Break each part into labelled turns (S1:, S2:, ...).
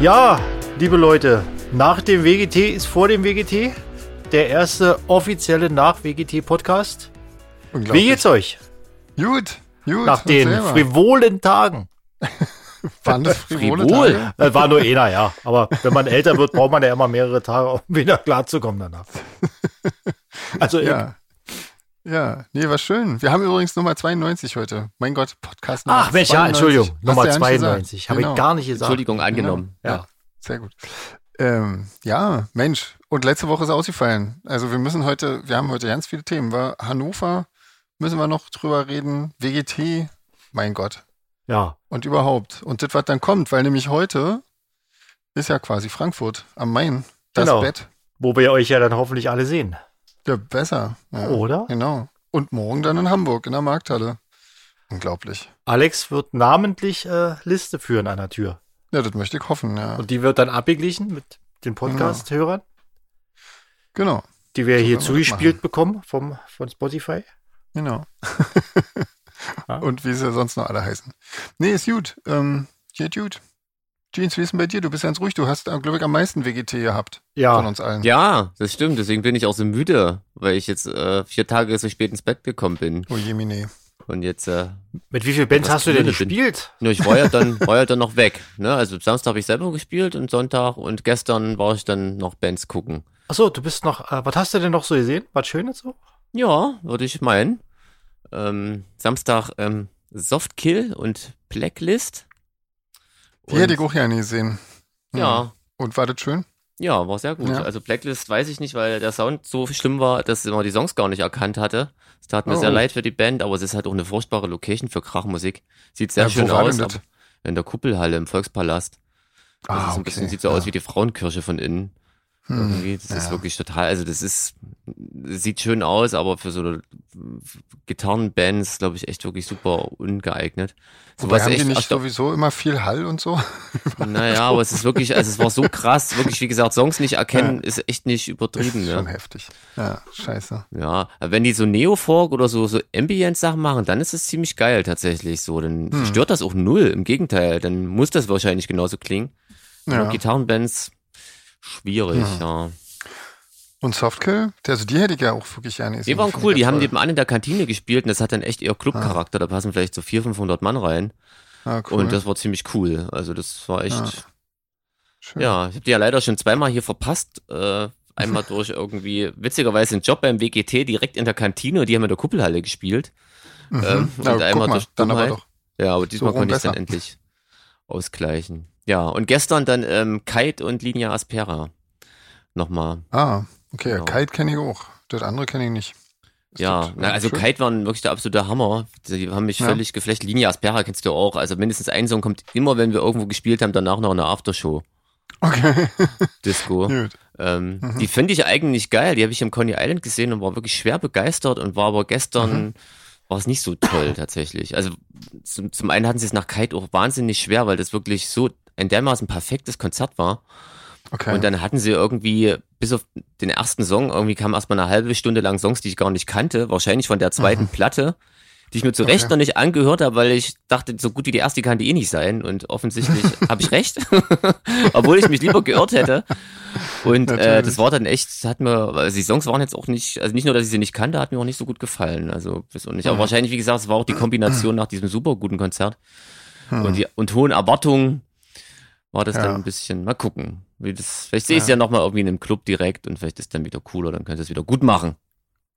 S1: Ja, liebe Leute, nach dem WGT ist vor dem WGT der erste offizielle Nach-WGT-Podcast. Wie geht's euch
S2: Gut, gut.
S1: nach den
S2: erzähl mal.
S1: frivolen Tagen?
S2: Waren das frivole Tage?
S1: Äh, war nur einer, ja. Aber wenn man älter wird, braucht man ja immer mehrere Tage, um wieder klarzukommen danach. Also,
S2: Ja. Ja, nee, war schön. Wir haben übrigens Nummer 92 heute. Mein Gott, Podcast Nummer
S1: ach Mensch, ja,
S2: 92.
S1: Entschuldigung,
S2: Hast du
S1: Nummer
S2: ja nicht
S1: 92.
S2: gesagt.
S1: Habe
S2: Genau.
S1: ich gar nicht gesagt.
S3: Entschuldigung, angenommen.
S1: Ja.
S2: Sehr gut. Ähm, ja, Mensch. Und letzte Woche ist ausgefallen. Also wir müssen heute, wir haben heute ganz viele Themen. War Hannover müssen wir noch drüber reden. WGT, mein Gott.
S1: Ja,
S2: Und überhaupt. Und das, was dann kommt, weil nämlich heute ist ja quasi Frankfurt am Main. Das
S1: Genau.
S2: Bett.
S1: wo wir euch ja dann hoffentlich alle sehen,
S2: Ja, besser. Ja.
S1: oder?
S2: Genau. Und morgen dann in Hamburg, in der Markthalle. Unglaublich.
S1: Alex wird namentlich äh, Liste führen an der Tür.
S2: Ja, das möchte ich hoffen, ja.
S1: Und die wird dann abgeglichen mit den Podcast-Hörern,
S2: Genau,
S1: die wir hier
S2: können wir das
S1: zugespielt bekommen vom, von Spotify.
S2: genau.
S1: Ja.
S2: Und wie sie sonst noch alle heißen. Nee, ist gut. Ähm, geht gut. Jeans, wie ist denn bei dir? Du bist ganz ruhig. Du hast, glaube ich, am meisten WGT gehabt von
S1: Ja,
S2: uns allen.
S3: Ja, das stimmt. Deswegen bin ich auch so müde, weil ich jetzt äh, vier Tage so spät ins Bett gekommen bin.
S2: Oh je, mine.
S3: Und jetzt, äh,
S1: mit wie vielen Bands
S3: Was
S1: hast du denn
S3: Blöde bin.
S1: gespielt?
S3: nur ich war ja dann, war ja dann noch weg. Ne? Also Samstag habe ich selber gespielt und Sonntag und gestern war ich dann noch Bands gucken.
S1: Achso, du bist noch, äh, was hast du denn noch so gesehen? Was Schönes so?
S3: Ja, würde ich meinen. Ähm, Samstag ähm, Softkill und Blacklist.
S2: Die hätte ich auch gerne gesehen. Hm.
S3: Ja,
S2: Und war das schön?
S3: ja, war sehr gut.
S2: Ja.
S3: Also Blacklist weiß ich nicht, weil der Sound so schlimm war, dass man die Songs gar nicht erkannt hatte. Es tat mir
S2: Oh.
S3: sehr leid für die Band, aber es ist halt auch eine furchtbare Location für Krachmusik. Sieht sehr
S2: Ja, wo
S3: schön
S2: war
S3: aus.
S2: denn das? Ah,
S3: aber In der Kuppelhalle im Volkspalast. Das ist ein bisschen, sieht so aus wie die Frauenkirche von innen.
S1: Ähm,
S2: Hm.
S3: Irgendwie, das ist
S2: ja.
S3: wirklich total, also das ist, das sieht schön aus, aber für so eine Gitarrenband ist, glaube ich, echt wirklich super ungeeignet.
S2: Wobei
S3: Sowas
S2: haben die
S3: echt
S2: nicht
S3: ersta-
S2: sowieso immer viel Hall und so?
S3: Naja, aber es ist wirklich, also es war so krass, wirklich, wie gesagt, Songs nicht erkennen, ist echt nicht
S2: Das ist
S3: übertrieben,
S2: schon
S3: ne?
S2: heftig. Ja, scheiße.
S3: Ja, aber wenn die so Neofolk oder so, so Ambient-Sachen machen, dann ist es ziemlich geil tatsächlich so. Dann
S2: Hm.
S3: stört das auch null. Im Gegenteil, dann muss das wahrscheinlich genauso klingen.
S2: Ja.
S3: Aber Gitarrenbands, schwierig,
S2: Hm.
S3: ja.
S2: Und Softkill? Also die hätte ich ja auch wirklich gerne gesehen.
S3: Die waren
S2: Finde
S3: cool,
S2: ich
S3: die
S2: ganz
S3: haben
S2: toll.
S3: nebenan in der Kantine gespielt und das hat dann echt eher Clubcharakter. Da passen vielleicht so 400, 500 Mann rein.
S2: Ah, cool.
S3: Und das war ziemlich cool. Also das war echt,
S2: Ah,
S3: ja,
S2: Schön.
S3: ich habe die ja leider schon zweimal hier verpasst. Äh, einmal durch irgendwie, witzigerweise einen Job beim WGT direkt in der Kantine und die haben in der Kuppelhalle gespielt.
S2: Mhm.
S3: Ähm,
S2: Na,
S3: und
S2: guck
S3: einmal
S2: mal,
S3: durch
S2: dann aber
S3: Dummheit.
S2: doch.
S3: Ja, aber diesmal
S2: rum
S3: konnte ich es dann
S2: besser.
S3: endlich ausgleichen. Ja, und gestern dann ähm, Kite und Linia Aspera. Nochmal.
S2: Ah, okay.
S3: Genau.
S2: Kite kenne ich auch. Das andere kenne ich nicht. Ist
S3: ja,
S2: das-
S3: na, also
S2: schön.
S3: Kite waren wirklich der absolute Hammer. Die haben mich
S2: Ja.
S3: völlig geflecht. Linia Aspera kennst du auch. Also mindestens ein Song kommt immer, wenn wir irgendwo gespielt haben, danach noch eine Aftershow.
S2: Okay,
S3: Disco.
S2: gut.
S3: Ähm,
S2: Mhm.
S3: Die finde ich eigentlich geil. Die habe ich im Coney Island gesehen und war wirklich schwer begeistert und war aber gestern war es nicht so toll tatsächlich. Also zum, zum einen hatten sie es nach Kite auch wahnsinnig schwer, weil das wirklich so ein dermaßen perfektes Konzert war.
S2: Okay.
S3: Und dann hatten sie irgendwie bis auf den ersten Song irgendwie kamen erstmal eine halbe Stunde lang Songs, die ich gar nicht kannte, wahrscheinlich von der zweiten Platte. Die ich mir zu
S2: Mhm.
S3: Recht
S2: Okay.
S3: noch nicht angehört habe, weil ich dachte, so gut wie die erste kann die eh nicht sein. Und offensichtlich habe ich recht, obwohl ich mich lieber geirrt hätte. Und äh,
S2: Natürlich.
S3: das war dann echt, hat mir, also die Songs waren jetzt auch nicht, also nicht nur, dass ich sie nicht kannte, hat mir auch nicht so gut gefallen. Also bis und nicht.
S2: Mhm.
S3: Aber wahrscheinlich, wie gesagt, es war auch die Kombination nach diesem super guten Konzert und, die, und hohen Erwartungen war das
S2: Ja.
S3: dann ein bisschen, mal gucken. Wie das, vielleicht sehe ich es ja, noch nochmal irgendwie in einem Club direkt und vielleicht ist dann wieder cooler, dann könnte es wieder gut machen.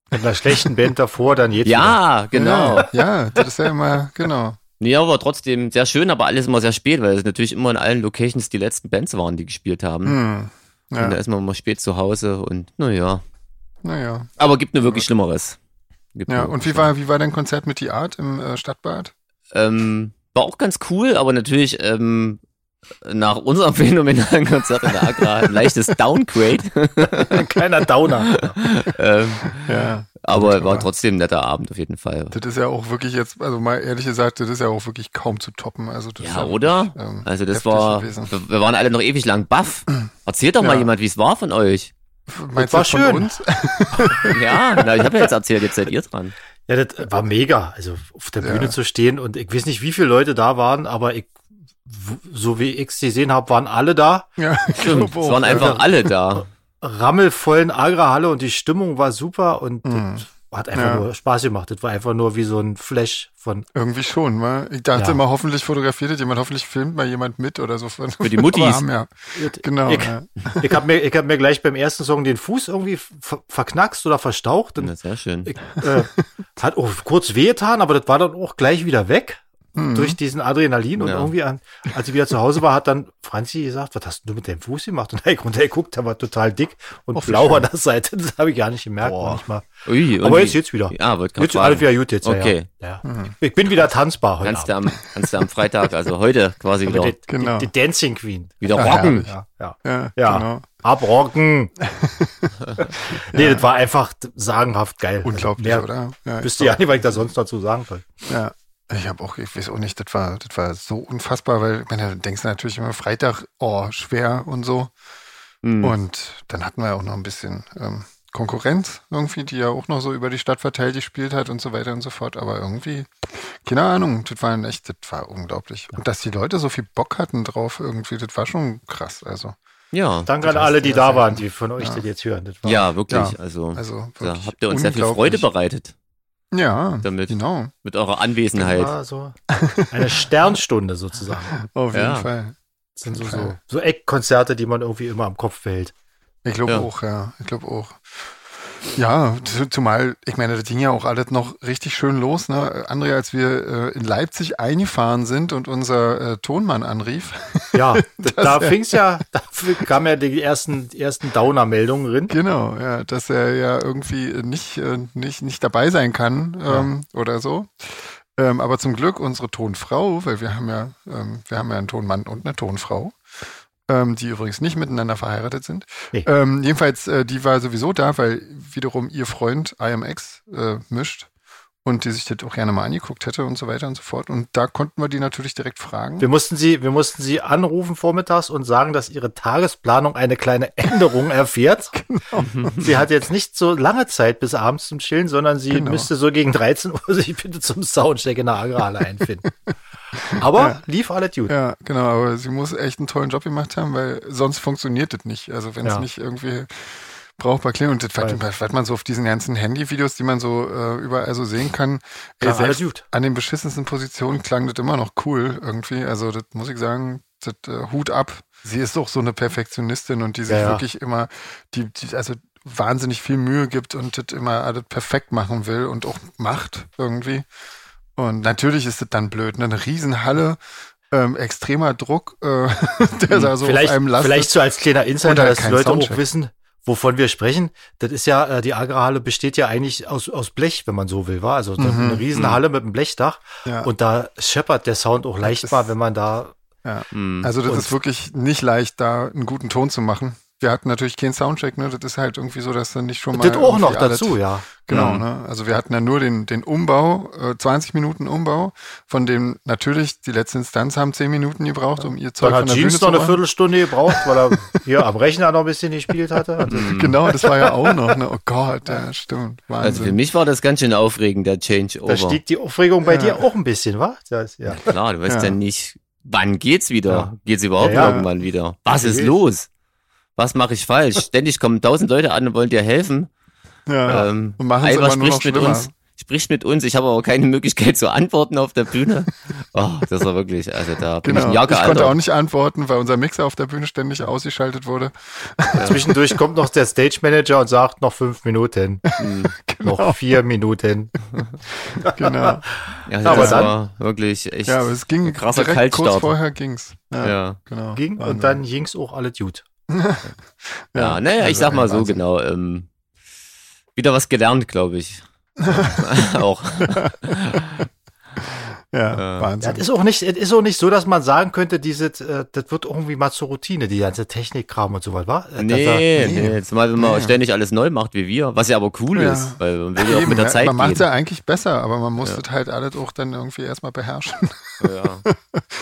S1: Mit einer schlechten Band davor, dann jetzt. wieder.
S3: Ja, genau.
S2: Ja, ja, das ist ja immer, genau.
S3: Nee, aber trotzdem sehr schön, aber alles immer sehr spät, weil es natürlich immer in allen Locations die letzten Bands waren, die gespielt haben.
S2: Hm.
S3: Und da
S2: Ja,
S3: ist man immer spät zu Hause und naja.
S2: naja.
S3: Aber gibt nur wirklich Schlimmeres. Gibt
S2: Ja,
S3: nur
S2: und
S3: wirklich
S2: wie war, wie war dein Konzert mit die Art im äh, Stadtbad?
S3: Ähm, war auch ganz cool, aber natürlich ähm, nach unserem phänomenalen Konzert in der Agra ein leichtes Downgrade.
S1: Kleiner Downer.
S3: ähm,
S2: Ja.
S3: aber war
S2: aber-
S3: trotzdem ein netter Abend auf jeden Fall.
S2: Das ist ja auch wirklich jetzt, also mal ehrlich gesagt, das ist ja auch wirklich kaum zu toppen. Also das ist
S3: Ja, oder?
S2: wirklich, ähm,
S3: Also das
S2: heftig
S3: war,
S2: gewesen.
S3: wir wir waren alle noch ewig lang baff. Erzählt doch mal
S2: Ja.
S3: jemand, wie es war von euch.
S2: Meinst
S1: war
S2: du von
S1: schön.
S2: uns?
S3: Ja, na, ich habe ja jetzt erzählt, jetzt seid ihr dran.
S1: Ja, das war mega. Also auf der Bühne zu stehen und ich weiß nicht, wie viele Leute da waren, aber ich w- so wie ich es gesehen habe, waren alle da.
S2: Oh, Ja,
S3: Stimmt, es waren einfach alle da.
S1: Rammelvollen Agra-Halle und die Stimmung war super und
S2: Mhm.
S1: das hat einfach
S2: Ja.
S1: nur Spaß gemacht. Das war einfach nur wie so ein Flash von.
S2: Irgendwie schon, wa? Ich dachte
S1: Ja.
S2: immer, hoffentlich fotografiert das jemand, hoffentlich filmt mal jemand mit oder so. Für
S3: die Muttis.
S2: ja. Genau.
S1: Ich-
S2: ja.
S1: Ich habe mir, ich hab mir gleich beim ersten Song den Fuß irgendwie ver verknackst oder verstaucht. Und
S3: Na, sehr schön.
S1: Ich, äh, hat auch kurz wehgetan, aber das war dann auch gleich wieder weg
S2: Mhm.
S1: durch diesen Adrenalin. Und
S3: Ja.
S1: irgendwie, an, als ich wieder zu Hause war, hat dann Franzi gesagt, was hast du mit deinem Fuß gemacht? Und ich runtergeguckt, der war total dick und
S2: Och, wie
S1: blau
S2: schön.
S1: an der Seite. Das habe ich gar nicht gemerkt. noch Nicht mal.
S3: Ui,
S1: Aber
S3: irgendwie-
S1: jetzt geht's wieder.
S3: Ja, wird
S1: Jetzt ist alles wieder gut jetzt.
S3: Okay.
S1: Ja, ja.
S2: Mhm.
S1: ja. Ich bin wieder tanzbar heute
S3: Kannst
S1: Abend.
S3: du am, kannst du am Freitag, also heute quasi wieder,
S1: Die,
S2: Genau.
S1: die, die Dancing Queen.
S3: wieder
S2: Ja,
S3: rocken.
S1: Ja, ja.
S2: Ja,
S1: Ja.
S2: genau.
S1: Abrocken. nee, das war einfach sagenhaft geil.
S2: Unglaublich,
S1: Also, mehr
S2: oder? Ja,
S1: Wüsste ja nicht, was ich da sonst dazu sagen soll.
S2: Ja. Ich habe auch, ich weiß auch nicht, das war, das war so unfassbar, weil ich meine, du denkst natürlich immer Freitag, oh, schwer und so.
S3: Hm.
S2: Und dann hatten wir auch noch ein bisschen ähm, Konkurrenz irgendwie, die ja auch noch so über die Stadt verteilt gespielt hat und so weiter und so fort. Aber irgendwie, keine Ahnung, das war echt, das war unglaublich. Und dass die Leute so viel Bock hatten drauf irgendwie, das war schon krass. Also,
S3: Ja,
S1: Danke
S2: Das
S1: an
S2: heißt,
S1: alle, die
S2: ja,
S1: da
S2: sehr
S1: waren,
S2: gut.
S1: die von euch das jetzt hören. Das war
S3: ja, wirklich.
S2: Ja.
S3: Also,
S2: also wirklich
S3: da habt ihr uns sehr viel Freude
S2: unglaublich.
S3: bereitet
S2: Ja,
S3: damit.
S2: genau,
S3: mit eurer Anwesenheit.
S1: war so eine Sternstunde sozusagen.
S2: auf jeden
S3: Ja.
S2: Fall.
S1: Das sind so,
S2: Okay.
S1: so, so Eckkonzerte, die man irgendwie immer am Kopf behält.
S2: Ich glaube
S3: Ja.
S2: auch, ja. Ich glaube auch. Ja, zu- zumal, ich meine, das ging ja auch alles noch richtig schön los, ne? André, als wir äh, in Leipzig eingefahren sind und unser äh, Tonmann anrief.
S1: Ja, da fing's ja, da kamen ja die ersten, die ersten Downer-Meldungen drin.
S2: Genau, ja, dass er ja irgendwie nicht, äh, nicht, nicht dabei sein kann ähm, oder so. Ähm, aber zum Glück unsere Tonfrau, weil wir haben ja, ähm, wir haben ja einen Tonmann und eine Tonfrau, ähm, die übrigens nicht miteinander verheiratet sind.
S1: Nee.
S2: Ähm, jedenfalls, äh, die war sowieso da, weil wiederum ihr Freund IMX äh, mischt und die sich das auch gerne mal angeguckt hätte und so weiter und so fort. Und da konnten wir die natürlich direkt fragen.
S1: Wir mussten sie, wir mussten sie anrufen vormittags und sagen, dass ihre Tagesplanung eine kleine Änderung erfährt.
S2: Genau.
S1: Sie hat jetzt nicht so lange Zeit bis abends zum Chillen, sondern sie
S2: Genau.
S1: müsste so gegen 13 Uhr sich bitte zum Soundcheck in der Agrarhalle einfinden. Aber lief alle gut.
S2: Ja, genau, aber sie muss echt einen tollen Job gemacht haben, weil sonst funktioniert das nicht. Also wenn es
S1: Ja.
S2: nicht irgendwie brauchbar klingt und das,
S1: Weil-
S2: was, was man so auf diesen ganzen Handy-Videos, die man so äh, überall so sehen kann, ey,
S1: Klang alles
S2: selbst
S1: gut.
S2: an den beschissensten Positionen klang das immer noch cool irgendwie. Also das muss ich sagen, das äh, Hut ab. Sie ist doch so eine Perfektionistin und die sich
S1: Ja, ja.
S2: wirklich immer, die, die also wahnsinnig viel Mühe gibt und das immer alles perfekt machen will und auch macht irgendwie. Und natürlich ist das dann blöd, ne? eine Riesenhalle, ähm, extremer Druck, äh, der da so
S1: Hm, vielleicht,
S2: auf einem lastet.
S1: vielleicht so als kleiner
S2: Und
S1: Insider,
S2: halt
S1: dass die
S2: kein
S1: Leute auch
S2: Soundcheck.
S1: wissen, wovon wir sprechen. Das ist ja, äh, die Agrarhalle besteht ja eigentlich aus, aus Blech, wenn man so will, war. Also so eine Riesenhalle mit einem Blechdach.
S2: Mhm. Ja.
S1: Und da scheppert der Sound auch leicht
S2: ist-
S1: mal, wenn man da
S3: Hm.
S2: Also das
S1: Und-
S2: ist wirklich nicht leicht, da einen guten Ton zu machen. Wir hatten natürlich keinen Soundcheck, ne? Das ist halt irgendwie so, dass dann nicht schon mal.
S1: Das auch noch
S2: irgendwie alles-
S1: dazu, ja.
S2: Genau,
S3: Ja.
S2: ne? Also wir hatten ja nur den, den Umbau, äh, 20 Minuten Umbau, von dem natürlich die letzte Instanz haben 10 Minuten gebraucht, um ihr Zeug
S1: Dann
S2: von
S1: hat
S2: der Bühne
S1: Jeans
S2: zu
S1: noch eine
S2: machen.
S1: Viertelstunde gebraucht, weil er hier am Rechner noch ein bisschen gespielt hatte. Also,
S2: Genau, das war ja auch noch, ne? Oh Gott, ja, stimmt.
S3: Also für
S2: Wahnsinn.
S3: mich war das ganz schön aufregend, der Changeover.
S1: da stieg die Aufregung bei
S2: Ja.
S1: dir auch ein bisschen, wa? Das, ja.
S3: Klar, du weißt
S2: Ja.
S3: ja. nicht, wann geht's wieder?
S1: Ja.
S3: Geht's überhaupt
S1: Ja, ja.
S3: irgendwann wieder? Was ist
S1: Geht.
S3: los? Was mache ich falsch? Ständig kommen tausend Leute an und wollen dir helfen.
S2: ja.
S3: Ähm,
S2: Und machen's
S3: Alba
S2: immer nur noch
S3: spricht mit
S2: schlimmer.
S3: uns, spricht mit uns. Ich habe aber keine Möglichkeit zu antworten auf der Bühne. Oh, das war wirklich, also da bin ich
S2: Genau.
S3: ein
S2: Ich,
S3: Jahr
S2: konnte auch
S3: gealtert.
S2: nicht antworten, weil unser Mixer auf der Bühne ständig ausgeschaltet wurde.
S1: Zwischendurch kommt noch der Stage Manager und sagt noch fünf Minuten,
S3: Hm.
S2: genau,
S1: noch vier Minuten.
S2: genau.
S3: Ja,
S1: aber
S3: das
S1: dann-
S3: war wirklich echt.
S2: Ja, aber es ging
S3: Ein krasser
S2: direkt kurz
S3: Kaltstart.
S2: vorher ging's.
S3: ja.
S2: genau.
S1: Ging
S2: Wahnsinn.
S1: und dann ging's auch alle gut.
S3: Ja, naja, ich
S2: also
S3: sag mal
S2: ein
S3: so
S2: Wahnsinn.
S3: genau. Ähm, wieder was gelernt, glaube ich. auch.
S2: Ja,
S3: Äh,
S1: Ja,
S2: Wahnsinn.
S1: es ist auch nicht, es ist auch nicht so, dass man sagen könnte, diese, äh, das wird irgendwie mal zur Routine, die ganze Technikkram und so was, wa? Äh, dass er-
S3: Nee,
S2: nee.
S3: nee, Zumal wenn man
S2: Nee.
S3: ständig alles neu macht wie wir, was ja aber cool
S2: Ja.
S3: ist, weil man will ja auch
S2: Eben,
S3: mit der
S2: ne?
S3: Zeit
S2: man macht
S3: gehen.
S2: ja eigentlich besser, aber man muss das halt alles auch dann irgendwie erstmal beherrschen.
S3: Ja.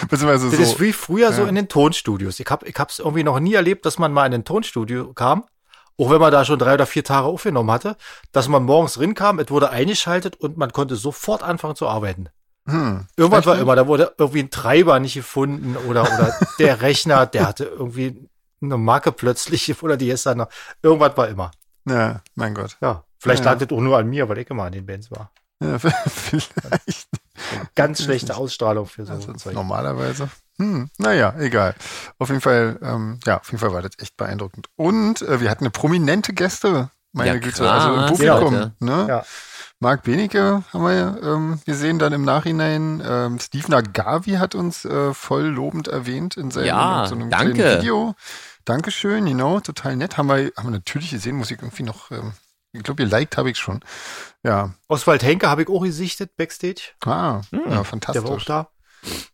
S2: Beziehungsweise
S1: Das
S2: so.
S1: ist wie früher so in den Tonstudios. Ich habe ich hab's irgendwie noch nie erlebt, dass man mal in ein Tonstudio kam, auch wenn man da schon drei oder vier Tage aufgenommen hatte, dass man morgens rinkam, es wurde eingeschaltet und man konnte sofort anfangen zu arbeiten.
S2: Hm.
S1: Irgendwas war
S2: Vielleicht
S1: immer, da wurde irgendwie ein Treiber nicht gefunden oder, oder der Rechner, der hatte irgendwie eine Marke plötzlich oder die ist dann noch. Irgendwas war immer.
S2: Ja, mein Gott.
S1: Ja. Vielleicht
S2: Ja.
S1: lag das auch nur an mir, weil ich immer an den Bands war.
S2: Ja, vielleicht.
S1: Ganz schlechte Ausstrahlung für so ein
S2: Also
S1: Zeug.
S2: normalerweise. Hm, naja, egal. Auf jeden Fall, ähm, ja, auf jeden Fall war das echt beeindruckend. Und äh, wir hatten eine prominente Gäste, meine
S3: Ja,
S2: Güte,
S3: krass,
S2: also im Publikum.
S3: Leute.
S2: Ne?
S1: Ja.
S2: Marc Benecke haben wir ja, ähm, gesehen dann im Nachhinein. Ähm, Steve Nagavi hat uns äh, voll lobend erwähnt in seinem
S3: Ja,
S2: in so einem
S3: danke.
S2: kleinen Video. Dankeschön, genau, total nett. Haben wir, haben wir natürlich gesehen, muss ich irgendwie noch, ähm, ich glaube, geliked habe ich schon. Ja,
S1: Oswald Henke habe ich auch gesichtet, Backstage.
S2: ah, ja,
S3: Hm.
S1: Der war auch
S2: fantastisch.
S1: da.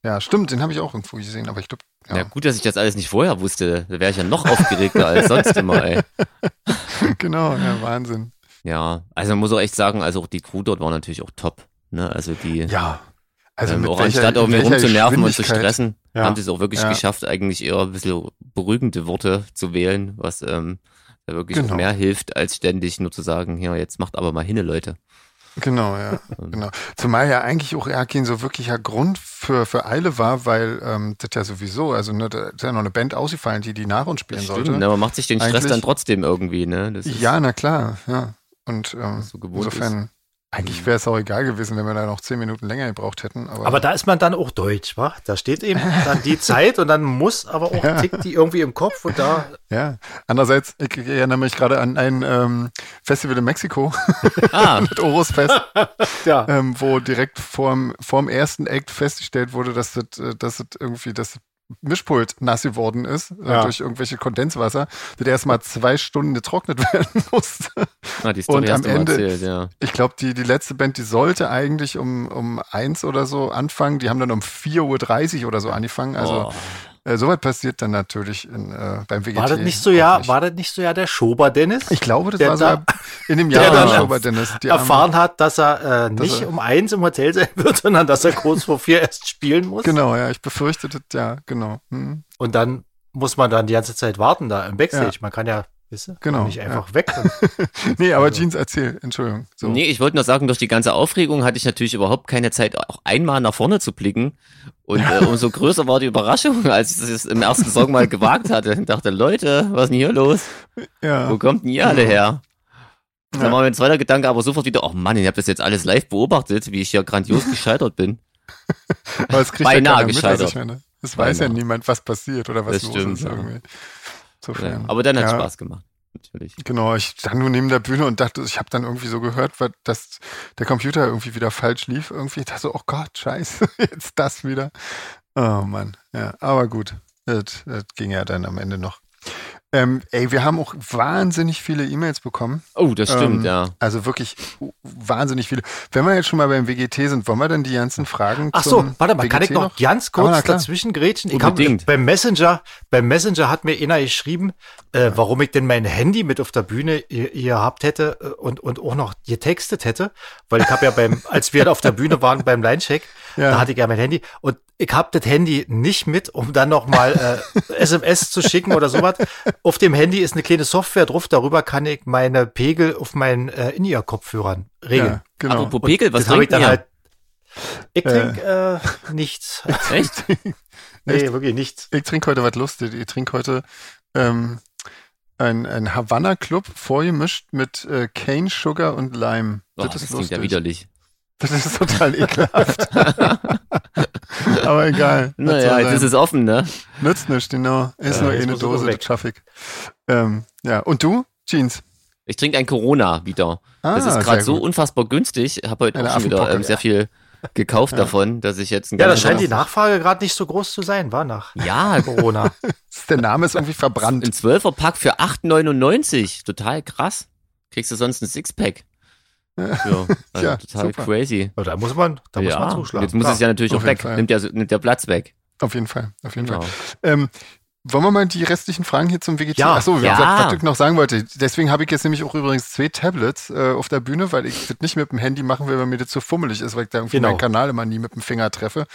S2: Ja, stimmt, den habe ich auch irgendwo gesehen, aber ich glaube,
S3: Ja. gut, dass ich das alles nicht vorher wusste. Da wäre ich ja noch aufgeregter als sonst immer, ey.
S2: Genau, ja, Wahnsinn.
S3: Ja, also man muss auch echt sagen, also auch die Crew dort war natürlich auch top. Ne? Also die,
S2: Ja. Also
S3: ähm,
S2: mit
S3: auch
S2: welcher,
S3: anstatt irgendwie
S2: welcher
S3: rumzunerven und zu
S2: Geschwindigkeit.
S3: stressen,
S1: Ja.
S3: haben sie es auch wirklich
S2: Ja.
S3: geschafft, eigentlich eher ein bisschen beruhigende Worte zu wählen, was ähm, da wirklich
S2: Genau.
S3: auch mehr hilft, als ständig nur zu sagen, hier, jetzt macht aber mal hinne, Leute.
S2: Genau, ja.
S3: Also.
S2: genau. Zumal ja eigentlich auch Erkin so wirklicher Grund für, für Eile war, weil ähm, das ja sowieso, also ne, da ist ja noch eine Band ausgefallen, die die nach uns spielen
S3: Das
S2: sollte.
S3: stimmt, ne? man macht sich den Stress
S2: Eigentlich-
S3: dann trotzdem irgendwie, ne? Das ist,
S2: Ja, na klar, ja. Und ähm,
S3: so gewohnt Mhm.
S2: insofern, eigentlich wäre es auch egal gewesen, wenn wir da noch zehn Minuten länger gebraucht hätten. Aber,
S1: Aber da ist man dann auch deutsch, wa? Da steht eben dann die Zeit und dann muss aber auch tickt die irgendwie im Kopf und da
S2: ja, andererseits, ich erinnere mich gerade an ein ähm, Festival in Mexiko,
S3: Ah,
S2: das Orosfest.
S1: ja.
S2: ähm, wo direkt vorm, vorm ersten Act festgestellt wurde, dass das, äh, dass das irgendwie das Mischpult nass geworden ist äh,
S1: Ja.
S2: durch irgendwelche Kondenswasser, das erstmal zwei Stunden getrocknet werden musste.
S3: ah, die Story
S2: Und am
S3: hast du mal
S2: Ende-
S3: erzählt, ja.
S2: Ich glaube, die, die letzte Band, die sollte eigentlich um, um eins oder so anfangen, die haben dann um 4.30 Uhr oder so angefangen. Also
S3: oh.
S2: äh, soweit passiert dann natürlich in, äh, beim WGT.
S1: war das nicht so ja,
S2: auch
S1: war das nicht so ja der Schober Dennis?
S2: ich glaube, das
S1: der
S2: war
S1: da-
S2: sogar in dem
S1: der
S2: Jahr
S1: dann
S2: dann aber Dennis. Die armen-
S1: erfahren hat, dass er äh, nicht
S2: er-
S1: um eins im Hotel sein wird, sondern dass er kurz vor vier erst spielen muss.
S2: Genau, ja, ich befürchte das, ja, genau. Hm.
S1: Und dann muss man dann die ganze Zeit warten da im Backstage. Man kann ja, wisst ihr,
S2: Genau,
S1: nicht
S2: ja.
S1: einfach weg. Und,
S2: Nee, aber
S1: Also-
S2: Jeans, erzähl, Entschuldigung. So.
S3: Nee, ich wollte nur sagen, durch die ganze Aufregung hatte ich natürlich überhaupt keine Zeit, auch einmal nach vorne zu blicken. Und äh, umso größer war die Überraschung, als ich es im ersten Song mal gewagt hatte. Ich dachte, Leute, was ist denn hier los?
S2: Ja.
S3: Wo kommt denn ihr alle her? Und
S2: Ja.
S3: Dann war mein zweiter Gedanke aber sofort wieder, oh Mann, ihr habt das jetzt alles live beobachtet, wie ich ja grandios gescheitert bin.
S2: Weil es kriegt ja keiner
S3: Beinahe
S2: mit, was ich
S3: gescheitert.
S2: meine. Es weiß ja
S3: Beinahe.
S2: niemand, was passiert oder was
S3: Das
S2: los
S3: stimmt,
S2: ist
S3: ja.
S2: irgendwie.
S3: Ja.
S2: Insofern.
S3: Aber dann hat
S2: Ja.
S3: Spaß gemacht, natürlich.
S2: Genau, ich stand nur neben der Bühne und dachte, ich habe dann irgendwie so gehört, was- dass der Computer irgendwie wieder falsch lief. Irgendwie Ich dachte so, oh Gott, scheiße, jetzt das wieder. Oh Mann, ja, aber gut, das, das ging ja dann am Ende noch. Ähm, ey, wir haben auch wahnsinnig viele E-Mails bekommen.
S3: Oh, das stimmt,
S2: Ähm,
S3: ja.
S2: Also wirklich wahnsinnig viele. Wenn wir jetzt schon mal beim WGT sind, wollen wir dann die ganzen Fragen
S1: Ach
S2: zum
S1: so, warte mal, kann ich
S2: WGT
S1: noch ganz
S2: Ah, na
S1: kurz
S2: klar.
S1: dazwischen grätschen? Ich
S3: Unbedingt.
S1: hab, beim Messenger, beim Messenger hat mir einer geschrieben, äh, warum ich denn mein Handy mit auf der Bühne ge- gehabt hätte äh, und, und auch noch getextet hätte, weil ich habe ja beim, als wir auf der Bühne waren beim Linecheck,
S2: Ja.
S1: da hatte ich ja mein Handy und ich habe das Handy nicht mit, um dann nochmal äh, SMS zu schicken oder sowas. Auf dem Handy ist eine kleine Software drauf, darüber kann ich meine Pegel auf meinen äh, In-Ear-Kopfhörern regeln.
S2: Ja, genau.
S3: Apropos Pegel, was
S1: Das habe ich
S3: trinkt
S1: dann
S3: ihr?
S1: halt. Ich trinke äh, nichts.
S3: Echt?
S1: Nee, wirklich nichts.
S2: Ich trinke heute was Lustiges. Ich trinke heute ähm, ein, ein Havanna Club vorgemischt mit äh, Cane Sugar und Lime.
S3: Oh, das klingt ja widerlich.
S2: Das ist total ekelhaft. Aber egal. Das
S3: Naja,
S2: soll
S3: jetzt
S2: sein.
S3: ist es offen, ne?
S2: Nützt nichts, genau. Ist
S1: Ja,
S2: nur eh
S1: jetzt
S2: eine
S1: muss es
S2: Dose,
S1: weg.
S2: das schaff ich. Ähm, ja, und du? Jeans.
S3: Ich trinke ein Corona wieder.
S2: Ah,
S3: das ist
S2: sehr
S3: gerade so
S2: gut.
S3: unfassbar günstig. Habe heute
S2: Eine
S3: auch schon wieder
S2: Affenpocke,
S3: ähm, sehr viel gekauft davon, dass ich jetzt ein
S1: Ja, da scheint die Nachfrage gerade nicht so groß zu sein, war nach
S3: Ja,
S1: Corona.
S2: Der Name ist irgendwie
S3: ein
S2: verbrannt.
S3: 12er Pack für 8,99. Total krass. Kriegst du sonst ein Sixpack. Ja, also
S2: Ja,
S3: total
S2: super.
S3: crazy.
S1: Ja, Also da muss man, da muss
S3: ja.
S1: man
S3: und
S1: zuschlagen.
S3: Jetzt muss
S1: Klar.
S3: es ja natürlich
S2: Auf
S3: auch
S2: jeden
S3: weg.
S2: Fall.
S3: Nimmt der, nimmt der Platz weg.
S2: Auf jeden Fall. Auf jeden
S3: Genau.
S2: Fall. Ähm, wollen wir mal die restlichen Fragen hier zum Vegetarier?
S1: Ja.
S2: Achso, was,
S3: Ja.
S2: was ich noch sagen wollte. Deswegen habe ich jetzt nämlich auch übrigens zwei Tablets äh, auf der Bühne, weil ich das nicht mit dem Handy machen will, weil mir das zu fummelig ist, weil ich da irgendwie
S1: Genau.
S2: meinen Kanal immer nie mit dem Finger treffe.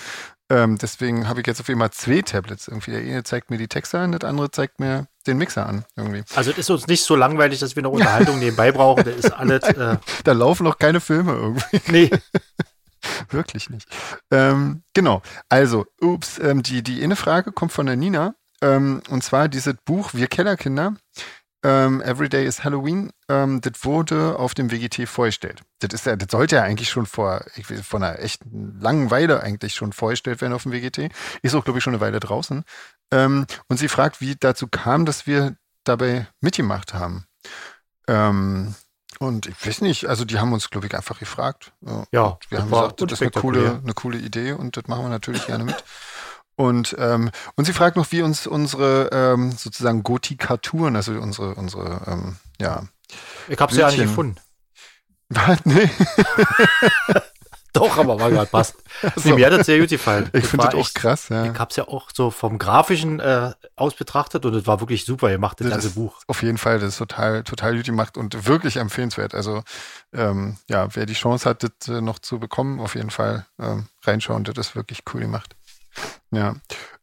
S2: Ähm, deswegen habe ich jetzt auf jeden Fall zwei Tablets irgendwie. Der eine zeigt mir die Texte an, das andere zeigt mir den Mixer an irgendwie.
S1: Also es ist uns nicht so langweilig, dass wir noch Unterhaltung nebenbei brauchen. Das ist alles. Äh,
S2: Da laufen noch keine Filme irgendwie.
S1: nee.
S2: Wirklich nicht. Ähm, genau. Also, ups, ähm, die, die Innefrage kommt von der Nina. Ähm, und zwar dieses Buch Wir Kellerkinder. Ähm, Everyday is Halloween. Ähm, das wurde auf dem WGT vorgestellt. Das, ist ja, das sollte ja eigentlich schon vor, ich weiß, vor einer echten langen Weile eigentlich schon vorgestellt werden auf dem WGT. Ist auch, glaube ich, schon eine Weile draußen. Ähm, und sie fragt, wie dazu kam, dass wir dabei mitgemacht haben. Ähm, und ich weiß nicht, also die haben uns, glaube ich, einfach gefragt. Ja,
S1: Ja,
S2: wir
S1: das
S2: haben
S1: war
S2: gesagt, das ist eine coole,
S1: unspektakulär.
S2: eine coole Idee und das machen wir natürlich gerne mit. Und, ähm, und sie fragt noch, wie uns unsere ähm, sozusagen Gotikaturen, also unsere, unsere ähm, ja,
S1: Ich hab's ja nicht
S2: Mädchen.
S1: gefunden.
S2: nee,
S1: Doch, aber war gerade passt. Nee, mir hat das sehr gut gefallen.
S2: ich finde
S1: war
S2: das auch
S1: echt-
S2: krass, ja.
S1: Ich hab's ja auch so vom Grafischen äh, aus betrachtet und es war wirklich super gemacht, das,
S2: Das
S1: ganze
S2: ist-
S1: Buch.
S2: Auf jeden Fall, das ist total, total gut gemacht und wirklich empfehlenswert. Also, ähm, ja, wer die Chance hat, das äh, noch zu bekommen, auf jeden Fall ähm, reinschauen, das ist wirklich cool gemacht. Ja.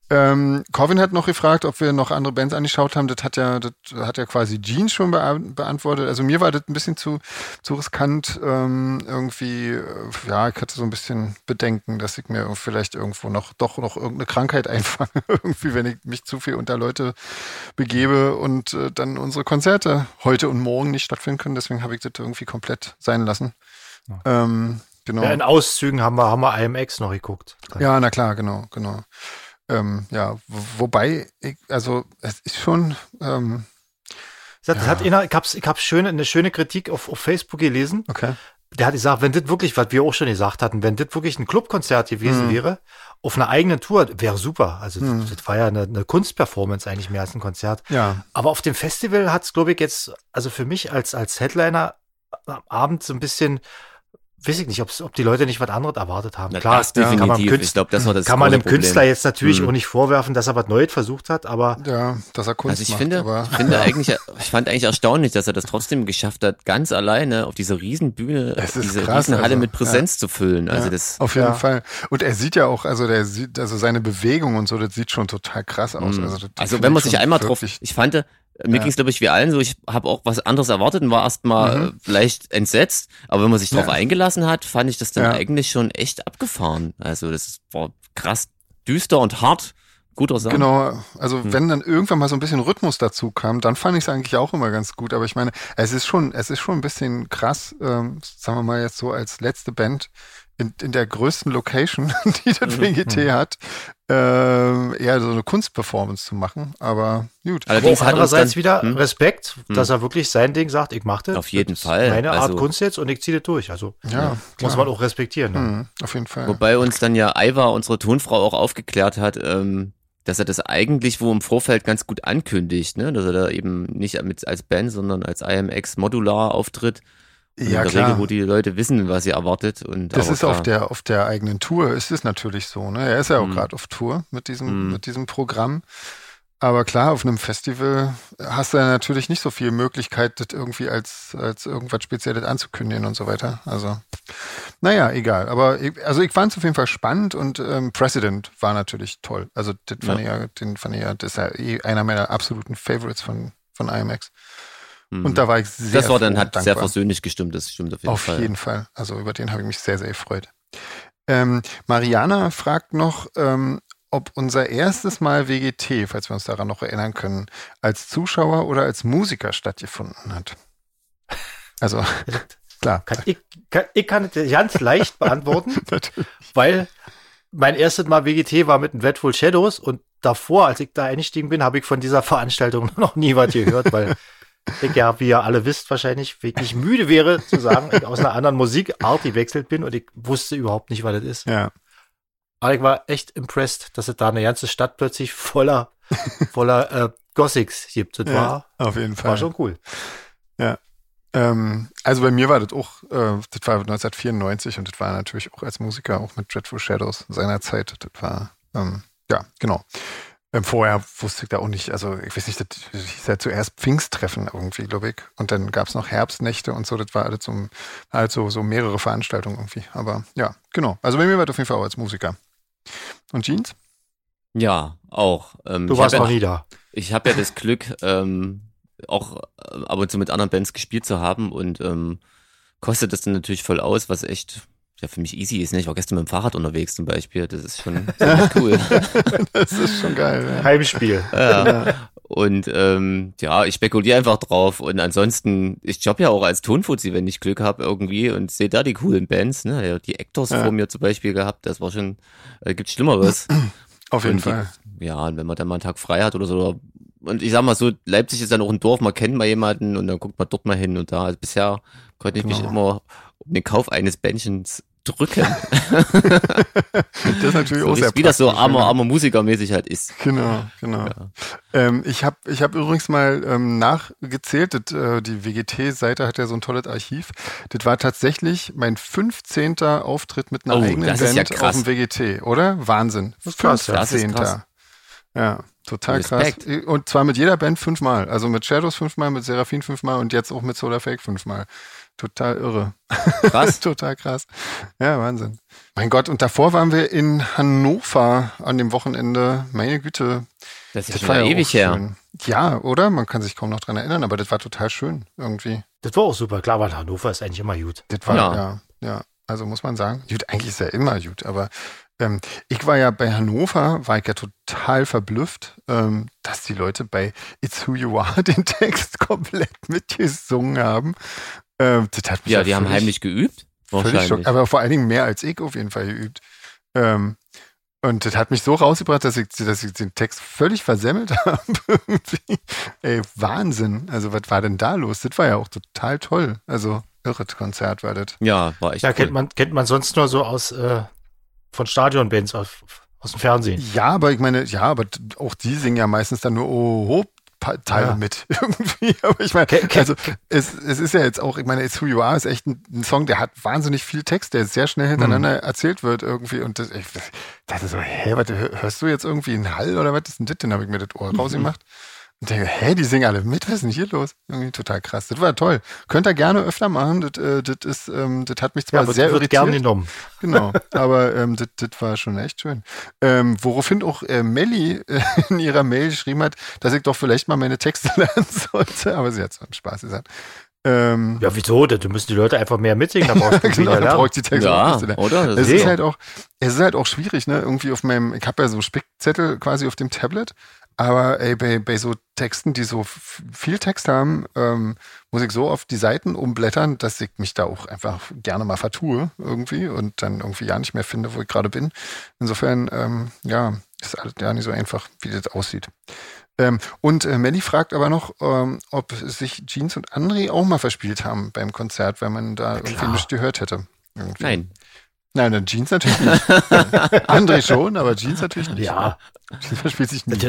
S2: Ähm, Corvin hat noch gefragt, ob wir noch andere Bands angeschaut haben. Das hat ja, das hat ja quasi Gene schon bea- beantwortet. Also mir war das ein bisschen zu, zu riskant. Ähm, irgendwie, äh, ja, ich hatte so ein bisschen Bedenken, dass ich mir vielleicht irgendwo noch, doch noch irgendeine Krankheit einfange. irgendwie, wenn ich mich zu viel unter Leute begebe und äh, dann unsere Konzerte heute und morgen nicht stattfinden können. Deswegen habe ich das irgendwie komplett sein lassen. Ähm, genau.
S1: Ja, in Auszügen haben wir, haben wir IMX noch geguckt.
S2: Ja, na klar, genau, genau. Ähm, ja, wo- wobei, ich, also es ist schon, ähm,
S1: Das, das hat einer, ich hab's, ich hab's schöne, eine schöne Kritik auf, auf Facebook gelesen.
S2: okay.
S1: Der hat gesagt, wenn das wirklich, was wir auch schon gesagt hatten, wenn das wirklich ein Clubkonzert gewesen
S3: Mhm.
S1: wäre, auf einer eigenen Tour, wäre super. Also das, das war ja eine, eine Kunstperformance eigentlich mehr als ein Konzert.
S2: Ja,
S1: Aber auf dem Festival hat's, glaube ich, jetzt, also für mich als, als Headliner am Abend so ein bisschen, weiß ich nicht, ob's, ob die Leute nicht was anderes erwartet haben.
S3: Na,
S1: Klar,
S3: das
S1: kann man
S3: definitiv.
S1: Künstler-
S3: ich glaube, das war das
S1: kann man
S3: große
S1: dem Künstler jetzt natürlich
S3: Hm.
S1: auch nicht vorwerfen, dass er was Neues versucht hat, aber
S2: ja, dass er Kunst
S3: Also ich
S2: macht,
S3: finde,
S2: aber
S3: ich finde eigentlich, ich fand eigentlich erstaunlich, dass er das trotzdem geschafft hat, ganz alleine auf dieser Riesenbühne,
S2: Es ist
S3: diese
S2: krass,
S3: Riesenhalle
S2: also,
S3: mit Präsenz zu füllen. Also
S2: ja,
S3: das,
S2: auf jeden
S1: ja.
S2: Fall. Und er sieht ja auch, also der sieht, also seine Bewegung und so, das sieht schon total krass aus.
S3: Mm.
S2: Also, das
S3: also
S2: finde ich
S3: wenn man sich
S2: schon
S3: einmal drauf,
S2: wirklich-
S3: ich fand, äh, mir
S2: Ja.
S3: ging's glaube ich wie allen so, ich habe auch was anderes erwartet und war erstmal
S2: Mhm.
S3: äh, vielleicht entsetzt, aber wenn man sich drauf
S2: Ja.
S3: eingelassen hat, fand ich das dann
S2: Ja.
S3: eigentlich schon echt abgefahren. Also das war krass düster und hart. Guter Sound.
S2: Genau, also
S3: Hm.
S2: wenn dann irgendwann mal so ein bisschen Rhythmus dazu kam, dann fand ich es eigentlich auch immer ganz gut. Aber ich meine, es ist schon, es ist schon ein bisschen krass, ähm, sagen wir mal jetzt so als letzte Band in, in der größten Location, die
S3: Mhm.
S2: das WGT hat, ähm, eher so eine Kunstperformance zu machen. Aber gut.
S1: Aber
S3: Allerdings
S1: auch
S3: hat uns
S1: andererseits
S3: dann,
S1: wieder
S3: Hm?
S1: Respekt, dass er wirklich sein Ding sagt, ich mache das.
S3: Auf jeden
S1: das ist
S3: Fall.
S1: Meine Art
S3: Also-
S1: Kunst jetzt und ich ziehe das durch. Also
S2: ja,
S1: muss
S2: klar.
S1: man auch respektieren. Ne?
S2: Mhm, auf jeden Fall.
S3: Wobei uns dann ja Aiwa, unsere Tonfrau, auch aufgeklärt hat, ähm, dass er das eigentlich wo im Vorfeld ganz gut ankündigt, ne? dass er da eben nicht mit, als Band, sondern als IMX modular auftritt. Und
S2: ja,
S3: in der
S2: klar.
S3: Regel, wo die Leute wissen, was sie erwartet. Und
S2: Das
S3: aber
S2: ist auf
S3: klar,
S2: der, auf der eigenen Tour, ist es natürlich so. Ne? Er ist ja auch
S3: Mhm.
S2: gerade auf Tour mit diesem,
S3: Mhm.
S2: mit diesem Programm. Aber klar, auf einem Festival hast du ja natürlich nicht so viel Möglichkeit, das irgendwie als, als irgendwas Spezielles anzukündigen und so weiter. Also, naja, egal. Aber ich, also ich fand es auf jeden Fall spannend und ähm, President war natürlich toll. Also das fand ich ja, den fand ich ja, das ist ja eh einer meiner absoluten Favorites von, von IMAX. Und da war ich sehr
S3: Mhm. das war dann
S2: froh
S3: hat
S2: und dankbar.
S3: sehr versöhnlich gestimmt, das stimmt auf jeden
S2: Auf
S3: Fall.
S2: jeden Fall. Also über den habe ich mich sehr, sehr gefreut. Ähm, Mariana fragt noch, ähm, ob unser erstes Mal WGT, falls wir uns daran noch erinnern können, als Zuschauer oder als Musiker stattgefunden hat. Also, klar.
S1: Kann ich, kann, ich kann das ganz leicht beantworten,
S2: Natürlich.
S1: weil mein erstes Mal WGT war mit den Wetful Shadows und davor, als ich da eingestiegen bin, habe ich von dieser Veranstaltung noch nie was gehört, weil ich ja, wie ihr alle wisst, wahrscheinlich wirklich müde wäre zu sagen, ich aus einer anderen Musikart gewechselt bin und ich wusste überhaupt nicht, was das ist.
S2: Ja,
S1: Aber ich war echt impressed, dass es da eine ganze Stadt plötzlich voller, voller äh, Gothics gibt. Das
S2: ja
S1: war,
S2: auf jeden
S1: war
S2: Fall.
S1: schon cool.
S2: Ähm, also bei mir war das auch, äh, das war 1994 und das war natürlich auch als Musiker, auch mit Dreadful Shadows seiner Zeit, das war, ähm, ja, genau. Ähm, vorher wusste ich da auch nicht, also ich weiß nicht, das hieß ja zuerst Pfingsttreffen irgendwie, glaube ich. Und dann gab es noch Herbstnächte und so, das war alles so, also so mehrere Veranstaltungen irgendwie. Aber ja, genau. Also bei mir war das auf jeden Fall auch als Musiker. Und Jeans?
S3: Ja, auch. Ähm,
S1: Du
S3: ich
S1: warst
S3: hab
S1: noch
S3: ja,
S1: nie da.
S3: Ich habe ja das Glück, ähm, auch äh, ab und zu mit anderen Bands gespielt zu haben und ähm, kostet das dann natürlich voll aus, was echt ja für mich easy ist. Ne? Ich war gestern mit dem Fahrrad unterwegs zum Beispiel. Das ist schon ziemlich cool.
S2: Das ist schon geil.
S1: Heimspiel.
S3: ja. Und ähm, ja, ich spekuliere einfach drauf. Und ansonsten, ich jobbe ja auch als Tonfuzzi, wenn ich Glück habe irgendwie und sehe da die coolen Bands. Ne? Ja, Die Actors
S2: Ja.
S3: vor mir zum Beispiel gehabt. Das war schon, äh, gibt Schlimmeres.
S2: Auf jeden
S3: Und die-
S2: Fall.
S3: Ja, und wenn man dann mal einen Tag frei hat oder so. Oder, und ich sag mal so, Leipzig ist dann auch ein Dorf, man kennt mal jemanden und dann guckt man dort mal hin und da. Also bisher konnte ich mich
S2: Genau.
S3: immer um den Kauf eines Bändchens drücken.
S2: Das ist natürlich
S3: so,
S2: auch sehr
S3: wie das so
S2: praktisch, genau.
S3: armer,
S2: ja.
S3: armer Musikermäßig halt ist.
S2: Genau, genau. Ähm, ich habe ich hab übrigens mal ähm, nachgezählt, das, äh, die WGT-Seite hat ja so ein tolles Archiv. Das war tatsächlich mein 15. Auftritt mit einer
S3: Oh,
S2: eigenen
S3: das ist
S2: Band
S3: ja krass.
S2: auf dem WGT, oder? Wahnsinn.
S1: ist krass, ja.
S2: 15.
S3: Das ist krass.
S2: Ja, total
S3: Respekt.
S2: krass. Und zwar mit jeder Band fünfmal. Also mit Shadows fünfmal, mit Seraphin fünfmal und jetzt auch mit Solar Fake fünfmal. Total irre.
S3: Krass.
S2: Total krass. Ja, Wahnsinn. Mein Gott, und davor waren wir in Hannover an dem Wochenende. Meine Güte,
S3: Das ist ja
S2: das
S3: schon
S2: war ja
S3: ewig
S2: auch
S3: her.
S2: schön. Ja, oder? Man kann sich kaum noch dran erinnern, aber das war total schön irgendwie.
S1: Das war auch super. Klar, weil Hannover ist eigentlich immer gut.
S2: Das war ja.
S3: Ja.
S2: ja, Also muss man sagen, gut, eigentlich ist ja immer gut, aber ähm, ich war ja bei Hannover, war ich ja total verblüfft, ähm, dass die Leute bei It's Who You Are den Text komplett mitgesungen haben. Ähm, das hat mich
S3: Ja, die haben
S2: völlig-
S3: heimlich geübt.
S2: Völlig schock,
S3: Wahrscheinlich.
S2: aber vor allen Dingen mehr als ich auf jeden Fall geübt. Ähm, und das hat mich so rausgebracht, dass ich, dass ich den Text völlig versemmelt habe. irgendwie. Ey, Wahnsinn. Also, was war denn da los? Das war ja auch total toll. Also, irre Konzert war das.
S3: Ja, war echt
S1: Ja,
S3: cool.
S1: kennt man, kennt man sonst nur so aus äh, von Stadionbands aus, aus dem Fernsehen.
S2: Ja, aber ich meine, ja, aber t- auch die singen ja meistens dann nur oh, ho, pa- Teile
S1: Ja.
S2: mit irgendwie. Aber ich meine,
S1: Ke- ke-
S2: also es, es ist ja jetzt auch, ich meine, It's Who You Are ist echt ein, ein Song, der hat wahnsinnig viel Text, der sehr schnell hintereinander
S1: Mhm.
S2: erzählt wird irgendwie. Und das, ich dachte so, hä, was, hör- hörst du jetzt irgendwie einen Hall oder was ist denn das? Dann habe ich mir das Ohr rausgemacht. Und denke, hä, die singen alle mit, was ist denn hier los? Irgendwie total krass. Das war toll. Könnt ihr gerne öfter machen. Das, äh, das, ist, ähm, das hat mich zwar
S1: Ja, wird,
S2: sehr
S1: wird
S2: irritiert.
S1: gern genommen.
S2: Genau, aber ähm, das das war schon echt schön. Ähm, woraufhin auch äh, Melli äh, in ihrer Mail geschrieben hat, dass ich doch vielleicht mal meine Texte lernen sollte, aber sie hat so einen Spaß gesagt. Ähm,
S1: Ja, wieso? Da müssen die Leute einfach mehr mitsingen. Da brauchst du
S2: genau,
S1: wieder
S2: dann
S1: lernen.
S2: brauche ich die Texte auch
S3: ja,
S2: nicht zu lernen.
S3: oder? Das
S2: Es ist
S3: doch-
S2: halt auch, es ist halt auch schwierig, ne? Irgendwie auf meinem, ich habe ja so Spickzettel quasi auf dem Tablet, aber ey, bei, bei so Texten, die so f- viel Text haben, ähm, muss ich so oft die Seiten umblättern, dass ich mich da auch einfach gerne mal vertue irgendwie und dann irgendwie ja nicht mehr finde, wo ich gerade bin. Insofern, ähm, ja, ist alles ja nicht so einfach, wie das aussieht. Ähm, und äh, Melly fragt aber noch, ähm, ob sich Jeans und André auch mal verspielt haben beim Konzert, weil man da irgendwie
S1: klar.
S2: nicht gehört hätte. Irgendwie.
S3: Nein.
S2: Nein, dann Jeans natürlich nicht. André schon, aber Jeans natürlich nicht.
S1: Ja,
S2: Jeans verspielt sich
S1: das,
S2: nie.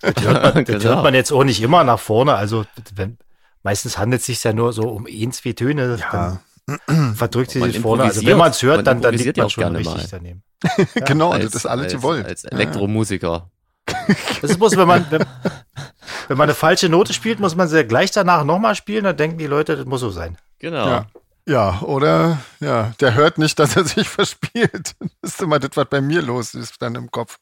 S1: das, das, hört man, das
S3: Genau.
S1: hört man jetzt auch nicht immer nach vorne. Also wenn, meistens handelt es sich ja nur so um ein, zwei Töne.
S2: Ja,
S1: Dann verdrückt sie
S3: Man
S1: sich vorne. Also wenn
S3: improvisiert.
S1: man es hört,
S3: Man
S1: dann, dann liegt
S3: improvisiert ja
S1: man
S3: auch
S1: schon
S3: gerne
S1: richtig
S3: mal.
S1: daneben.
S2: genau,
S3: als,
S2: das ist alles
S3: als,
S2: gewollt.
S3: Als Elektromusiker.
S1: Das ist bloß, wenn man, wenn, wenn man eine falsche Note spielt, muss man sie gleich danach nochmal spielen. Dann denken die Leute, das muss so sein.
S3: Genau.
S2: ja. ja, oder? Ja, der hört nicht, dass er sich verspielt. Das ist immer das, was bei mir los ist, dann im Kopf.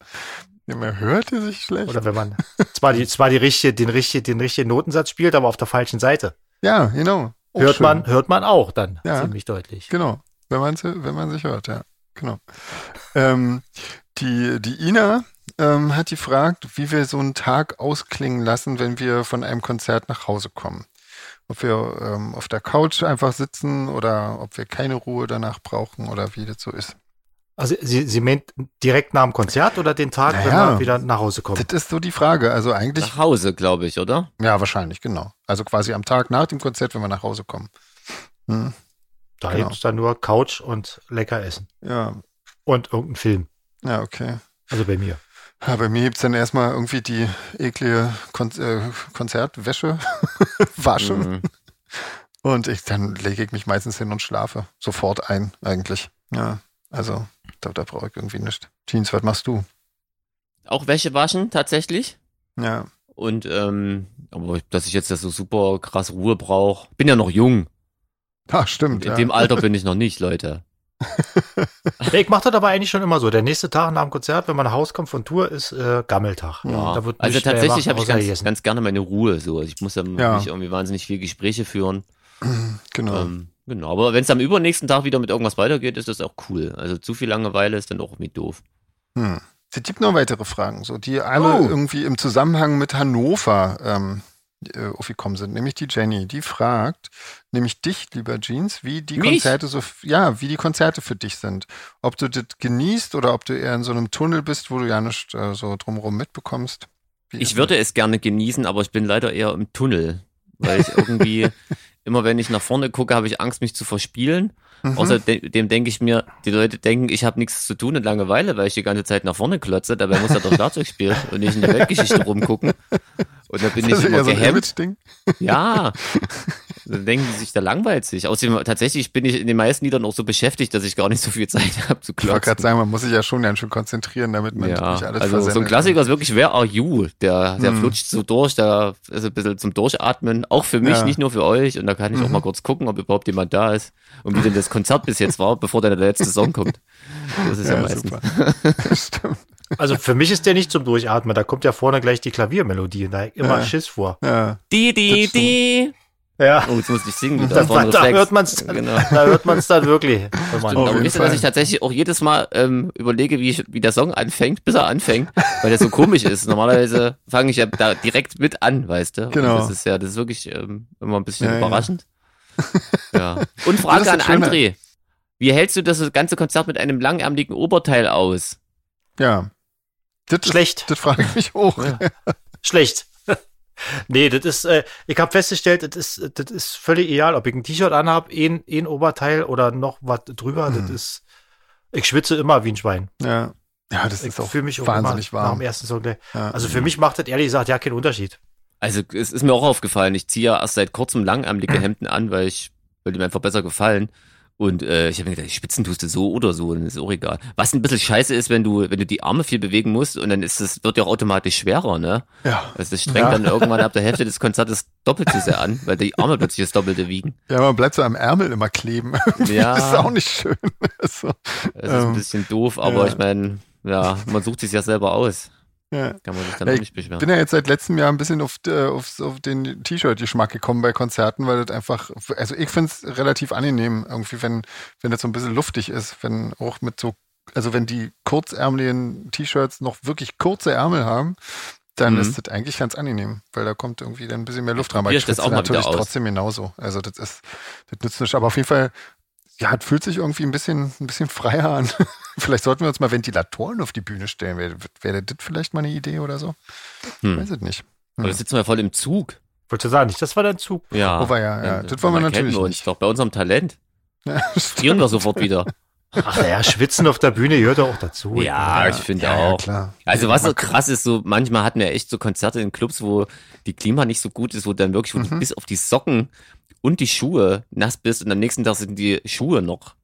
S2: Ja, man hört er sich schlecht.
S1: Oder wenn man zwar, die, zwar die richtige, den, richtigen, den richtigen Notensatz spielt, aber auf der falschen Seite.
S2: ja, genau. Auch
S1: Hört
S2: schön.
S1: man, hört man auch dann
S2: Ja.
S1: ziemlich deutlich.
S2: Genau, wenn man, wenn man sich hört, ja. Genau. ähm, die, die Ina ähm, hat gefragt, wie wir so einen Tag ausklingen lassen, wenn wir von einem Konzert nach Hause kommen. Ob wir ähm, auf der Couch einfach sitzen oder ob wir keine Ruhe danach brauchen oder wie das so ist.
S1: Also sie, sie meint direkt nach dem Konzert oder den Tag, wenn
S2: Naja.
S1: man wieder nach Hause kommt.
S2: Das ist so die Frage. Also eigentlich,
S3: Nach Hause, glaube ich, oder?
S2: ja, wahrscheinlich, genau. Also quasi am Tag nach dem Konzert, wenn wir nach Hause kommen. Hm.
S1: Da
S2: genau.
S1: gibt's dann nur Couch und lecker essen.
S2: Ja,
S1: Und irgendeinen Film.
S2: ja, okay.
S1: Also bei mir.
S2: Ja, bei mir gibt's dann erstmal irgendwie die eklige Kon äh, Konzertwäsche, Wasche.
S3: Mhm.
S2: Und ich, dann lege ich mich meistens hin und schlafe. Sofort ein, eigentlich. Ja, also da, da brauche ich irgendwie nichts. Jeans, was machst du?
S3: Auch Wäsche waschen, tatsächlich.
S2: Ja,
S3: Und, ähm, aber dass ich jetzt das so super krass Ruhe brauche. Bin ja noch jung.
S2: ah, stimmt.
S3: In
S2: Ja.
S3: dem Alter bin ich noch nicht, Leute.
S1: Ich mache das aber eigentlich schon immer so. Der nächste Tag nach dem Konzert, wenn man nach Hause kommt von Tour, ist äh, Gammeltag.
S3: Ja.
S1: Da wird
S3: also
S1: nichts mehr
S3: tatsächlich
S1: gemacht,
S3: habe ich
S1: außer
S3: ganz,
S1: gegessen.
S3: ganz gerne meine Ruhe. So. Also ich muss ja,
S2: Ja.
S3: nicht irgendwie wahnsinnig viel Gespräche führen.
S2: genau.
S3: Ähm, Genau, aber wenn es am übernächsten Tag wieder mit irgendwas weitergeht, ist das auch cool. Also zu viel Langeweile ist dann auch irgendwie doof.
S2: Hm. Es gibt noch weitere Fragen, so die alle
S1: Oh.
S2: irgendwie im Zusammenhang mit Hannover ähm, äh, aufgekommen sind. Nämlich die Jenny, die fragt, nämlich dich, lieber Jeans, wie die
S3: Mich?
S2: Konzerte so, ja, wie die Konzerte für dich sind. Ob du das genießt oder ob du eher in so einem Tunnel bist, wo du ja nicht äh, so drumherum mitbekommst. Wie ist
S3: Ich würde es gerne genießen, aber ich bin leider eher im Tunnel, weil ich irgendwie immer wenn ich nach vorne gucke, habe ich Angst, mich zu verspielen.
S2: das? Mhm.
S3: Außerdem denke ich mir, die Leute denken, ich habe nichts zu tun und Langeweile, weil ich die ganze Zeit nach vorne klotze. Dabei muss er doch Schlagzeug spielen und nicht in der Weltgeschichte rumgucken. Und da bin
S2: das
S3: ich
S2: ist
S3: immer
S2: eher so ein
S3: gehemmt.
S2: Image-Ding.
S3: Ja. Dann denken die sich, da langweilt sich. Außerdem, tatsächlich bin ich in den meisten Liedern auch so beschäftigt, dass ich gar nicht so viel Zeit habe zu
S2: Ich wollte gerade
S3: klotzen.
S2: sagen, man muss sich ja schon ganz schön konzentrieren, damit man
S3: Ja,
S2: nicht alles
S3: also so ein
S2: versendet.
S3: Klassiker ist wirklich Where Are You? Der, der
S2: Hm.
S3: flutscht so durch, der ist ein bisschen zum Durchatmen. Auch für mich,
S2: Ja.
S3: nicht nur für euch. Und da kann ich auch
S2: Mhm.
S3: mal kurz gucken, ob überhaupt jemand da ist und wie denn das Konzert bis jetzt war, bevor dann der letzte Song kommt. Das ist ja,
S2: Ja,
S3: meistens.
S2: super. Stimmt.
S1: Also für mich ist der nicht zum Durchatmen. Da kommt ja vorne gleich die Klaviermelodie. Da hab ich immer
S2: Ja.
S1: Schiss vor.
S2: Ja.
S3: Die, die,
S2: Das stimmt.
S3: die.
S1: Ja.
S3: Oh, jetzt muss ich singen wieder.
S1: Da,
S3: Vorne
S1: da
S3: Reflex.
S1: hört man's dann.
S3: Genau.
S1: Da hört man es dann wirklich. wenn man-
S2: Auf
S3: Aber
S2: jeden
S3: wisst ihr, dass
S2: Fall.
S3: ich tatsächlich auch jedes Mal ähm, überlege, wie, ich, wie der Song anfängt, bis er anfängt, weil der so komisch ist. Normalerweise fange ich ja da direkt mit an, weißt du?
S2: Genau.
S3: Und das ist ja, das ist wirklich ähm, immer ein bisschen
S2: Ja, ja.
S3: überraschend. Ja. Und
S2: Das
S3: Frage
S2: ist
S3: an
S2: das Schöne.
S3: André. Wie hältst du das ganze Konzert mit einem langärmeligen Oberteil aus?
S2: ja. Das, ist-
S1: Schlecht.
S2: das frage ich mich auch.
S3: Ja.
S1: Schlecht. nee, das ist, äh, ich habe festgestellt, das ist, das ist völlig egal, ob ich ein T-Shirt anhab, ein, ein Oberteil oder noch was drüber. Das
S2: Hm.
S1: ist, ich schwitze immer wie ein Schwein.
S2: Ja, ja das
S1: Ich
S2: ist auch
S1: fühle mich auch
S2: wahnsinnig
S1: immer nach
S2: warm. Hm.
S1: dem ersten Song gleich.
S2: Ja.
S1: Also für mich macht das ehrlich gesagt ja keinen Unterschied.
S3: Also es ist mir auch aufgefallen, ich ziehe ja erst seit kurzem langärmelige Hemden an, weil ich, weil die mir einfach besser gefallen. Und äh, ich habe mir gedacht, die Spitzen tust du so oder so, dann ist auch egal. Was ein bisschen scheiße ist, wenn du, wenn du die Arme viel bewegen musst und dann ist es, wird ja auch automatisch schwerer, ne?
S2: ja.
S3: Also das strengt
S2: Ja.
S3: dann irgendwann ab der Hälfte des Konzertes doppelt so sehr an, weil die Arme plötzlich das Doppelte wiegen.
S2: ja, man bleibt so am Ärmel immer kleben.
S3: Ja,
S2: Das ist auch nicht schön. so.
S3: es ist ein
S2: ähm,
S3: bisschen doof,
S2: ja.
S3: aber ich meine, ja, man sucht sich ja selber aus.
S2: ja.
S3: Kann man sich dann
S2: Ja,
S3: auch
S2: ich
S3: nicht beschweren.
S2: bin ja jetzt seit letztem Jahr ein bisschen auf, äh, auf, auf den T-Shirt-Geschmack gekommen bei Konzerten, weil das einfach, also ich finde es relativ angenehm, irgendwie, wenn, wenn das so ein bisschen luftig ist, wenn auch mit so, also wenn die kurzärmeligen T-Shirts noch wirklich kurze Ärmel haben, dann
S3: Mhm.
S2: ist das eigentlich ganz angenehm, weil da kommt irgendwie dann ein bisschen mehr Luft rein. Weil
S3: Probier ich das
S2: schwitze
S3: auch mal wieder
S2: natürlich
S3: aus.
S2: trotzdem genauso. Also das ist, das nützt nicht. Aber auf jeden Fall, ja, es fühlt sich irgendwie ein bisschen, ein bisschen freier an. vielleicht sollten wir uns mal Ventilatoren auf die Bühne stellen. Wäre, wäre das vielleicht mal eine Idee oder so?
S3: Hm.
S2: Weiß ich nicht.
S3: Aber da sitzen wir voll im Zug.
S1: Wollte sagen, nicht, das war dein Zug.
S3: Ja.
S2: Oh, war ja, ja.
S3: Ah, Dann-
S2: Das wollen wir
S3: dann kennen
S2: natürlich
S3: uns
S2: nicht.
S3: Doch bei unserem Talent
S2: Ja,
S3: frieren wir sofort wieder.
S1: Ach ja, Schwitzen auf der Bühne gehört doch auch dazu.
S3: Ja, ich finde
S2: ja,
S3: auch.
S2: klar.
S3: also
S2: Ja,
S3: was so
S2: man-
S3: krass ist, so manchmal hatten wir echt so Konzerte in Clubs, wo die Klima nicht so gut ist, wo dann wirklich wo du
S2: Mhm.
S3: bis auf die Socken und die Schuhe nass bist und am nächsten Tag sind die Schuhe noch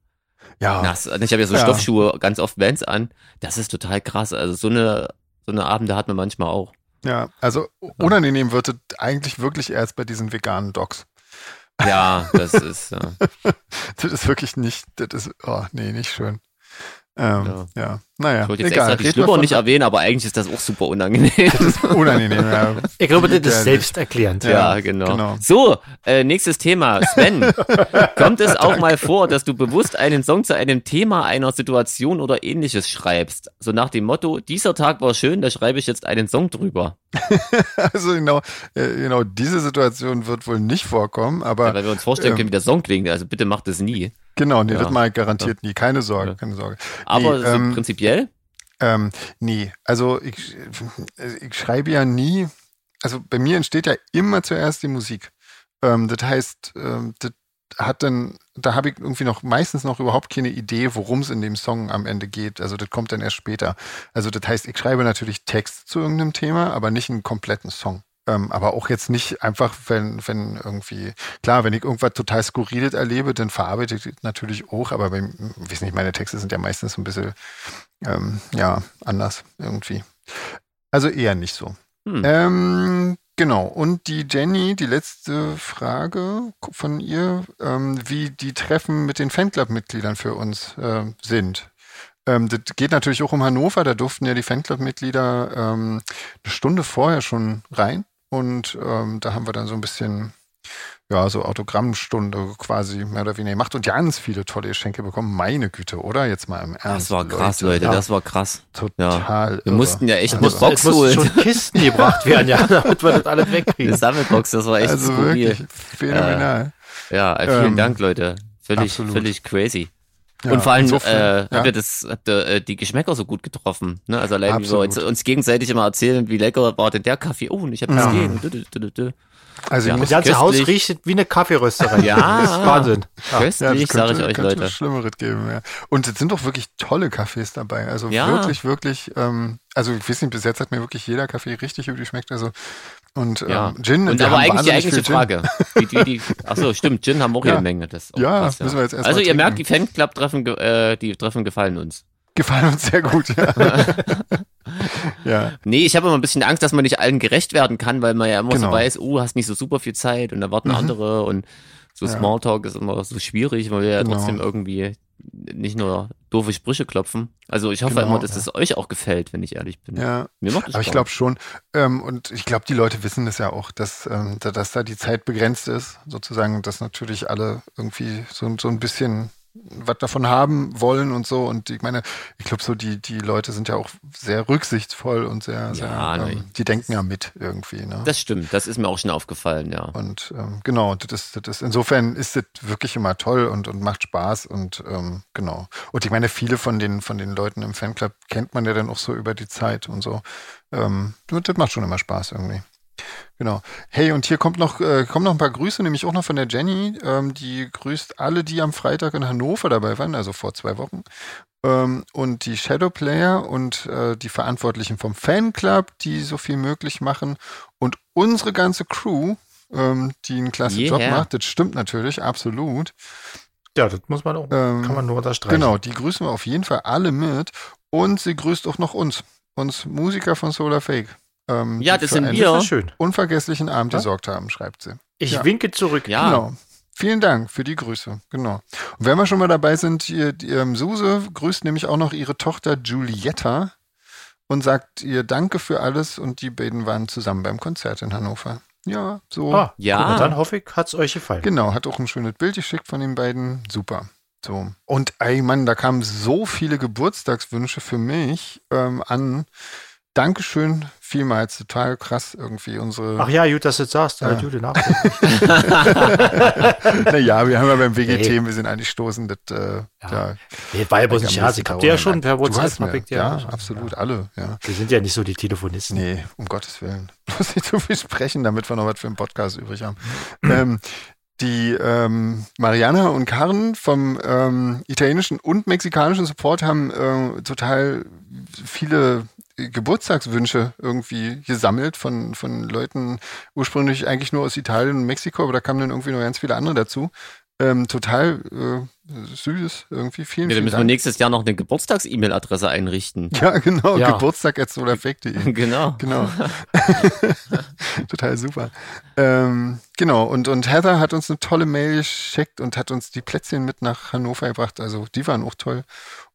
S2: Ja,
S3: nass. Also ich habe ja so
S2: Ja.
S3: Stoffschuhe, ganz oft Vans an. Das ist total krass. Also so eine so eine Abende hat man manchmal auch.
S2: ja, also unangenehm wird es eigentlich wirklich erst bei diesen veganen Dogs.
S3: Ja, das ist ja.
S2: Das ist wirklich nicht, das ist, oh, nee, nicht schön. Ähm, ja. naja,
S3: Ich wollte jetzt
S2: egal.
S3: extra
S2: Reden
S3: die
S2: wir
S3: Schlüpper
S2: von-
S3: nicht erwähnen, aber eigentlich ist das auch super unangenehm.
S2: Das ist unangenehm, ja.
S1: Ich glaube, das
S2: Ja,
S1: ist selbsterklärend.
S3: Ja,
S2: Ja,
S3: genau.
S2: genau.
S3: So, äh, nächstes Thema. Sven, kommt es auch mal vor, dass du bewusst einen Song zu einem Thema, einer Situation oder ähnliches schreibst? So nach dem Motto, dieser Tag war schön, da schreibe ich jetzt einen Song drüber.
S2: Also genau, äh, genau, diese Situation wird wohl nicht vorkommen, aber
S3: Ja, weil wir uns vorstellen
S2: ähm,
S3: können, wie der Song klingt. Also bitte macht es nie.
S2: genau, nee,
S3: Ja.
S2: das mal garantiert nie. Keine Sorge,
S3: Ja.
S2: keine Sorge.
S3: Aber
S2: Nee,
S3: so
S2: ähm,
S3: prinzipiell,
S2: Ähm, nee, also ich, ich schreibe ja nie, also bei mir entsteht ja immer zuerst die Musik. Ähm, das heißt, ähm, das hat dann, da habe ich irgendwie noch meistens noch überhaupt keine Idee, worum es in dem Song am Ende geht. Also das kommt dann erst später. Also das heißt, ich schreibe natürlich Text zu irgendeinem Thema, aber nicht einen kompletten Song. Ähm, aber auch jetzt nicht einfach, wenn, wenn irgendwie, klar, wenn ich irgendwas total skurriles erlebe, dann verarbeite ich das natürlich auch, aber bei, ich weiß nicht, meine Texte sind ja meistens so ein bisschen ähm, ja, anders irgendwie. Also eher nicht so.
S3: Hm.
S2: Ähm, genau. Und die Jenny, die letzte Frage von ihr, ähm, wie die Treffen mit den Fanclub-Mitgliedern für uns ähm, sind. Ähm, das geht natürlich auch um Hannover, da durften ja die Fanclub-Mitglieder ähm, eine Stunde vorher schon rein. Und ähm, da haben wir dann so ein bisschen ja, so Autogrammstunde quasi mehr oder weniger gemacht und ganz viele tolle Geschenke bekommen. Meine Güte, oder? Jetzt mal im Ernst.
S3: Das war krass, Leute,
S2: Ja,
S3: das war krass.
S2: total.
S3: Wir
S2: irre.
S3: mussten ja echt eine
S2: Also-
S3: Box
S1: es mussten
S3: holen.
S1: schon Kisten gebracht werden, ja, damit wir das alle
S3: Eine
S1: wegkriegen.
S3: Sammelbox, das war echt
S2: Also
S3: skurril.
S2: wirklich phänomenal.
S3: Ja, äh, vielen
S2: Ähm,
S3: Dank, Leute. Völlig,
S2: absolut.
S3: völlig crazy.
S2: Ja,
S3: und vor allem äh,
S2: insofern, ja.
S3: habt ihr das, habt ihr äh, die Geschmäcker so gut getroffen. Ne? Also allein, wie wir
S2: Absolut.
S3: uns, uns gegenseitig immer erzählen, wie lecker war denn der Kaffee? Oh, und ich habe das
S2: Ja.
S3: gegen. Dü, dü, dü, dü, dü.
S2: Also
S3: ja.
S1: Das
S2: ich muss
S1: ganze Haus
S3: Köstlich.
S1: riecht wie eine Kaffeerösterei.
S3: Ja.
S1: Das ist Wahnsinn.
S3: Köstlich,
S2: das
S3: sage ich euch,
S2: könnte
S3: Leute.
S2: Schlimmeres geben, ja. Und es sind doch wirklich tolle Cafés dabei. Also
S3: Ja.
S2: wirklich, wirklich, ähm, also ich weiß nicht, bis jetzt hat mir wirklich jeder Kaffee richtig gut geschmeckt. Also und ähm,
S3: Ja.
S2: Gin,
S3: und
S2: wir
S3: aber
S2: haben
S3: eigentlich die
S2: wahnsinnig viel
S3: eigentliche
S2: Gin.
S3: Frage. Wie, wie, die, ach so, stimmt, Gin haben auch
S2: Ja.
S3: jede Menge. Das ist auch
S2: Ja, müssen wir jetzt erst
S3: Also
S2: mal
S3: ihr merkt, die
S2: trinken.
S3: Fanclub-Treffen, ge- äh, die Treffen gefallen uns.
S2: Gefallen uns sehr gut, ja. ja.
S3: Nee, ich habe immer ein bisschen Angst, dass man nicht allen gerecht werden kann, weil man ja immer so
S2: Genau. Mhm.
S3: weiß, oh, hast nicht so super viel Zeit und da warten andere und so
S2: Ja.
S3: Smalltalk ist immer so schwierig, weil wir ja
S2: Genau.
S3: trotzdem irgendwie nicht nur doofe Sprüche klopfen. Also ich hoffe
S2: Genau,
S3: immer, dass
S2: ja.
S3: das euch auch gefällt, wenn ich ehrlich bin.
S2: Ja.
S3: Mir macht das
S2: Aber ich
S3: Spaß.
S2: glaube schon, ähm, und ich glaube, die Leute wissen das ja auch, dass, ähm, da, dass da die Zeit begrenzt ist, sozusagen, und dass natürlich alle irgendwie so, so ein bisschen was davon haben wollen und so. Und ich meine, ich glaube, so die, die Leute sind ja auch sehr rücksichtsvoll und sehr, sehr
S3: ne,
S2: ähm, die denken ja mit irgendwie. Ne?
S3: Das stimmt, das ist mir auch schon aufgefallen, ja.
S2: Und ähm, genau, und das, das ist, insofern ist das wirklich immer toll und, und macht Spaß und ähm, genau. Und ich meine, viele von den, von den Leuten im Fanclub kennt man ja dann auch so über die Zeit und so. Ähm, das das macht schon immer Spaß irgendwie. Genau. Hey, und hier kommt noch, äh, kommen noch ein paar Grüße, nämlich auch noch von der Jenny. Ähm, die grüßt alle, die am Freitag in Hannover dabei waren, also vor zwei Wochen. Ähm, und die Shadow Player und äh, die Verantwortlichen vom Fanclub, die so viel möglich machen. Und unsere ganze Crew, ähm, die einen klasse
S3: Yeah.
S2: Job macht. Das stimmt natürlich, absolut.
S1: Ja, das muss man auch,
S2: Ähm,
S1: kann man nur unterstreichen.
S2: genau, die grüßen wir auf jeden Fall alle mit. Und sie grüßt auch noch uns, uns Musiker von Solar Fake. Ähm,
S3: Ja,
S2: die
S3: das
S2: für
S3: sind
S2: einen
S3: wir.
S1: Das ist schön.
S2: unvergesslichen Abend
S1: Ja?
S2: gesorgt haben, schreibt sie.
S1: Ich
S2: Ja.
S1: winke zurück.
S3: Ja.
S2: Genau. Vielen Dank für die Grüße. Genau. Und wenn wir schon mal dabei sind, ihr, die, ähm, Suse grüßt nämlich auch noch ihre Tochter Giulietta und sagt ihr Danke für alles und die beiden waren zusammen beim Konzert in Hannover. Ja, so.
S1: Ah,
S3: Ja.
S1: guck mal, dann hoffe ich, hat es euch gefallen.
S2: Genau, hat auch ein schönes Bild geschickt von den beiden. Super. So. Und ey, Mann, da kamen so viele Geburtstagswünsche für mich ähm, an. Dankeschön vielmals. Total krass irgendwie unsere.
S1: Ach ja, gut, dass du das sagst. Ja.
S2: Ja.
S1: Gute Nacht.
S2: Naja, wir haben ja beim WGT
S1: Ey.
S2: ein bisschen angestoßen. Das, äh, ja.
S1: Nee, war ja bloß
S2: Ja,
S1: ein Scherz. Ich hab dir ja schon per
S2: Du hast
S1: WhatsApp
S2: mir,
S1: hab ich dir
S2: ja,
S1: schon-
S2: absolut, alle. Ja.
S1: Wir sind ja nicht so die Telefonisten.
S2: Nee, um Gottes Willen. Muss nicht so viel sprechen, damit wir noch was für einen Podcast übrig haben. ähm, die ähm, Mariana und Karen vom ähm, italienischen und mexikanischen Support haben äh, total viele Geburtstagswünsche irgendwie gesammelt von, von Leuten, ursprünglich eigentlich nur aus Italien und Mexiko, aber da kamen dann irgendwie noch ganz viele andere dazu. Ähm, total äh, süß irgendwie. Vielen,
S3: Ja, dann
S2: vielen
S3: müssen wir
S2: Dank.
S3: nächstes Jahr noch eine Geburtstags-E-Mail-Adresse einrichten.
S2: Ja, genau.
S1: Ja.
S2: Geburtstag jetzt oder
S3: genau.
S2: Genau. Total super. Ähm, genau, und, und Heather hat uns eine tolle Mail geschickt und hat uns die Plätzchen mit nach Hannover gebracht. Also die waren auch toll.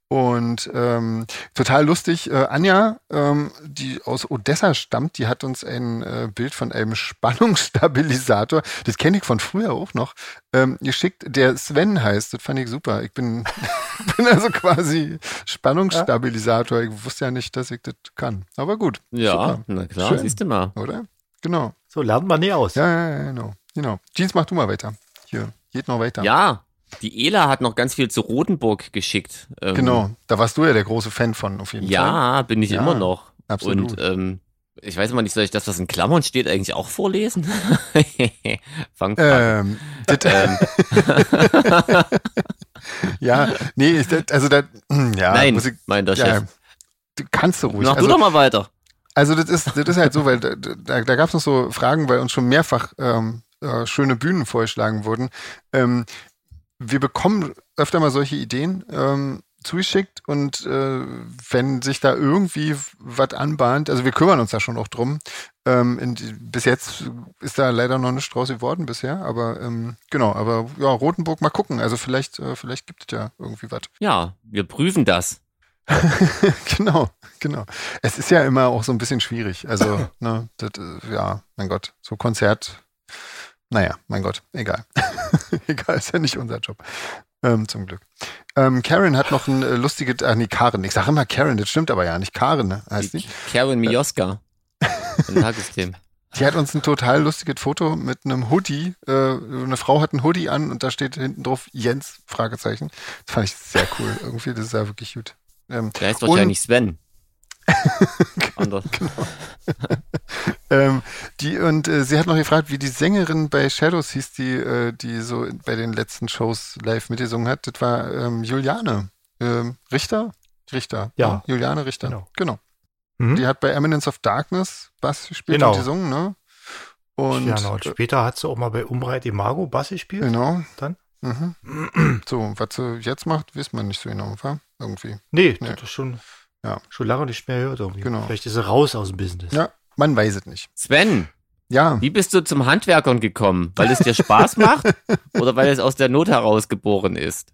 S2: Und ähm, total lustig, äh, Anja, ähm, die aus Odessa stammt, die hat uns ein äh, Bild von einem Spannungsstabilisator, das kenne ich von früher auch noch, ähm, geschickt, der Sven heißt. Das fand ich super. Ich bin, bin also quasi Spannungsstabilisator. Ich wusste ja nicht, dass ich das kann. Aber gut.
S3: Ja,
S2: super
S3: na klar,
S2: Schön.
S3: siehst du mal.
S2: oder? Genau.
S1: So lernt man nie aus.
S2: Ja, ja, ja, genau. Genau. Jeans, mach du mal weiter. Hier, geht noch weiter.
S3: Ja, die Ela hat noch ganz viel zu Rotenburg geschickt. Ähm,
S2: Genau. Da warst du ja der große Fan von, auf jeden Fall.
S3: Ja, bin ich
S2: Ja,
S3: immer noch.
S2: absolut.
S3: Und ähm, ich weiß mal nicht, soll ich das, was in Klammern steht, eigentlich auch vorlesen? Fang an.
S2: Ähm, das, ja, nee, ist das, also da, ja,
S3: Nein,
S2: muss ich,
S3: meint der
S2: ja,
S3: Chef.
S2: du kannst du ruhig.
S3: Mach du
S2: Also,
S3: doch mal weiter.
S2: also das ist, das ist halt so, weil da, da, da gab es noch so Fragen, weil uns schon mehrfach ähm, äh, schöne Bühnen vorgeschlagen wurden. Ähm, wir bekommen öfter mal solche Ideen ähm, zugeschickt und äh, wenn sich da irgendwie was anbahnt, also wir kümmern uns da schon auch drum. Ähm, in, die- bis jetzt ist da leider noch nichts draus geworden bisher, aber ähm, genau, aber ja, Rotenburg mal gucken. Also vielleicht, äh, vielleicht gibt es ja irgendwie was.
S3: Ja, wir prüfen das.
S2: genau, genau. Es ist ja immer auch so ein bisschen schwierig. Also, ne, das, äh, ja, mein Gott, so Konzert. Naja, mein Gott, egal. egal, ist ja nicht unser Job. Ähm, zum Glück. Ähm, Karen hat noch ein äh, lustiges, ach nee, Karen, ich sage immer Karen, das stimmt aber ja nicht. Karen ne, heißt die.
S3: Karen Mioska. Ein Tagesthema.
S2: Die hat uns ein total lustiges Foto mit einem Hoodie. Äh, eine Frau hat einen Hoodie an und da steht hinten drauf Jens, Fragezeichen. Das fand ich sehr cool. Irgendwie, das ist ja wirklich gut. Ähm,
S3: Der heißt
S2: und-
S3: wahrscheinlich Sven. Anders.
S2: ähm, die, und äh, sie hat noch gefragt, wie die Sängerin bei Shadows hieß, die, äh, die so in- bei den letzten Shows live mitgesungen hat. Das war ähm, Juliane ähm, Richter. Richter.
S1: Ja.
S2: ne? Juliane Richter.
S1: Genau.
S2: Genau.
S1: Mhm.
S2: Die hat bei Eminence of Darkness Bass gespielt
S1: Genau.
S2: und gesungen, ne? Und,
S1: ja, genau. und
S2: äh,
S1: später hat sie auch mal bei Umbreit Imago Bass gespielt.
S2: genau.
S1: Dann?
S2: Mhm. So, was sie jetzt macht, weiß man nicht so genau, wa? Irgendwie.
S1: Nee,
S2: Nee.
S1: das ist schon,
S2: Ja.
S1: schon lange nicht mehr gehört. Irgendwie.
S2: Genau.
S1: Vielleicht ist sie raus aus dem Business.
S2: Ja. Man weiß es nicht.
S3: Sven,
S2: Ja,
S3: wie bist du zum Handwerkern gekommen? Weil es dir Spaß macht oder weil es aus der Not heraus geboren ist?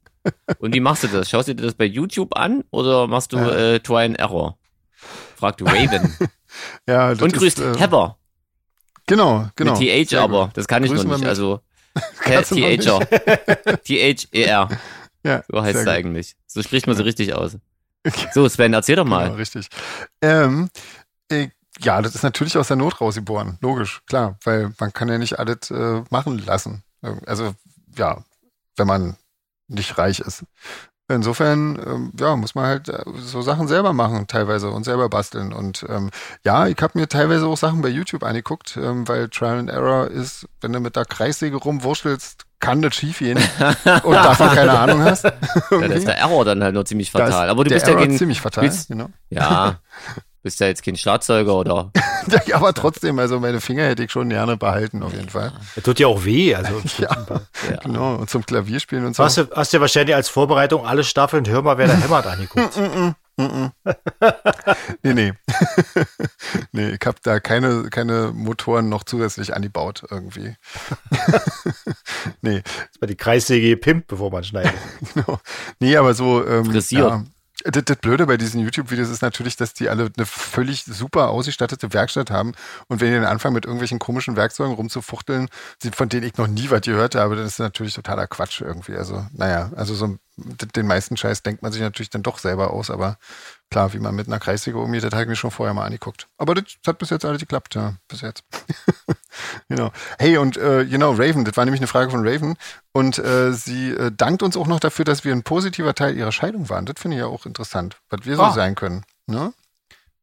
S3: Und wie machst du das? Schaust du dir das bei YouTube an oder machst du
S2: Ja.
S3: äh, Try and Error? Fragt Raven.
S2: ja. das
S3: Und grüßt
S2: ist, äh,
S3: Heather.
S2: Genau, genau.
S3: Mit TH
S2: Sehr gut.
S3: aber. Das kann ich
S2: Grüßen wir
S3: noch nicht.
S2: mit-
S3: Also
S2: Kannst du noch nicht?
S3: THer. THER.
S2: Ja,
S3: E So heißt
S2: sehr
S3: es
S2: gut.
S3: eigentlich. So spricht man so richtig aus. So, Sven, erzähl doch
S2: Genau,
S3: mal.
S2: richtig. Ähm, äh, ja, das ist natürlich aus der Not rausgeboren. Logisch, klar, weil man kann ja nicht alles äh, machen lassen. Ähm, Also, ja, wenn man nicht reich ist. Insofern, ähm, ja, muss man halt äh, so Sachen selber machen teilweise und selber basteln. Und ähm, ja, ich habe mir teilweise auch Sachen bei YouTube angeguckt, ähm, weil Trial and Error ist, wenn du mit der Kreissäge rumwurschtelst, kann das schief gehen und davon keine Ahnung hast.
S3: Ja, da ist der Error dann halt noch ziemlich
S2: Da ist
S3: fatal. Aber du
S2: der
S3: bist ja
S2: Error
S3: kein,
S2: ziemlich fatal.
S3: willst-
S2: Genau.
S3: ja, bist ja jetzt kein Schlagzeuger oder.
S2: Ja, aber trotzdem, also meine Finger hätte ich schon gerne behalten, auf jeden Fall.
S1: Das tut ja auch weh. Also,
S2: Ja,
S3: Ja.
S2: genau. Und zum Klavierspielen und so.
S1: hast, du, hast ja wahrscheinlich als Vorbereitung alle Staffeln Hör mal, wer da hämmert angeguckt.
S2: Nee, nee. nee, ich habe da keine, keine Motoren noch zusätzlich angebaut irgendwie. nee,
S1: Dass man die Kreissäge gepimpt, bevor man schneidet.
S2: genau. Nee, aber so. Ähm,
S3: Frisiert.
S2: ja. Das, das Blöde bei diesen YouTube-Videos ist natürlich, dass die alle eine völlig super ausgestattete Werkstatt haben. Und wenn die dann anfangen, mit irgendwelchen komischen Werkzeugen rumzufuchteln, die- von denen ich noch nie was gehört habe, dann ist das natürlich totaler Quatsch irgendwie. Also, naja, also so d- den meisten Scheiß denkt man sich natürlich dann doch selber aus, aber klar, wie man mit einer Kreissäge umgeht, das habe ich mir schon vorher mal angeguckt. Aber das hat bis jetzt alles geklappt, ja, bis jetzt. genau. Hey, und äh, genau, Raven, das war nämlich eine Frage von Raven. Und äh, sie äh, dankt uns auch noch dafür, dass wir ein positiver Teil ihrer Scheidung waren. Das finde ich ja auch interessant, was wir so
S1: Ah.
S2: sein können. Ne?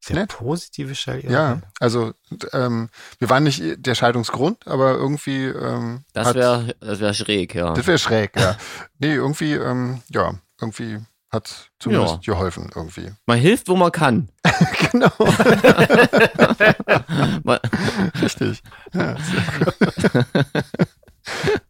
S2: Ist
S1: Der
S2: nett.
S1: positive Schall.
S2: Ja, also d- ähm, wir waren nicht der Scheidungsgrund, aber irgendwie ähm,
S3: Das
S2: hat-
S3: wäre das wär schräg, ja.
S2: das wär schräg, ja. nee, irgendwie, ähm, ja, irgendwie hat zumindest geholfen irgendwie.
S3: Man hilft, wo man kann.
S2: genau,
S3: Man,
S2: richtig. Ja, sehr gut.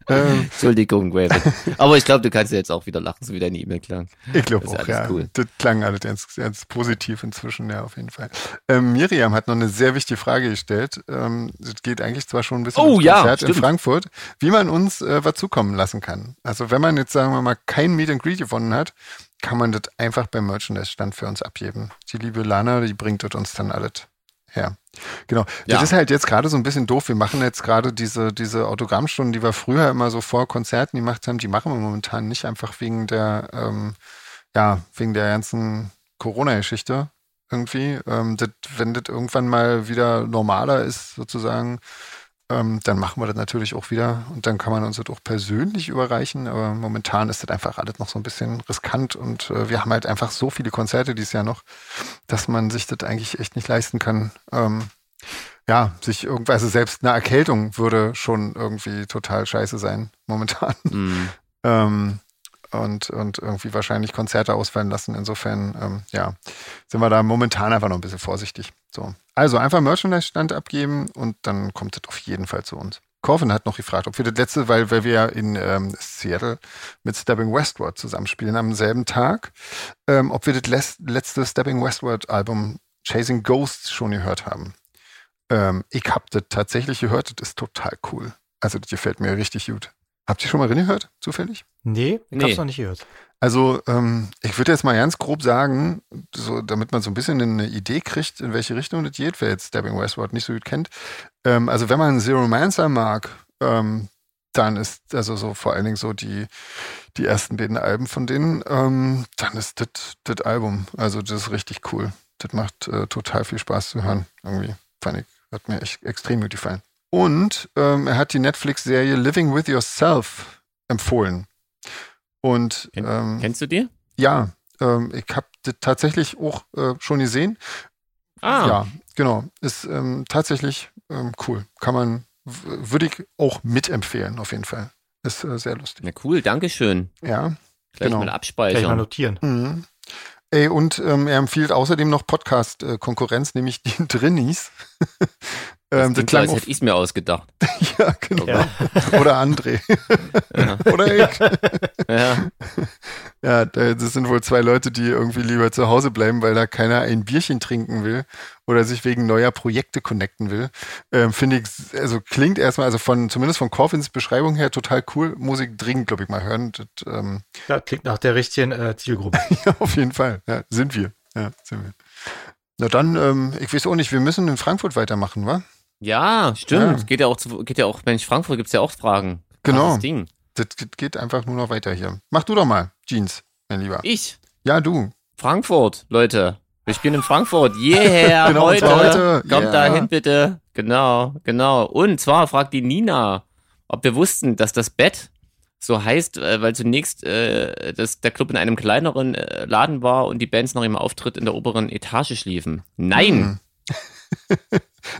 S2: ähm,
S3: Entschuldigung, Raven. Aber ich glaube, du kannst ja jetzt auch wieder lachen, so wie deine E-Mail klang.
S2: ich glaube
S3: Das ist
S2: auch,
S3: alles
S2: ja.
S3: cool.
S2: Das klang alles ganz, ganz positiv inzwischen, ja, auf jeden Fall. Ähm, Miriam hat noch eine sehr wichtige Frage gestellt. Ähm, das geht eigentlich zwar schon ein bisschen
S3: Oh,
S2: ins
S3: ja,
S2: Konzert in
S3: stimmt.
S2: Frankfurt, wie man uns äh, was zukommen lassen kann. Also wenn man jetzt, sagen wir mal, kein Meet and Greet gewonnen hat, kann man das einfach beim Merchandise-Stand für uns abgeben. Die liebe Lana, die bringt das uns dann alles her. Genau.
S3: Ja.
S2: Das ist halt jetzt gerade so ein bisschen doof. Wir machen jetzt gerade diese, diese Autogrammstunden, die wir früher immer so vor Konzerten gemacht haben, die machen wir momentan nicht einfach wegen der, ähm, ja, wegen der ganzen Corona-Geschichte irgendwie. Ähm, das, wenn das irgendwann mal wieder normaler ist, sozusagen, ähm, dann machen wir das natürlich auch wieder und dann kann man uns das auch persönlich überreichen. Aber momentan ist das einfach alles noch so ein bisschen riskant und äh, wir haben halt einfach so viele Konzerte dieses Jahr noch, dass man sich das eigentlich echt nicht leisten kann. Ähm, ja, sich irgendwas, also selbst eine Erkältung würde schon irgendwie total scheiße sein momentan.
S3: Hm.
S2: Ähm, und, und irgendwie wahrscheinlich Konzerte ausfallen lassen. Insofern, ähm, ja, sind wir da momentan einfach noch ein bisschen vorsichtig. So. Also einfach Merchandise-Stand abgeben und dann kommt es auf jeden Fall zu uns. Corvin hat noch gefragt, ob wir das letzte, weil, weil wir ja in ähm, Seattle mit Stepping Westward zusammenspielen am selben Tag, ähm, ob wir das les- letzte Stepping Westward-Album Chasing Ghosts schon gehört haben. Ähm, ich habe das tatsächlich gehört, das ist total cool. Also das gefällt mir richtig gut. Habt ihr schon mal reingehört, zufällig?
S1: Nee, ich
S3: Nee.
S1: hab's noch nicht gehört.
S2: Also, ähm, ich würde jetzt mal ganz grob sagen, so, damit man so ein bisschen eine Idee kriegt, in welche Richtung das geht, wer jetzt Stabbing Westward nicht so gut kennt. Ähm, also, wenn man Zeromancer mag, ähm, dann ist, also so vor allen Dingen so die, die ersten beiden Alben von denen, ähm, dann ist das Album. Also das ist richtig cool. Das macht äh, total viel Spaß zu hören. Irgendwie fand ich, hat mir echt extrem gut gefallen. Und ähm, er hat die Netflix-Serie Living with Yourself empfohlen. Und
S3: Ken-
S2: ähm,
S3: Kennst du die?
S2: ja, ähm, ich habe tatsächlich auch äh, schon gesehen.
S3: Ah,
S2: Ja, genau. Ist ähm, tatsächlich ähm, cool. Kann man, w- würde ich auch mitempfehlen, auf jeden Fall. Ist äh, sehr lustig.
S3: na cool, Dankeschön.
S2: Ja. Genau.
S3: Gleich mal
S1: Gleich mal
S3: abspeichern.
S1: notieren.
S2: Mhm. Ey, und ähm, er empfiehlt außerdem noch Podcast-Konkurrenz, nämlich die Drinnies.
S3: Das
S2: ähm, das
S3: klingt so,
S2: klang
S3: als
S2: auf,
S3: hätte ich es mir ausgedacht.
S2: ja, genau.
S1: Ja.
S2: Oder André.
S3: Ja.
S2: Oder ich.
S3: ja.
S2: Ja, da- das sind wohl zwei Leute, die irgendwie lieber zu Hause bleiben, weil da keiner ein Bierchen trinken will oder sich wegen neuer Projekte connecten will. Ähm, Finde ich, s- also klingt erstmal, also von, zumindest von Corfins Beschreibung her total cool. Muss ich dringend, glaube ich, mal hören. Das, ähm,
S1: Ja, klingt nach der richtigen äh, Zielgruppe.
S2: ja, auf jeden Fall. Ja, sind wir. Ja, sind wir. Na dann, ähm, ich weiß auch nicht, wir müssen in Frankfurt weitermachen, wa?
S3: ja, stimmt.
S2: Ja.
S3: Geht ja auch, zu, geht ja auch, Mensch, Frankfurt gibt es ja auch Fragen.
S2: Genau.
S3: Krasses Ding.
S2: Das geht- geht einfach nur noch weiter hier. Mach du doch mal, Jeans, mein Lieber.
S3: Ich,
S2: Ja, du.
S3: Frankfurt, Leute. Wir spielen in Frankfurt. Yeah,
S2: Genau, und
S3: heute.
S2: zwar heute.
S3: Kommt
S2: Yeah.
S3: dahin bitte. Genau, genau. Und zwar fragt die Nina, ob wir wussten, dass das Bett so heißt, äh, weil zunächst äh, das, der Club in einem kleineren äh, Laden war und die Bands nach ihrem Auftritt in der oberen Etage schliefen. Nein!
S2: Hm.
S3: Wusste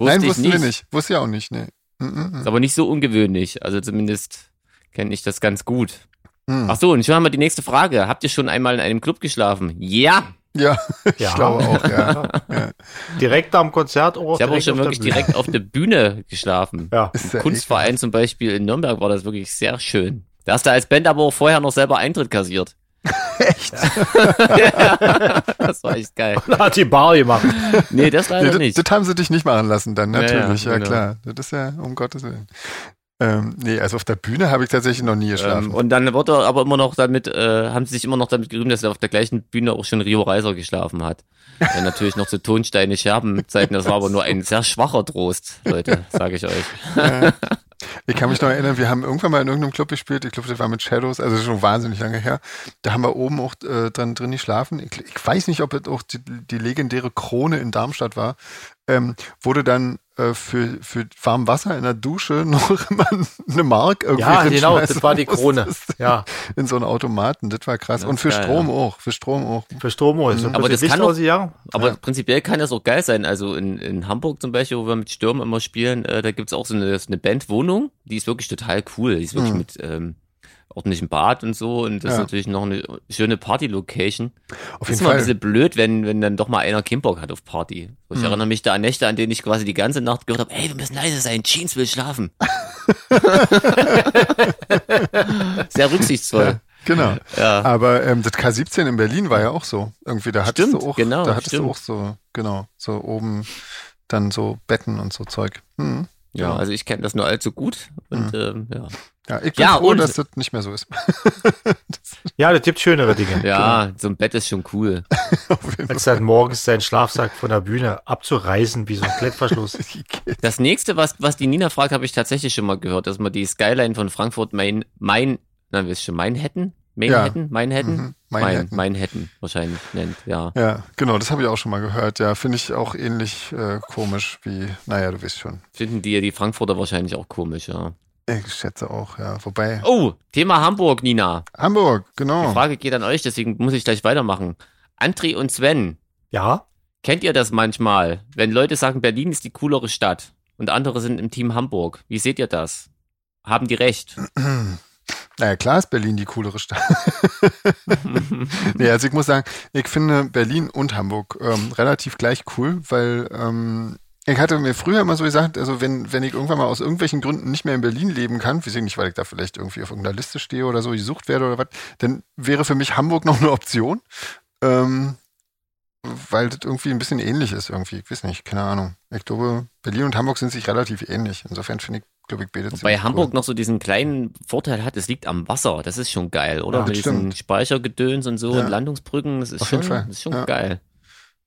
S2: Nein,
S3: ich
S2: wussten wir nicht. Wusste ja auch nicht, nee. Mm -mm.
S3: Ist aber nicht so ungewöhnlich. Also zumindest kenne ich das ganz gut.
S2: Mm.
S3: Ach so, und schon haben wir die nächste Frage. Habt ihr schon einmal in einem Club geschlafen? Ja!
S2: Ja,
S1: Ja.
S2: ich glaube auch, ja.
S1: Direkt am Konzert. Oh,
S3: Ich habe auch schon wirklich direkt auf der Bühne geschlafen.
S1: Ja.
S2: Ist ja
S3: Kunstverein zum Beispiel in Nürnberg war das wirklich sehr schön. Da hast du als Band aber auch vorher noch selber Eintritt kassiert.
S2: Echt?
S3: Das war echt geil.
S1: Hat die Bar gemacht.
S3: Nee, das leider
S2: Nee, das,
S3: nicht.
S2: das haben sie dich nicht machen lassen dann,
S3: Ja, ja,
S2: natürlich, ja,
S3: genau.
S2: klar. Das ist ja um Gottes Willen. Ähm, nee, also auf der Bühne habe ich tatsächlich noch nie
S3: Ähm,
S2: geschlafen.
S3: und dann wurde aber immer noch damit, äh, haben sie sich immer noch damit gerühmt, dass er auf der gleichen Bühne auch schon Rio Reiser geschlafen hat. Der natürlich noch zu Tonsteine Scherben zeiten, das war aber nur ein sehr schwacher Trost, Leute, sage ich euch.
S2: ich kann mich noch erinnern, wir haben irgendwann mal in irgendeinem Club gespielt, ich glaube, das war mit Shadows, also schon wahnsinnig lange her. Da haben wir oben auch äh, dann drin geschlafen. Ich, ich weiß nicht, ob es auch die, die legendäre Krone in Darmstadt war. Ähm, wurde dann äh, für, für warm Wasser in der Dusche noch immer eine Mark irgendwie
S1: Ja, genau,
S2: hinschmeißen
S1: das war die
S2: musstest.
S1: Krone. Ja,
S2: in so einen Automaten. Das war krass.
S3: Das
S2: und
S3: ist
S2: für
S3: geil,
S2: Strom auch. Für Strom auch.
S1: für Stromo ist
S3: Aber das kann doch-
S1: ja.
S3: Aber
S2: Ja.
S3: prinzipiell kann das auch geil sein. Also in, in Hamburg zum Beispiel, wo wir mit Stürmen immer spielen, äh, da gibt's auch so eine, so eine Bandwohnung, die ist wirklich total cool. Die ist wirklich
S2: Mhm.
S3: mit ähm, ordentlichem Bad und so und das ist
S2: Ja.
S3: natürlich noch eine schöne Party-Location.
S2: Auf jeden
S3: Ist immer ein
S2: Fall.
S3: bisschen blöd, wenn, wenn dann doch mal einer Kimbock hat auf Party. So, Ich
S2: Mhm.
S3: erinnere mich da an Nächte, an denen ich quasi die ganze Nacht gehört habe, ey, wir müssen leise sein, Jeans will schlafen. Sehr rücksichtsvoll.
S2: Genau.
S3: Ja.
S2: Aber ähm, das K17 in Berlin war ja auch so. Irgendwie, da hattest
S3: Stimmt,
S2: du auch,
S3: genau,
S2: da hattest
S3: stimmt.
S2: du auch so, genau, so oben dann so Betten und so Zeug. Hm.
S3: Ja, also ich kenne das nur allzu gut und ähm, ja.
S2: Ja, ich bin
S3: Ja,
S2: froh,
S3: und-
S2: dass das nicht mehr so ist.
S1: Ja, das gibt schönere Dinge.
S2: Genau.
S3: Ja, so ein Bett ist schon cool.
S2: Auf jeden
S1: Als dann morgens seinen Schlafsack von der Bühne abzureißen, wie so ein Klettverschluss.
S2: Fall.
S3: Das nächste, was, was die Nina fragt, habe ich tatsächlich schon mal gehört, dass man die Skyline von Frankfurt Main, Main, na, wie ist schon, Manhattan? Manhattan? Manhattan?
S2: Mhm,
S3: Main,
S2: Manhattan.
S3: Manhattan wahrscheinlich nennt, ja.
S2: Ja, genau, das habe ich auch schon mal gehört. Ja, finde ich auch ähnlich äh, komisch wie, naja, du weißt schon.
S3: Finden die die Frankfurter wahrscheinlich auch komisch, ja.
S2: Ich schätze auch, ja. Wobei,
S3: Oh, Thema Hamburg, Nina.
S2: Hamburg,
S3: Die
S2: genau.
S3: Frage geht an euch, deswegen muss ich gleich weitermachen. Andri und Sven,
S1: Ja,
S3: kennt ihr das manchmal, wenn Leute sagen, Berlin ist die coolere Stadt und andere sind im Team Hamburg? Wie seht ihr das? Haben die recht?
S2: Naja, klar ist Berlin die coolere Stadt. nee, also ich muss sagen, ich finde Berlin und Hamburg ähm, relativ gleich cool, weil ähm, ich hatte mir früher immer so gesagt, also wenn, wenn ich irgendwann mal aus irgendwelchen Gründen nicht mehr in Berlin leben kann, weiß ich nicht, weil ich da vielleicht irgendwie auf irgendeiner Liste stehe oder so, gesucht werde oder was, dann wäre für mich Hamburg noch eine Option. Ähm, weil das irgendwie ein bisschen ähnlich ist irgendwie. Ich weiß nicht, keine Ahnung. Ich glaube, Berlin und Hamburg sind sich relativ ähnlich. Insofern finde ich, glaube ich, beide
S3: Bei
S2: ziemlich
S3: Hamburg noch so diesen kleinen Vorteil hat, es liegt am Wasser. Das ist schon geil, oder?
S2: Ja,
S3: Mit
S2: das
S3: diesen
S2: stimmt.
S3: Speichergedöns und so
S2: Ja.
S3: und Landungsbrücken, das ist
S2: Auf
S3: schon,
S2: jeden Fall,
S3: Das ist schon
S2: ja.
S3: geil.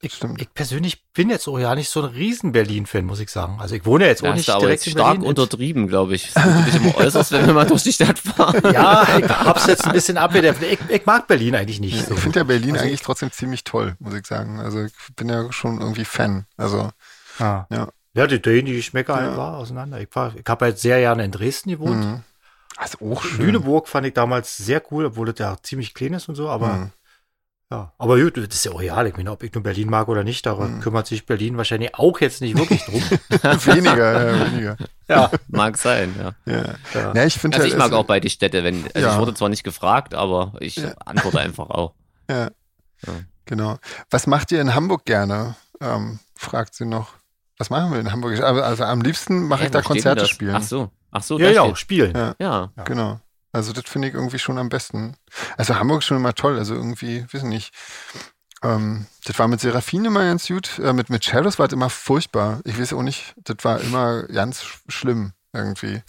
S1: Ich,
S2: Stimmt.
S1: ich persönlich bin jetzt auch ja nicht so ein Riesen-Berlin-Fan, muss ich sagen. Also ich wohne ja jetzt auch
S3: Da
S1: nicht
S3: ist aber
S1: direkt
S3: jetzt
S1: in
S3: stark
S1: Berlin.
S3: untertrieben, glaube ich. Das würde dich immer äußerst, wenn wir mal durch die Stadt fahren.
S1: Ja, ich hab's jetzt ein bisschen abgedämpft. Ich, ich mag Berlin eigentlich nicht.
S3: Also,
S1: So.
S2: Ich finde ja Berlin eigentlich trotzdem ziemlich toll, muss ich sagen. Also ich bin ja schon irgendwie Fan. Also
S1: Ah.
S2: Ja.
S1: Ja. die Dänen, die schmecken
S2: Ja.
S1: halt wahr auseinander. Ich, war- ich habe halt sehr gerne in Dresden gewohnt.
S2: mhm. also auch schön.
S1: Lüneburg fand ich damals sehr cool, obwohl das ja ziemlich klein ist und so, aber
S2: Mhm.
S1: ja. Aber gut, das ist ja auch egal. Ich meine, ob ich nur Berlin mag oder nicht, darum
S2: Mhm.
S1: kümmert sich Berlin wahrscheinlich auch jetzt nicht wirklich drum.
S2: Hm. Weniger, ja, weniger.
S1: ja.
S3: Mag sein, ja.
S2: Ja.
S1: Ja.
S2: Ja, ich finde halt
S3: Also ich mag
S2: es-
S3: auch beide Städte, wenn. Also
S2: Ja.
S3: ich wurde zwar nicht gefragt, aber ich
S2: Ja.
S3: antworte einfach auch.
S2: Genau. Was macht ihr in Hamburg gerne? Ähm, fragt sie noch. Was machen wir in Hamburg? Also, also am liebsten mache
S3: Hä,
S2: ich da
S3: wo steht denn
S2: Konzerte
S3: das?
S2: spielen.
S3: Ach so, ach so,
S1: ja,
S3: da
S1: ja,
S3: steht-
S1: spielen.
S2: Ja.
S3: ja.
S1: Ja.
S2: Genau. Also das finde ich irgendwie schon am besten. Also Hamburg ist schon immer toll. Also irgendwie, wissen nicht. Ähm, das war mit Serafine immer ganz gut. Äh, mit, mit Shadows war das immer furchtbar. Ich weiß auch nicht, das war immer ganz sch schlimm irgendwie.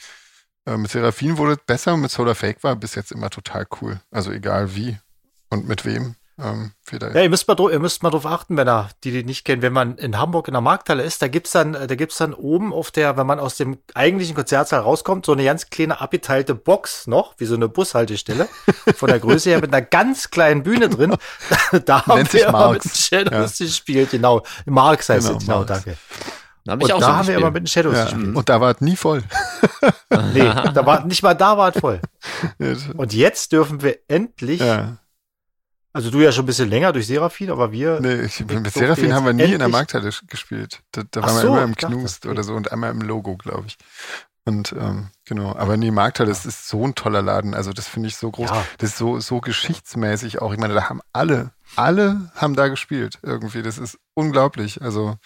S2: Äh, mit Serafine wurde es besser und mit Solar Fake war bis jetzt immer total cool. Also egal wie und mit wem. Ähm, wieder.
S1: Ja, ihr müsst mal, dr- ihr müsst mal drauf achten, wenn ihr die, die nicht kennt, wenn man in Hamburg in der Markthalle ist, da gibt's dann, äh, da gibt's dann oben auf der, wenn man aus dem eigentlichen Konzertsaal rauskommt, so eine ganz kleine abgeteilte Box noch, wie so eine Bushaltestelle, von der Größe her mit einer ganz kleinen Bühne drin. da haben
S2: Nennt sich
S1: wir immer mit den
S2: Marx.
S1: Shadows gespielt, genau. Marx heißt
S2: Genau,
S1: es, genau,
S2: Marx.
S1: danke.
S3: Da habe
S1: Und
S3: ich auch
S1: da
S3: schon
S1: haben wir
S3: gespielt.
S1: immer mit den Shadows
S2: Ja.
S1: gespielt.
S2: Und da war es nie voll.
S1: Nee, da war, nicht mal da war es voll. Und jetzt dürfen wir endlich,
S2: ja.
S1: also du ja schon ein bisschen länger durch Serafin, aber wir,
S2: Nee, ich, mit
S1: durfte
S2: Serafin
S1: jetzt
S2: haben wir nie in der
S1: endlich-
S2: Markthalle sch- gespielt. Da, da
S1: Ach
S2: waren wir
S1: so,
S2: immer im
S1: ich dachte,
S2: Knust
S1: okay.
S2: oder so und einmal im Logo, glaube ich. Und ähm, genau, aber nee, Markthalle, das ist so ein toller Laden. Also das finde ich so groß.
S1: Ja.
S2: Das ist so, so geschichtsmäßig auch. Ich meine, da haben alle, alle haben da gespielt irgendwie. Das ist unglaublich. Also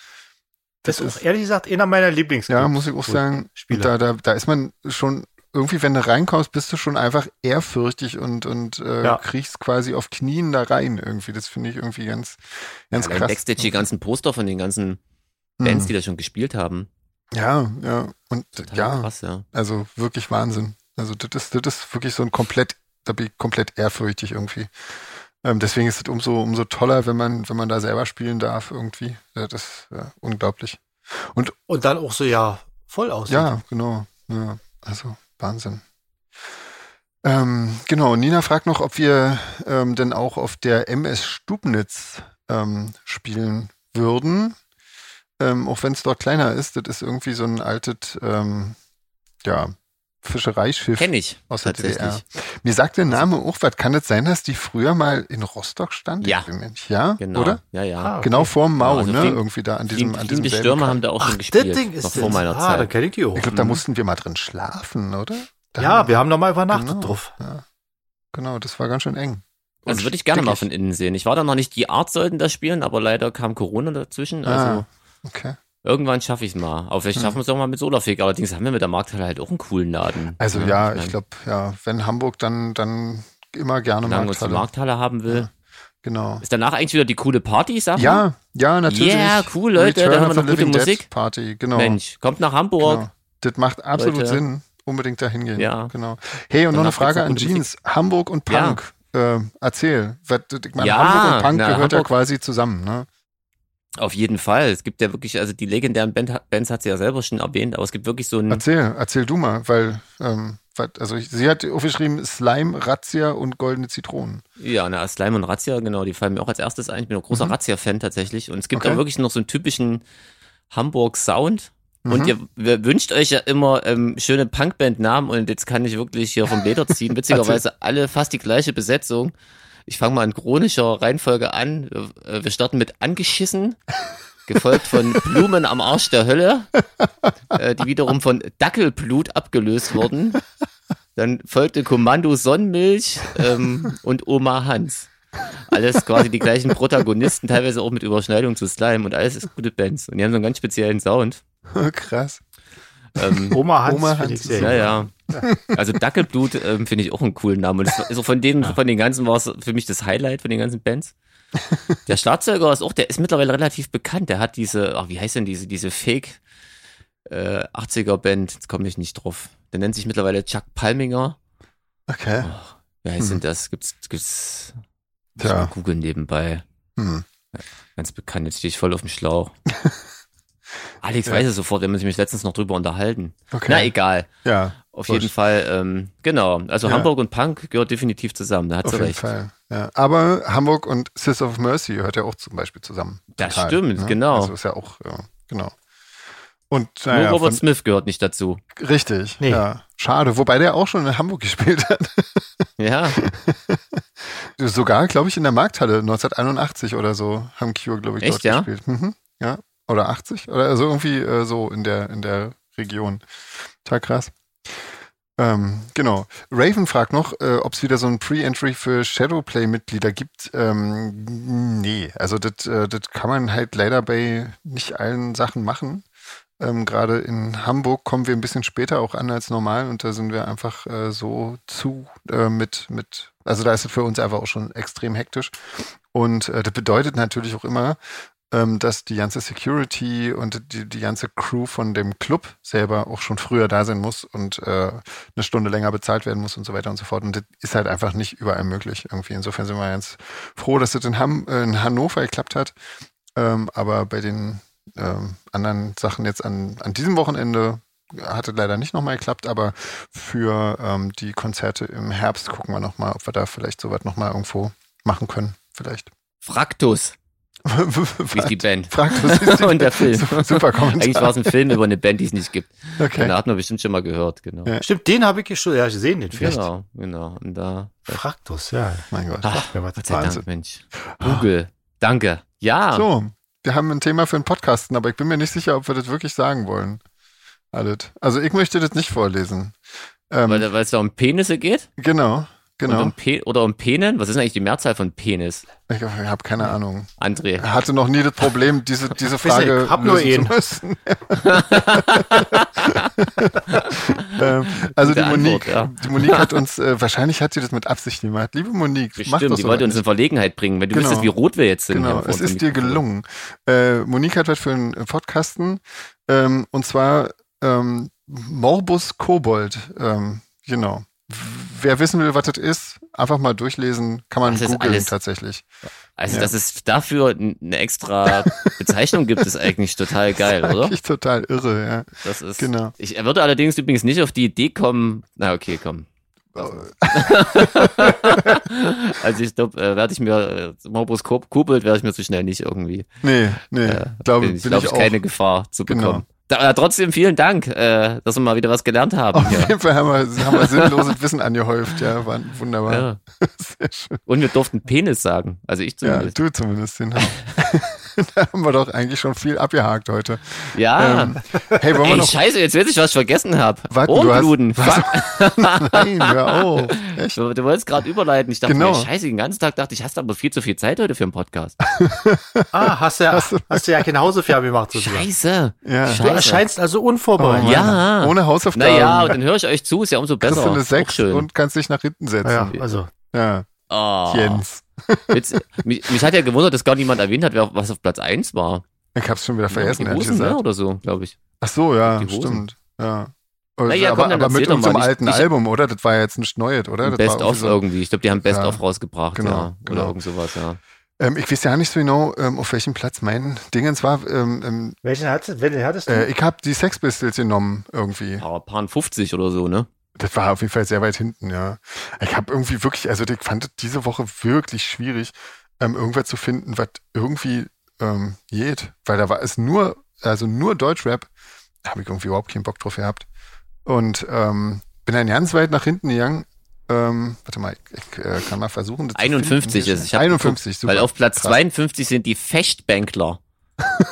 S1: das ist auch ehrlich gesagt einer meiner Lieblings.
S2: ja, muss ich auch sagen,
S1: Spieler.
S2: da, da, da ist man schon irgendwie, wenn du reinkommst, bist du schon einfach ehrfürchtig und, und äh,
S1: Ja.
S2: kriegst quasi auf Knien da rein irgendwie. Das finde ich irgendwie ganz, ganz
S3: Allein
S2: krass.
S3: Backstage die ganzen Poster von den ganzen
S2: Mhm.
S3: Bands, die da schon gespielt haben.
S2: Ja, ja. Und
S3: Total
S2: ja,
S3: krass, ja.
S2: also wirklich Wahnsinn. Also das ist, das ist wirklich so ein komplett, da bin ich komplett ehrfürchtig irgendwie. Ähm, deswegen ist es umso, umso toller, wenn man, wenn man da selber spielen darf irgendwie. Ja, das ist ja, unglaublich.
S1: Und dann auch so, ja, voll aussieht.
S2: Ja, genau. Ja, also Wahnsinn. Ähm, genau, Nina fragt noch, ob wir ähm, denn auch auf der MS Stubnitz ähm, spielen würden. Ähm, auch wenn es dort kleiner ist, das ist irgendwie so ein altes ähm, ja, Fischereischiff
S3: Kenn ich
S2: aus halt der DDR.
S3: tatsächlich. Also
S2: Mir sagt der Name auch was. Kann das sein, dass die früher mal in Rostock stand?
S3: Ja.
S2: Ich bin mir nicht- Ja,
S3: Genau.
S2: oder?
S3: Ja, ja.
S1: Ah,
S2: Genau vor dem Mau,
S3: also
S2: ne?
S3: Fliegen-
S2: Irgendwie da an
S3: Die
S2: diesem, an diesem
S3: Fliegende
S2: selben
S3: Stürmer
S2: Kanal.
S3: haben da auch schon
S1: Ach, das
S3: gespielt.
S1: Ding ist
S3: noch vor
S1: das.
S3: meiner
S1: ah, dann
S3: Zeit.
S1: kenne ich die auch.
S2: Ich glaube, da
S3: Mhm.
S2: mussten wir mal drin schlafen, oder? Da
S1: ja, wir haben nochmal übernachtet
S2: Genau.
S1: drauf.
S2: Ja. Genau, das war ganz schön eng.
S3: Also
S2: Und
S3: würde ich gerne mal von
S2: stickig.
S3: innen sehen. Ich war da noch nicht, die Art sollten das spielen, aber leider kam Corona dazwischen. Also
S2: Ah, okay.
S3: irgendwann schaffe ich es mal. Aber vielleicht
S2: Hm.
S3: schaffen wir es auch mal mit Solarfig. Allerdings haben wir mit der Markthalle halt auch einen coolen Laden.
S2: Also ja,
S3: mein,
S2: ich glaube, ja, wenn Hamburg, dann, dann immer gerne
S3: Solange uns die
S2: Markthalle.
S3: Markthalle haben will.
S2: Genau.
S3: Ist danach eigentlich wieder die coole Party-Sache?
S2: Ja, ja, natürlich.
S3: Yeah, cool, Leute, da
S2: Return
S3: hören
S2: of the
S3: wir noch gute
S2: Living Dead
S3: Musik.
S2: Party, genau.
S3: Mensch, kommt nach Hamburg.
S2: genau. Das macht absolut
S3: Leute.
S2: Sinn. Unbedingt dahin gehen.
S3: Ja.
S2: Genau. Hey, und noch eine
S3: Danach gibt's
S2: Frage
S3: noch
S2: an
S3: gute
S2: Jeans. Hamburg und
S3: Ja.
S2: Punk. Ähm, erzähl. Was, ich meine,
S3: Ja,
S2: Hamburg und Punk
S3: na,
S2: gehört ja
S3: Hamburg-
S2: quasi zusammen, ne?
S3: Auf jeden Fall. Es gibt ja wirklich, also die legendären Band, Bands hat sie ja selber schon erwähnt, aber es gibt wirklich so ein.
S2: Erzähl, erzähl du mal, weil, ähm, wat, also ich, sie hat aufgeschrieben Slime, Razzia und goldene Zitronen.
S3: Ja, na, Slime und Razzia, genau, die fallen mir auch als erstes ein. Ich bin ein großer Razzia-Fan tatsächlich. Und es gibt
S2: Mhm. Okay.
S3: auch wirklich noch so einen typischen Hamburg-Sound.
S2: Mhm.
S3: Und ihr, ihr wünscht euch ja immer ähm, schöne Punkband-Namen und jetzt kann ich wirklich hier vom Leder ziehen. Witzigerweise alle fast die gleiche Besetzung. Ich fange mal in chronischer Reihenfolge an. Äh, Wir starten mit Angeschissen, gefolgt von Blumen am Arsch der Hölle, äh, die wiederum von Dackelblut abgelöst wurden. Dann folgte Kommando Sonnenmilch ähm, und Oma Hans. Alles quasi die gleichen Protagonisten, teilweise auch mit Überschneidung zu Slime und alles ist gute Bands. Und die haben so einen ganz speziellen Sound.
S2: Krass.
S3: Ähm,
S1: Oma Hans, Oma
S2: Oma
S1: Hans
S2: Hans
S1: ich
S2: ist
S1: sehr
S3: ja,
S1: gut.
S3: ja. Also Dackelblut ähm, finde ich auch einen coolen Namen. Und das, also von dem, von den ganzen war es für mich das Highlight von den ganzen Bands. Der Schlagzeuger ist auch, der ist mittlerweile relativ bekannt. Der hat diese, ach, wie heißt denn diese, diese Fake äh, 80er Band, jetzt komme ich nicht drauf. Der nennt sich mittlerweile Chuck Palminger.
S2: Okay.
S3: Wie heißt denn das? Gibt's, gibt's, muss
S2: Mhm. Tja.
S3: mal googeln nebenbei.
S2: Hm.
S3: Ganz bekannt, jetzt stehe ich voll auf dem Schlauch. Alex weiß es sofort, wir müssen mich letztens noch drüber unterhalten.
S2: Okay.
S3: Na egal,
S2: Ja,
S3: auf
S2: Wurscht.
S3: jeden Fall, ähm, genau. Also
S2: Ja.
S3: Hamburg und Punk gehört definitiv zusammen, da hat
S2: auf
S3: sie
S2: jeden
S3: recht.
S2: Fall. Ja. Aber Hamburg und Sisters of Mercy hört ja auch zum Beispiel zusammen.
S3: Das stimmt, genau.
S2: Also ist ja auch, ja, genau. Und
S3: Nur
S2: naja,
S3: Robert
S2: von,
S3: Smith gehört nicht dazu.
S2: richtig,
S1: Nee.
S2: ja. Schade, wobei der auch schon in Hamburg gespielt hat.
S3: Ja,
S2: Sogar, glaube ich, in der Markthalle 1981 oder so haben Cure, glaube ich,
S3: Echt,
S2: dort
S3: ja?
S2: gespielt. Mhm. Ja, oder 80 oder also irgendwie äh, so in der, in der Region. Total krass. Ähm, genau. Raven fragt noch, äh, ob es wieder so ein Pre-Entry für Shadowplay-Mitglieder gibt. Ähm, nee, also das äh, das kann man halt leider bei nicht allen Sachen machen. Ähm, Gerade in Hamburg kommen wir ein bisschen später auch an als normal und da sind wir einfach äh, so zu äh, mit, mit, also da ist es für uns einfach auch schon extrem hektisch. Und äh, das bedeutet natürlich auch immer, ähm, dass die ganze Security und die, die ganze Crew von dem Club selber auch schon früher da sein muss und äh, eine Stunde länger bezahlt werden muss und so weiter und so fort. Und das ist halt einfach nicht überall möglich irgendwie. Insofern sind wir ganz froh, dass das in, Ham äh, in Hannover geklappt hat. Ähm, aber bei den ähm, anderen Sachen jetzt an, an diesem Wochenende hat es leider nicht nochmal geklappt, aber für ähm, die Konzerte im Herbst gucken wir nochmal, ob wir da vielleicht sowas nochmal irgendwo machen können. Vielleicht.
S3: Fraktus ist die Band.
S2: Fragt was ist die-
S3: Und der Film.
S2: Su- Super
S3: Eigentlich genau. war
S2: Kommentar.
S3: es ein Film über eine Band, die es nicht gibt.
S2: Okay.
S3: Den hat man bestimmt schon mal gehört, genau.
S2: Ja.
S1: Stimmt, den habe ich gesch- ja gesehen, den Fest.
S3: Genau, genau. Und da.
S1: Fraktus, ja.
S2: Mein Gott.
S3: Ach,
S1: Wer war
S3: Gott sei
S2: Wahnsinn. Ah.
S3: Dank, Mensch. Google. Danke. Ja.
S2: So, wir haben ein Thema für einen Podcasten, aber ich bin mir nicht sicher, ob wir das wirklich sagen wollen. Alles. Also ich möchte das nicht vorlesen. Ähm,
S3: Weil weil es da um Penisse geht?
S2: genau,
S3: Und
S2: genau.
S3: um Pe oder um Penen? Was ist denn eigentlich die Mehrzahl von Penis?
S2: Ich habe keine Ahnung.
S3: André.
S2: Hatte noch nie das Problem, diese, diese
S1: nicht,
S2: Frage
S1: hab nur
S2: lösen
S1: ihn.
S2: zu müssen. ähm, also die
S3: Gute
S2: Monique,
S3: Antwort, ja.
S2: die Monique hat uns, äh, wahrscheinlich hat sie das mit Absicht gemacht. Liebe Monique, mach
S3: Bestimmt,
S2: das
S3: die wollte uns in Verlegenheit bringen. Wenn du
S2: Genau.
S3: wüsstest, wie rot wir jetzt sind.
S2: Genau,
S3: hier vor
S2: es
S3: unserem
S2: ist dir
S3: Mikrofon.
S2: gelungen. Äh, Monique hat was für einen Podcasten ähm, und zwar ähm, Morbus Kobold. Ähm, genau. W- Wer wissen will, was das ist, einfach mal durchlesen. Kann man
S3: Das ist
S2: googeln
S3: alles-
S2: tatsächlich.
S3: Also,
S2: Ja.
S3: dass es dafür n- eine extra Bezeichnung gibt, ist eigentlich total geil, oder?
S2: Eigentlich total irre, ja.
S3: Das ist.
S2: Genau.
S3: Ich würde allerdings übrigens nicht auf die Idee kommen. Na, okay, komm.
S2: Oh.
S3: Also ich glaube, äh, werde ich mir äh, Morbus Kob- Kobold werde ich mir zu schnell nicht irgendwie.
S2: Nee, nee, glaube
S3: bin,
S2: bin
S3: ich glaube,
S2: ich
S3: ich
S2: auch.
S3: keine Gefahr zu
S2: Genau.
S3: bekommen. Da, äh, trotzdem vielen Dank, äh, dass wir mal wieder was gelernt haben.
S2: Auf
S3: hier.
S2: jeden Fall haben wir, haben wir sinnloses Wissen angehäuft, ja, war wunderbar.
S3: Ja.
S2: Sehr schön.
S3: Und wir durften Penis sagen. Also ich
S2: Ja,
S3: zumindest.
S2: du zumindest. Den haben. da haben wir doch eigentlich schon viel abgehakt heute.
S3: Ja.
S2: Ähm, hey, wollen wir
S3: Ey,
S2: noch
S3: scheiße, jetzt weiß ich, was ich vergessen habe.
S2: Warte, du hast-
S3: Ohrenbluten. Fuck.
S2: Nein, hör auf. Echt?
S3: Du, du wolltest gerade überleiten. Ich dachte
S2: Genau.
S3: mir, scheiße, den ganzen Tag dachte ich, hast aber viel zu viel Zeit heute für einen Podcast.
S1: Ah, hast du ja, hast du ja keine Hausaufgaben gemacht sozusagen.
S3: Scheiße.
S2: Ja.
S1: Du
S3: Scheiße.
S1: erscheinst also
S2: Oh Mann.
S1: unvorbereitet.
S3: Ja.
S2: Ohne Hausaufgaben.
S3: Naja, und dann höre ich euch zu, ist ja umso
S2: Kriegst
S3: besser.
S2: du eine
S3: Auch
S2: 6
S3: schön.
S2: und kannst dich nach hinten
S1: ja,
S2: setzen.
S1: also
S2: Ja,
S3: oh.
S2: Jens.
S3: Jetzt, mich, mich hat ja gewundert, dass gar niemand erwähnt hat, wer, was auf Platz 1 war.
S2: Ich hab's schon wieder vergessen,
S3: die
S2: ehrlich
S3: Hosen, ne,
S2: gesagt.
S3: oder so, glaube ich.
S2: Ach so, ja,
S3: Die Hosen.
S2: stimmt. Ja.
S3: Naja, komm,
S2: aber
S3: dann
S2: aber mit
S3: erzähl doch
S2: unserem
S3: mal. Ich-
S2: alten
S3: ich-
S2: Album, oder? Das war ja jetzt nicht Neues, oder? Ne, Das war
S3: Best
S2: irgendwie
S3: of irgendwie. Ich glaube, die haben Best
S2: Ja.
S3: of rausgebracht,
S2: Genau,
S3: ja.
S2: genau.
S3: Oder irgend sowas, ja.
S2: ähm, ich weiß ja nicht so genau, ähm, auf welchem Platz mein Dingens war. Ähm, ähm,
S1: welchen hattest, welchen hattest du?
S2: äh, ich habe die Sex Pistols genommen, irgendwie.
S3: Paar, paar 50 oder so, ne?
S2: Das war auf jeden Fall sehr weit hinten, ja. Ich habe irgendwie wirklich, also ich fand es diese Woche wirklich schwierig, ähm, irgendwas zu finden, was irgendwie ähm, geht. Weil da war es nur, also nur Deutschrap, da habe ich irgendwie überhaupt keinen Bock drauf gehabt. Und ähm, bin dann ganz weit nach hinten gegangen. Ähm, warte mal, ich, ich äh, kann mal versuchen. das zu
S3: 51
S2: finden.
S3: ist es. Ich hab
S2: 51, super.
S3: Weil auf Platz
S2: Krass.
S3: 52 sind die Fechtbänkler.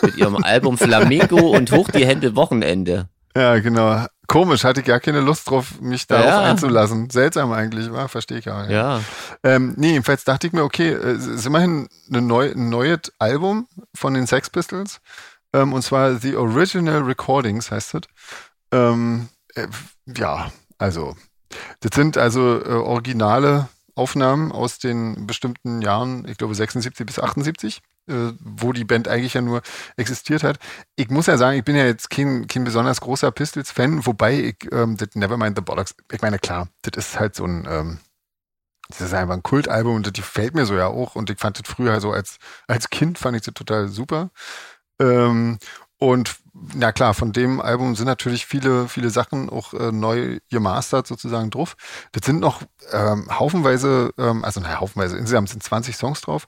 S3: mit ihrem Album Flamingo und Hoch die Hände Wochenende.
S2: Ja, genau. Komisch, hatte ich gar keine Lust drauf, mich darauf
S3: Ja.
S2: einzulassen. Seltsam eigentlich, war, verstehe ich auch.
S3: Ja.
S2: Ähm, nee, jedenfalls dachte ich mir, okay, äh, es ist immerhin eine neu, ein neues Album von den Sex Pistols. Ähm, und zwar The Original Recordings heißt es. Ähm, äh, ja, also, das sind also äh, originale Aufnahmen aus den bestimmten Jahren, ich glaube 76 bis 78, äh, wo die Band eigentlich ja nur existiert hat. Ich muss ja sagen, ich bin ja jetzt kein, kein besonders großer Pistols-Fan, wobei ich ähm, das Nevermind the Bollocks, ich meine, klar, das ist halt so ein, ähm, Das ist einfach ein Kultalbum und das gefällt mir so ja auch. Und ich fand das früher so als, als Kind fand ich das total super. Ähm, und na klar, von dem Album sind natürlich viele, viele Sachen auch äh, neu gemastert sozusagen drauf. Das sind noch ähm, haufenweise, ähm, also naja, haufenweise, insgesamt sind 20 Songs drauf.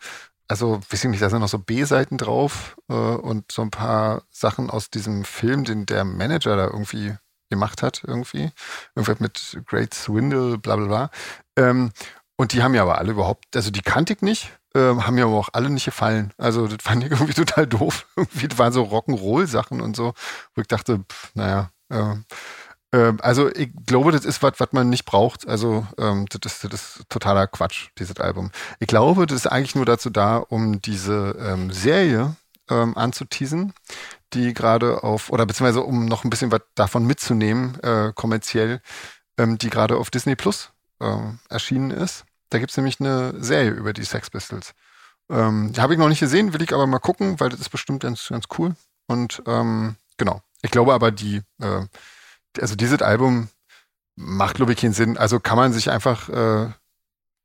S2: Also, weiß ich nicht, da sind noch so B-Seiten drauf äh, und so ein paar Sachen aus diesem Film, den der Manager da irgendwie gemacht hat, irgendwie. Irgendwas mit Great Swindle, bla bla bla. Ähm, und die haben ja aber alle überhaupt, also die kannte ich nicht, ähm, haben mir aber auch alle nicht gefallen. Also das fand ich irgendwie total doof. Irgendwie das waren so Rock'n'Roll-Sachen und so, wo ich dachte, pff, naja, ähm, ähm, also ich glaube, das ist was, was man nicht braucht. Also ähm, das, ist, das ist totaler Quatsch, dieses Album. Ich glaube, das ist eigentlich nur dazu da, um diese ähm, Serie ähm, anzuteasen, die gerade auf, oder beziehungsweise um noch ein bisschen was davon mitzunehmen, äh, kommerziell, ähm, die gerade auf Disney Plus ähm, erschienen ist. Da gibt's nämlich eine Serie über die Sex Pistols. Ähm, die habe ich noch nicht gesehen, will ich aber mal gucken, weil das ist bestimmt ganz, ganz cool. Und ähm, genau. Ich glaube aber, die, äh, also dieses Album macht, glaube ich, keinen Sinn. Also kann man sich einfach äh,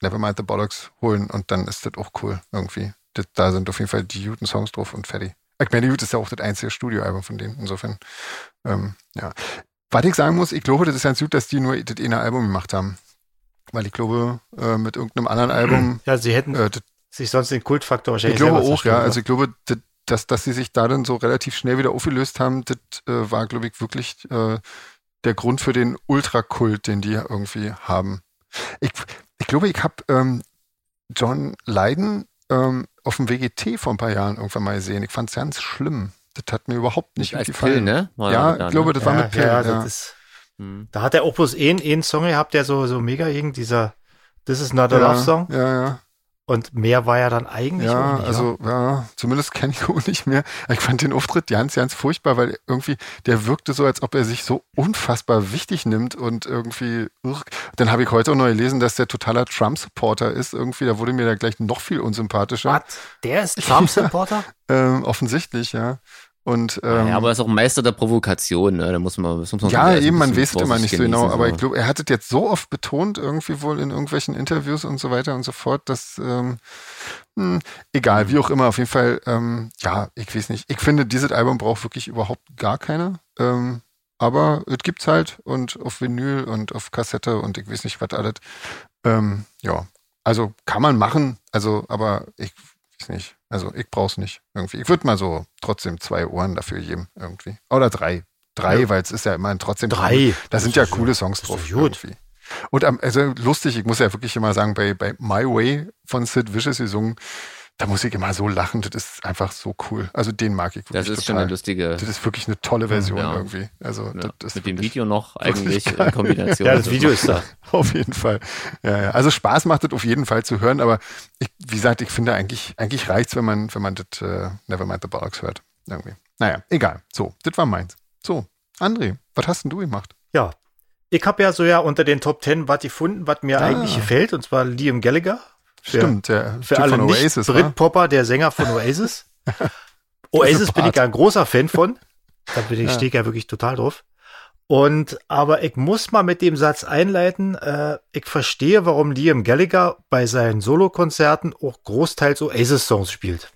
S2: Nevermind the Bollocks holen und dann ist das auch cool irgendwie. Das, da sind auf jeden Fall die guten Songs drauf und fertig. Ich meine, Jute ist ja auch das einzige Studioalbum von denen, insofern. Ähm, ja. Was ich sagen muss, ich glaube, das ist ganz gut, dass die nur das eine Album gemacht haben. Weil ich glaube, äh, mit irgendeinem anderen Album.
S1: Ja, sie hätten
S2: Äh, das,
S1: sich sonst den Kultfaktor
S2: ich
S1: wahrscheinlich
S2: glaube
S1: selber
S2: auch, ja.
S1: zerstört, ne?
S3: ne?
S2: Also ich glaube, das, dass, dass sie sich da dann so relativ schnell wieder aufgelöst haben, das äh, war, glaube ich, wirklich äh, der Grund für den Ultrakult, den die irgendwie haben. Ich, ich glaube, ich habe ähm, John Lydon ähm, auf dem WGT vor ein paar Jahren irgendwann mal gesehen. Ich fand es ganz schlimm. Das hat mir überhaupt nicht
S3: Nicht als
S2: gefallen.
S3: Pill, ne? War
S2: Ja,
S3: da,
S2: ich glaube,
S3: ne?
S2: das war mit Pill.
S1: ja,
S2: Ja,
S1: das Ist,
S3: Hm.
S1: da hat eh er auch bloß einen, einen Song gehabt, der so, so mega ging, dieser This is not a
S2: ja,
S1: love song.
S2: Ja, ja.
S1: Und mehr war ja dann eigentlich auch
S2: Ja,
S1: nicht,
S2: also ja, zumindest kenne ich ihn nicht mehr. Ich fand den Auftritt ganz, ganz furchtbar, weil irgendwie der wirkte so, als ob er sich so unfassbar wichtig nimmt und irgendwie. Irr. Dann habe ich heute auch noch gelesen, dass der totaler Trump-Supporter ist. Irgendwie, da wurde mir da gleich noch viel
S1: ja.
S2: unsympathischer.
S1: Was? Der ist Trump-Supporter?
S2: Ähm, offensichtlich, ja. Und ähm,
S3: ja, aber er ist auch ein Meister der Provokation, ne? Da muss man, das muss man
S2: ja,
S3: schon erst ein
S2: eben, man
S3: bisschen
S2: weiß es immer
S3: vorsichtig
S2: nicht so genau,
S3: genießen,
S2: aber
S3: so.
S2: ich glaube, er hat es jetzt so oft betont, irgendwie wohl in irgendwelchen Interviews und so weiter und so fort, dass, ähm, mh, egal, wie auch immer, auf jeden Fall, ähm, ja, ich weiß nicht. Ich finde, dieses Album braucht wirklich überhaupt gar keiner, ähm, aber es gibt's halt und auf Vinyl und auf Kassette und ich weiß nicht, was alles. Ähm, ja, also kann man machen, also, aber ich weiß nicht. Also ich brauch's nicht irgendwie. Ich würde mal so trotzdem zwei Ohren dafür geben irgendwie. Oder drei. Drei,
S1: Ja.
S2: weil es ist ja immerhin trotzdem
S1: Drei.
S2: da
S1: Das
S2: sind
S1: ist
S2: ja
S1: so-
S2: coole Songs
S1: das ist
S2: drauf.
S1: so gut.
S2: Irgendwie. Und am, also lustig, ich muss ja wirklich immer sagen, bei, bei My Way von Sid Vicious gesungen, da muss ich immer so lachen. Das ist einfach so cool. Also den mag ich wirklich
S3: Das ist schon
S2: total.
S3: eine lustige,
S2: das ist wirklich eine tolle Version
S3: Ja.
S2: irgendwie. Also
S3: ja,
S2: das ist
S3: mit dem
S2: wirklich-
S3: Video noch
S2: wirklich
S3: eigentlich
S2: geil.
S3: in Kombination. ne?
S1: Ja, das Video ist da.
S2: Auf jeden Fall. Ja, ja. Also Spaß macht es auf jeden Fall zu hören, aber ich, wie gesagt, ich finde eigentlich, eigentlich reicht's, wenn man, wenn man das äh, Nevermind the Bollocks hört. Irgendwie. Naja, egal. So, das war meins. So, André, was hast denn du gemacht?
S1: Ja. Ich habe ja so ja unter den Top Ten was gefunden, was mir
S2: Ah.
S1: eigentlich gefällt, und zwar Liam Gallagher.
S2: Stimmt, der
S1: Für
S2: Typ
S1: alle
S2: von
S1: nicht
S2: Oasis, wa? Also
S1: Britpopper, der Sänger von Oasis. Oasis bin ich
S2: Part.
S1: ja ein großer Fan von. Da bin ich,
S2: Ja.
S1: stehe ich ja wirklich total drauf. Und, aber ich muss mal mit dem Satz einleiten, äh, ich verstehe, warum Liam Gallagher bei seinen Solokonzerten auch großteils Oasis-Songs spielt.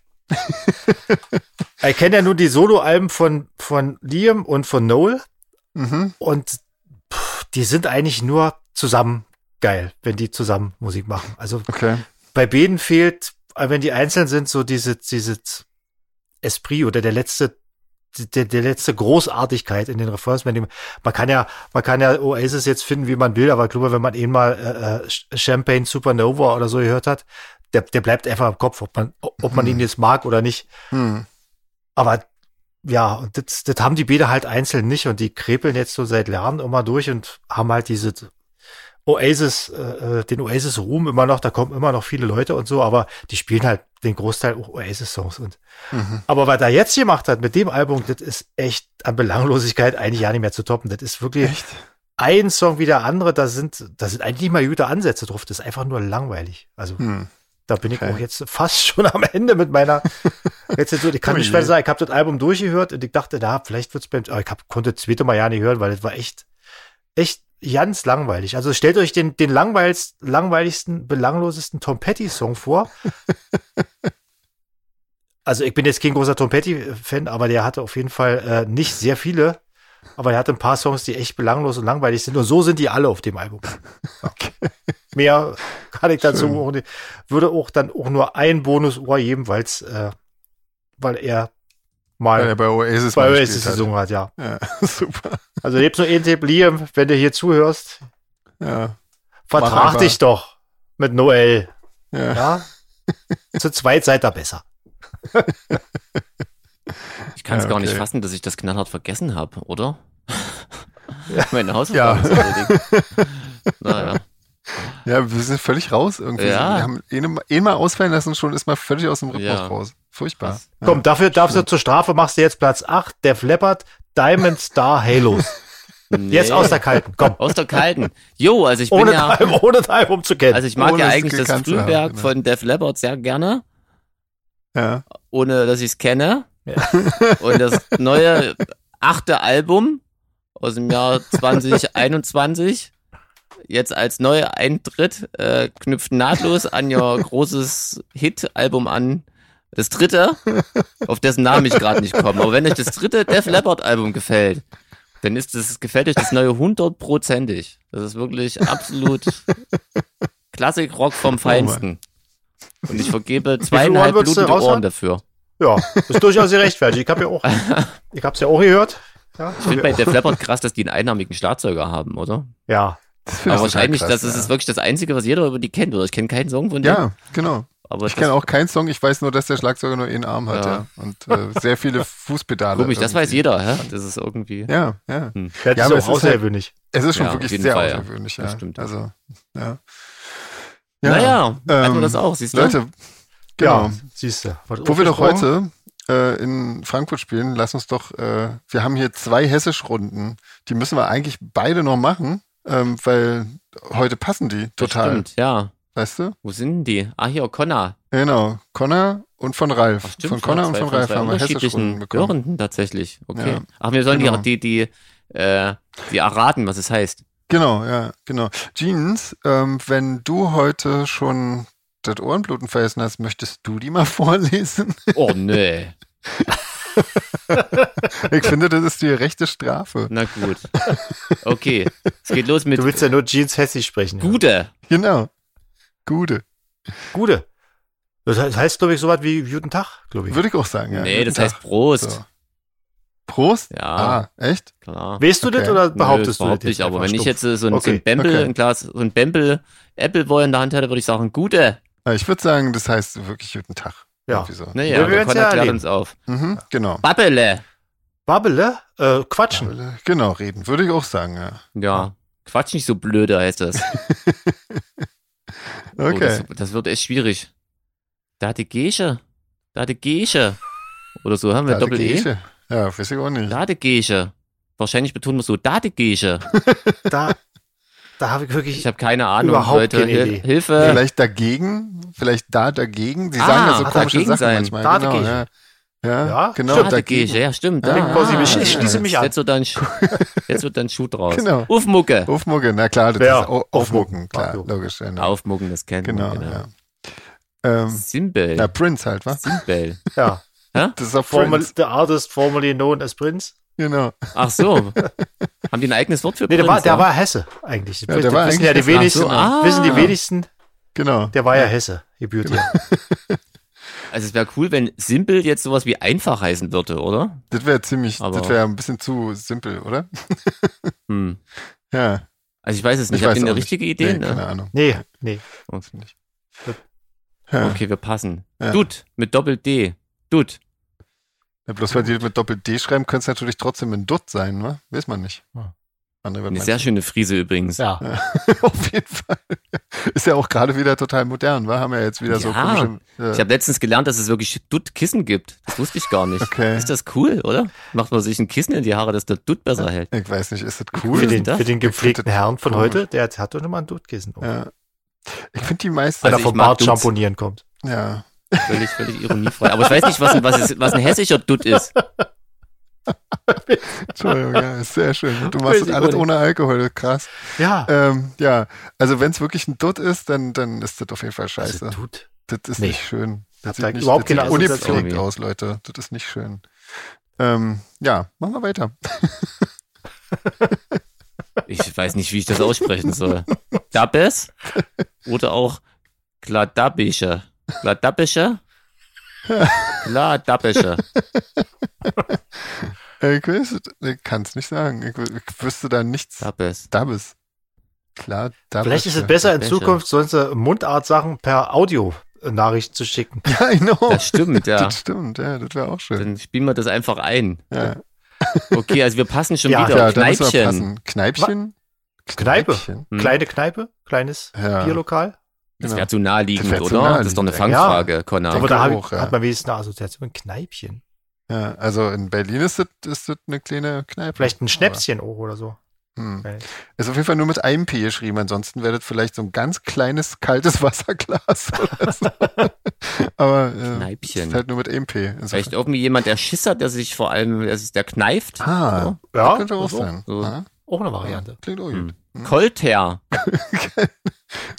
S1: ich kenne ja nur die Soloalben von, von Liam und von Noel.
S2: Mhm.
S1: Und pff, die sind eigentlich nur zusammen geil, wenn die zusammen Musik machen. Also
S2: Okay.
S1: bei beiden fehlt, äh, wenn die einzeln sind, so diese, diese Esprit oder der letzte, der, der letzte Großartigkeit in den Refrains. Wenn die- Man kann ja, man kann ja Oasis jetzt finden, wie man will, aber ich glaube, wenn man ihn mal äh, äh, Sch- Champagne Supernova oder so gehört hat, der, der bleibt einfach im Kopf, ob man, ob man ihn jetzt mag oder nicht.
S2: Hm.
S1: Aber ja, und das, das haben die Bäder halt einzeln nicht und die krepeln jetzt so seit Jahren immer durch und haben halt diese Oasis, äh, äh, den Oasis-Ruhm immer noch, da kommen immer noch viele Leute und so, aber die spielen halt den Großteil auch Oasis-Songs. Und
S2: Mhm.
S1: aber was er jetzt gemacht hat mit dem Album, das ist echt an Belanglosigkeit eigentlich ja nicht mehr zu toppen. Das ist wirklich
S2: Echt?
S1: ein Song wie der andere, da sind, da sind eigentlich nicht mal gute Ansätze drauf. Das ist einfach nur langweilig. Also
S2: Hm.
S1: da bin ich
S2: Okay.
S1: auch jetzt fast schon am Ende mit meiner Rezension. Ich kann
S2: Ui
S1: nicht
S2: je.
S1: weiter sagen, ich habe das Album durchgehört und ich dachte, da, vielleicht wird's beim, aber ich hab, konnte das zweite Mal ja nicht hören, weil das war echt, echt ganz langweilig. Also stellt euch den, den langweiligst, langweiligsten, belanglosesten Tom Petty-Song vor. also ich bin jetzt kein großer Tom Petty-Fan, aber der hatte auf jeden Fall äh, nicht sehr viele. Aber er hatte ein paar Songs, die echt belanglos und langweilig sind. Und so sind die alle auf dem Album.
S2: Okay.
S1: Mehr kann ich dazu
S2: Schön.
S1: auch nicht. Würde auch dann auch nur ein Bonus-Ohr geben, weil's, äh, weil er
S2: Weil er
S1: mal
S2: bei Oasis
S1: bei
S2: mal
S1: Oasis
S2: gespielt hat.
S1: gesungen hat, ja.
S2: Ja, super.
S1: Also lebst nur einen Tipp, Liam, wenn du hier zuhörst,
S2: Ja, Mach
S1: vertrag
S2: einfach.
S1: dich doch mit Noel.
S2: ja.
S1: Ja? Zu zweit seid ihr besser.
S3: Ich kann es
S2: Ja,
S3: gar nicht
S2: okay.
S3: fassen, dass ich das knallhart vergessen habe, oder? Meine Hausaufgaben
S2: Ja.
S3: zu erledigen. Naja.
S2: ja, wir sind völlig raus irgendwie.
S3: Ja.
S2: Wir haben ihn, ihn mal ausfallen lassen, schon ist mal völlig aus dem Rhythmus
S3: Ja.
S2: raus. Furchtbar.
S3: Was?
S1: Komm, dafür darfst du zur Strafe, machst du jetzt Platz 8, der flappert Diamond Star Halos.
S3: Nee.
S1: Jetzt aus der kalten, komm.
S3: Aus der kalten. Jo, also ich bin
S1: Ohne
S3: ja.
S1: Time, ohne Time, um zu kennen.
S3: Also ich mag
S2: Ohne
S3: ja
S2: es
S3: eigentlich das
S2: gekannt zu haben,
S3: Frühwerk
S2: genau.
S3: von Def Leppard sehr gerne,
S2: Ja.
S3: ohne dass ich es kenne.
S1: Ja.
S3: Und das neue achte Album aus dem Jahr 2021, jetzt als neuer Eintritt, äh, knüpft nahtlos an ihr großes Hit-Album an. Das dritte, auf dessen Namen ich gerade nicht komme. Aber wenn euch das dritte Def Leppard-Album gefällt, dann ist das, gefällt euch das neue hundertprozentig. Das ist wirklich absolut Klassik-Rock
S1: Oh
S3: vom Feinsten. Und ich vergebe zweieinhalb
S1: Ohren würdest du
S3: blutende Ohren
S1: raushauen?
S3: dafür.
S1: Ja, ist durchaus gerechtfertigt. Ich habe ja auch, ich hab's ja auch gehört. Ja,
S3: Ich finde bei Def Leppard krass, dass die einen einnahmigen Schlagzeuger haben, oder?
S1: ja.
S2: Das finde
S3: Aber
S2: ich total
S3: wahrscheinlich,
S2: halt krass,
S3: das ist
S2: ja.
S3: es wirklich das Einzige, was jeder über die kennt, oder? Ich kenne keinen Song von denen.
S2: Ja, genau.
S3: aber
S2: Ich kenne
S3: das,
S2: auch keinen Song, ich weiß nur, dass der Schlagzeuger nur einen Arm hat,
S3: Ja.
S2: ja. Und äh, sehr viele Fußpedale.
S3: komisch, das weiß
S2: irgendwie.
S3: jeder, hä? Das ist irgendwie.
S2: also Ja, ja.
S1: Das
S2: Ja,
S1: ist auch
S2: aber es ist halt-
S1: außergewöhnlich.
S2: Es ist schon
S3: Ja, auf
S2: wirklich
S3: jeden
S2: sehr
S3: Fall, ja.
S2: außergewöhnlich, ja.
S3: Das stimmt.
S2: Also, ja.
S3: Naja, hat man
S2: ähm,
S3: das auch, siehst du?
S2: Leute, genau.
S1: Ja, siehst du.
S3: oh,
S2: Wo wir doch heute äh, in Frankfurt spielen, lass uns doch, äh, wir haben hier zwei Hessisch-Runden. Die müssen wir eigentlich beide noch machen, ähm, weil heute passen die
S3: Das
S2: total.
S3: Stimmt, ja.
S2: Weißt du?
S3: Wo sind die? Ah, hier, Connor.
S2: Genau. Connor und von Ralf.
S3: Ach, stimmt.
S2: von Connor
S3: ja,
S2: und
S3: zwei
S2: von Ralf
S3: zwei
S2: haben wir Hessisch-Runden
S3: unterschiedlichen
S2: bekommen.
S3: Hörenden tatsächlich. Okay.
S2: Ja.
S3: Ach, wir sollen
S2: Genau.
S3: ja die, die, äh, die erraten, was es heißt.
S2: Genau, ja, genau. Jeans, ähm, wenn du heute schon das Ohrenbluten vergessen hast, möchtest du die mal vorlesen?
S3: Oh, nee.
S2: Ich finde, das ist die rechte Strafe.
S3: Na gut. Okay. Es geht los mit
S1: Du willst ja nur Jeans Hessisch sprechen.
S3: Gute.
S2: Genau. Gute.
S1: Gute. Das he- heißt, glaube ich, sowas wie Guten Tag, glaube ich.
S2: Würde ich auch sagen, ja.
S3: Nee,
S2: Guten
S3: das
S2: Tag.
S3: heißt Prost.
S2: So. Prost?
S3: Ja,
S2: Ah, echt?
S3: klar.
S1: Weißt du das
S2: Okay.
S1: oder
S3: Nö,
S1: behauptest
S3: überhaupt
S1: du das?
S3: nicht, aber wenn ich
S1: jetzt
S3: jetzt äh, so ein, so
S1: Okay,
S3: ein Bembel,
S2: okay.
S3: ein Glas, so ein Bembel Apple Boy in der Hand hätte, würde ich sagen, gute.
S2: Ah, Ich würde sagen, das heißt wirklich guten Tag.
S1: Ja.
S2: Irgendwie So.
S3: Naja,
S1: Wir
S3: aber
S1: werden's
S3: Connor
S1: ja
S3: klärt
S1: erleben.
S3: uns auf.
S2: Mhm, genau.
S3: Babbele.
S1: Babbele? Äh, quatschen.
S2: Genau, reden. Würde ich auch sagen, ja.
S1: Ah.
S3: Ja. Quatsch nicht so blöde heißt das. Oh, das,
S2: Okay.
S3: das wird echt schwierig. Da hatte Gesche. Da hatte Gesche. Oder so haben wir
S2: Date
S3: Doppel-E.
S2: Gesche. Ja, weiß ich auch nicht.
S3: Da hatte Gesche. Wahrscheinlich betonen wir so, da hatte Gesche.
S1: Da, da habe ich wirklich.
S3: Ich habe keine Ahnung,
S1: Überhaupt
S3: Leute.
S1: keine
S3: Hil-
S1: Idee.
S3: Hilfe.
S2: Vielleicht dagegen, vielleicht da dagegen. Sie
S3: Äh, Ah,
S2: sagen ja so
S3: ah,
S2: komische
S3: dagegen
S2: Sachen
S3: sein.
S2: manchmal.
S1: Da
S2: genau,
S1: dagegen.
S2: ja. Ja,
S1: Ja,
S2: genau,
S1: stimmt.
S3: Da gehe ich, ja, stimmt.
S2: Ja,
S1: Posi, ich-
S2: ich schließe
S1: mich an.
S3: Jetzt wird dann, jetzt wird dann Schuh draus.
S2: Genau.
S3: Aufmucke.
S2: Aufmucke, na klar, das
S1: Ja,
S2: ist au- Aufmucken,
S1: Aufmucken.
S2: klar,
S1: Aufmucken.
S2: logisch. Ja, ne.
S3: Aufmucken, das kennt
S2: genau,
S3: man. Genau.
S2: ja. Ähm,
S3: Simbel.
S2: na, Prince halt, was?
S3: Simbel.
S1: Ja.
S2: Das ist auch
S1: Formal,
S2: Prince.
S1: the artist formerly known as Prince.
S2: Genau.
S3: Ach so. Haben die ein eigenes Wort für
S1: Nee, der
S3: Prinz,
S1: war, der
S3: ja?
S1: war Hesse eigentlich.
S2: der
S1: Das
S2: war
S1: wissen ja die
S2: eigentlich
S1: wenigsten.
S3: Ach so, ah.
S1: wissen die
S3: Ja.
S1: wenigsten,
S2: Genau.
S1: der war ja Hesse, gebürtig.
S3: Also es wäre cool, wenn simpel jetzt sowas wie einfach heißen würde, oder?
S2: Das wäre ziemlich,
S3: Aber-
S2: das wäre ein bisschen zu simpel, oder?
S3: Hm.
S2: Ja.
S3: Also ich weiß es nicht.
S2: Ich
S3: Habt
S2: weiß
S3: ihr eine
S2: auch nicht.
S3: richtige Idee?
S2: Nee, keine
S3: ne?
S2: Ahnung.
S1: Nee, nee.
S3: okay.
S2: Ja.
S3: okay, wir passen.
S2: Ja.
S3: Dud mit Doppel D. Dud.
S2: Ja, bloß weil die mit Doppel-D schreiben, könnte es natürlich trotzdem ein Dutt sein, ne? Weiß man nicht.
S1: Ja.
S2: Andere wird
S3: Eine
S2: man-
S3: sehr schöne Friese übrigens.
S1: Ja.
S2: Auf jeden Fall. Ist ja auch gerade wieder total modern, wa? Haben ja jetzt wieder so
S3: Ja.
S2: komische. Äh,
S3: Ich habe letztens gelernt, dass es wirklich Dutt-Kissen gibt. Das wusste ich gar nicht.
S2: Okay.
S3: Ist das cool, oder? Macht man sich ein Kissen in die Haare, dass der Dutt besser hält.
S2: äh, ich weiß nicht, ist das
S1: Für
S2: cool?
S1: den,
S3: das?
S1: für den gepflegten
S2: das
S1: Herrn von
S2: komisch.
S1: heute, der hat doch nochmal ein Dudkissen. Um.
S2: Ja. Ich finde die meisten.
S1: Wenn
S3: Also
S1: er
S3: ich
S1: vom
S3: mag
S1: Bart
S3: Dudes.
S1: schamponieren kommt.
S2: ja.
S3: Völlig, völlig ironiefrei. Aber ich weiß nicht, was ein, was ist, was ein hessischer Dutt ist.
S2: Entschuldigung, ja, ist sehr schön. Du machst das alles ohne Alkohol, krass.
S1: Ja.
S2: Ähm, ja, also wenn es wirklich ein Dutt ist, dann, dann ist das auf jeden Fall scheiße.
S1: Also, tut.
S2: das ist
S1: Nee.
S2: nicht Genau, schön.
S1: Da habt
S2: Das
S1: ihr
S2: sieht
S1: überhaupt
S2: das
S1: keine
S2: sieht
S1: Assoziation.
S2: ungepflegt aus, Leute. Das ist nicht schön. Ähm, ja, machen wir weiter.
S3: Ich weiß nicht, wie ich das aussprechen soll. Dabbes? Oder auch Gladabische. Gladabische? Gladabische.
S2: Äh, Ich, weiß es- ich kann es nicht sagen. Ich, wü- ich wüsste da nichts.
S3: Dabbes.
S2: Dabbes. Klar, Dabbes.
S1: Vielleicht ist es besser, in
S3: Welche?
S1: Zukunft sonst äh, Mundart-Sachen per Audio-Nachricht zu schicken.
S2: Ja, I know.
S3: Das stimmt, ja.
S2: Oh. Das stimmt, ja, das wäre auch schön.
S3: Dann spielen wir das einfach ein.
S2: Ja,
S3: Okay, also wir passen schon
S1: Ja,
S3: wieder.
S2: ja da muss man
S3: Kneipchen.
S2: passen. Kneipchen?
S1: Kneipe.
S2: Kneipchen?
S3: Hm.
S1: Kleine Kneipe, kleines
S2: Mhm. Ja.
S1: Bierlokal.
S3: Das
S2: Genau.
S3: wäre zu naheliegend,
S2: Das wär zu
S3: oder? Das ist doch eine
S2: naheliegend.
S3: Fangfrage,
S1: Aber
S3: Connor.
S1: da hab ich,
S2: auch, ja.
S1: hat man wenigstens eine Assoziation. Ein Kneipchen.
S2: Ja, also in Berlin ist das, ist das eine kleine Kneipe.
S1: Vielleicht ein Schnäpschen auch oder so.
S2: Aber, hm.
S1: Geil.
S2: Ist auf jeden Fall nur mit einem P geschrieben, ansonsten wäre das vielleicht so ein ganz kleines kaltes Wasserglas oder so. Aber äh,
S3: Kneipchen.
S2: ist halt nur mit einem P. insofern.
S3: Vielleicht irgendwie jemand, der schissert, der sich vor allem, der sich der kneift.
S2: Ah,
S1: Oh.
S3: Oh.
S1: Ja,
S2: könnte auch
S1: so.
S2: sein.
S3: so.
S2: Ja,
S1: auch eine Variante.
S2: Klingt auch
S3: Hm.
S2: gut. Hm.
S3: Kolter.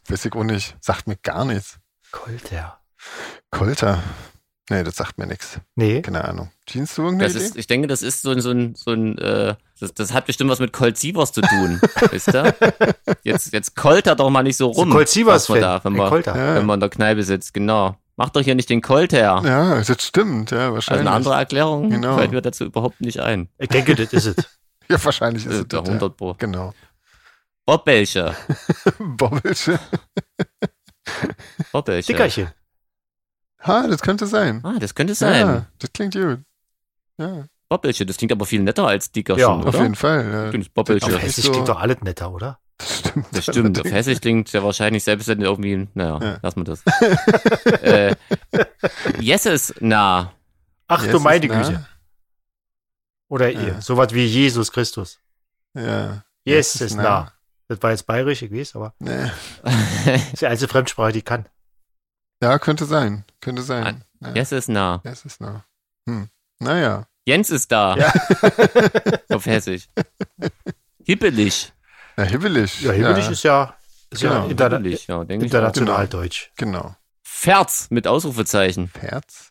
S2: Weiß ich auch nicht. Sagt mir gar nichts.
S1: Kolter.
S2: Kolter. Nee, das sagt mir nichts.
S1: Nee,
S2: Keine Ahnung. Jeans du irgendeine
S3: Das
S2: Idee?
S3: ist, ich denke, das ist so ein, so ein, so ein äh, das, das hat bestimmt was mit Colt Sievers zu tun, wisst ihr? Jetzt, jetzt kolter doch mal nicht so
S1: so
S3: rum.
S1: Colt Sievers
S3: was
S1: Fan.
S3: man da, wenn
S1: Ein
S3: man,
S1: Kolter.
S2: ja,
S3: wenn man in der Kneipe sitzt, genau. Mach doch hier nicht den Kolter.
S2: ja, das stimmt. Ja,
S3: also
S2: wahrscheinlich.
S3: eine andere Erklärung
S2: Genau.
S3: fällt mir dazu überhaupt nicht ein.
S1: Ich denke, das ist es.
S2: ja, wahrscheinlich ist
S3: Äh,
S2: es
S3: der
S2: das.
S3: 100
S2: Ja.
S3: Pro.
S2: Genau.
S3: Bobbelche.
S2: Bobbelsche.
S3: Bobbelche.
S1: Dickerchen.
S2: Ha, das könnte sein.
S3: Ah, das könnte sein.
S2: Ja, das klingt gut. Ja,
S3: Bobbelche, das klingt aber viel netter als Dicker
S1: Ja,
S3: schon,
S2: auf
S3: oder?
S2: jeden Fall. Ja,
S3: Schönes Bobbelche.
S1: Auf
S2: Ja,
S1: Hessisch
S2: so-
S1: klingt doch alles netter, oder?
S2: das stimmt.
S3: Das stimmt. Auf Hessisch klingt ja wahrscheinlich selbst wenn irgendwie, naja,
S2: Ja.
S3: lassen wir das. äh, Jesus, na.
S1: Ach du
S2: Jesus,
S1: meine
S2: na?
S1: Güte. Oder
S2: Ja.
S1: ihr. Sowas wie Jesus Christus.
S2: Ja.
S1: Yes, ist
S2: na.
S1: nah. Das war jetzt bayerisch, ich weiß, aber
S2: Nee.
S1: das ist die einzige Fremdsprache, die ich kann.
S2: Ja, könnte sein. Könnte sein. Ja.
S3: Yes ist nah.
S2: Yes ist nah. Hm. Naja.
S3: Jens ist da. Auf Hessisch. Hippelig.
S2: Ja, hibbelig.
S1: Ja, himmlisch ist ja, ist ja
S2: Genau.
S1: interna
S3: Hippelig, ja, denke ich. auch.
S1: international deutsch.
S2: Genau.
S3: Ferz mit Ausrufezeichen.
S2: Herz.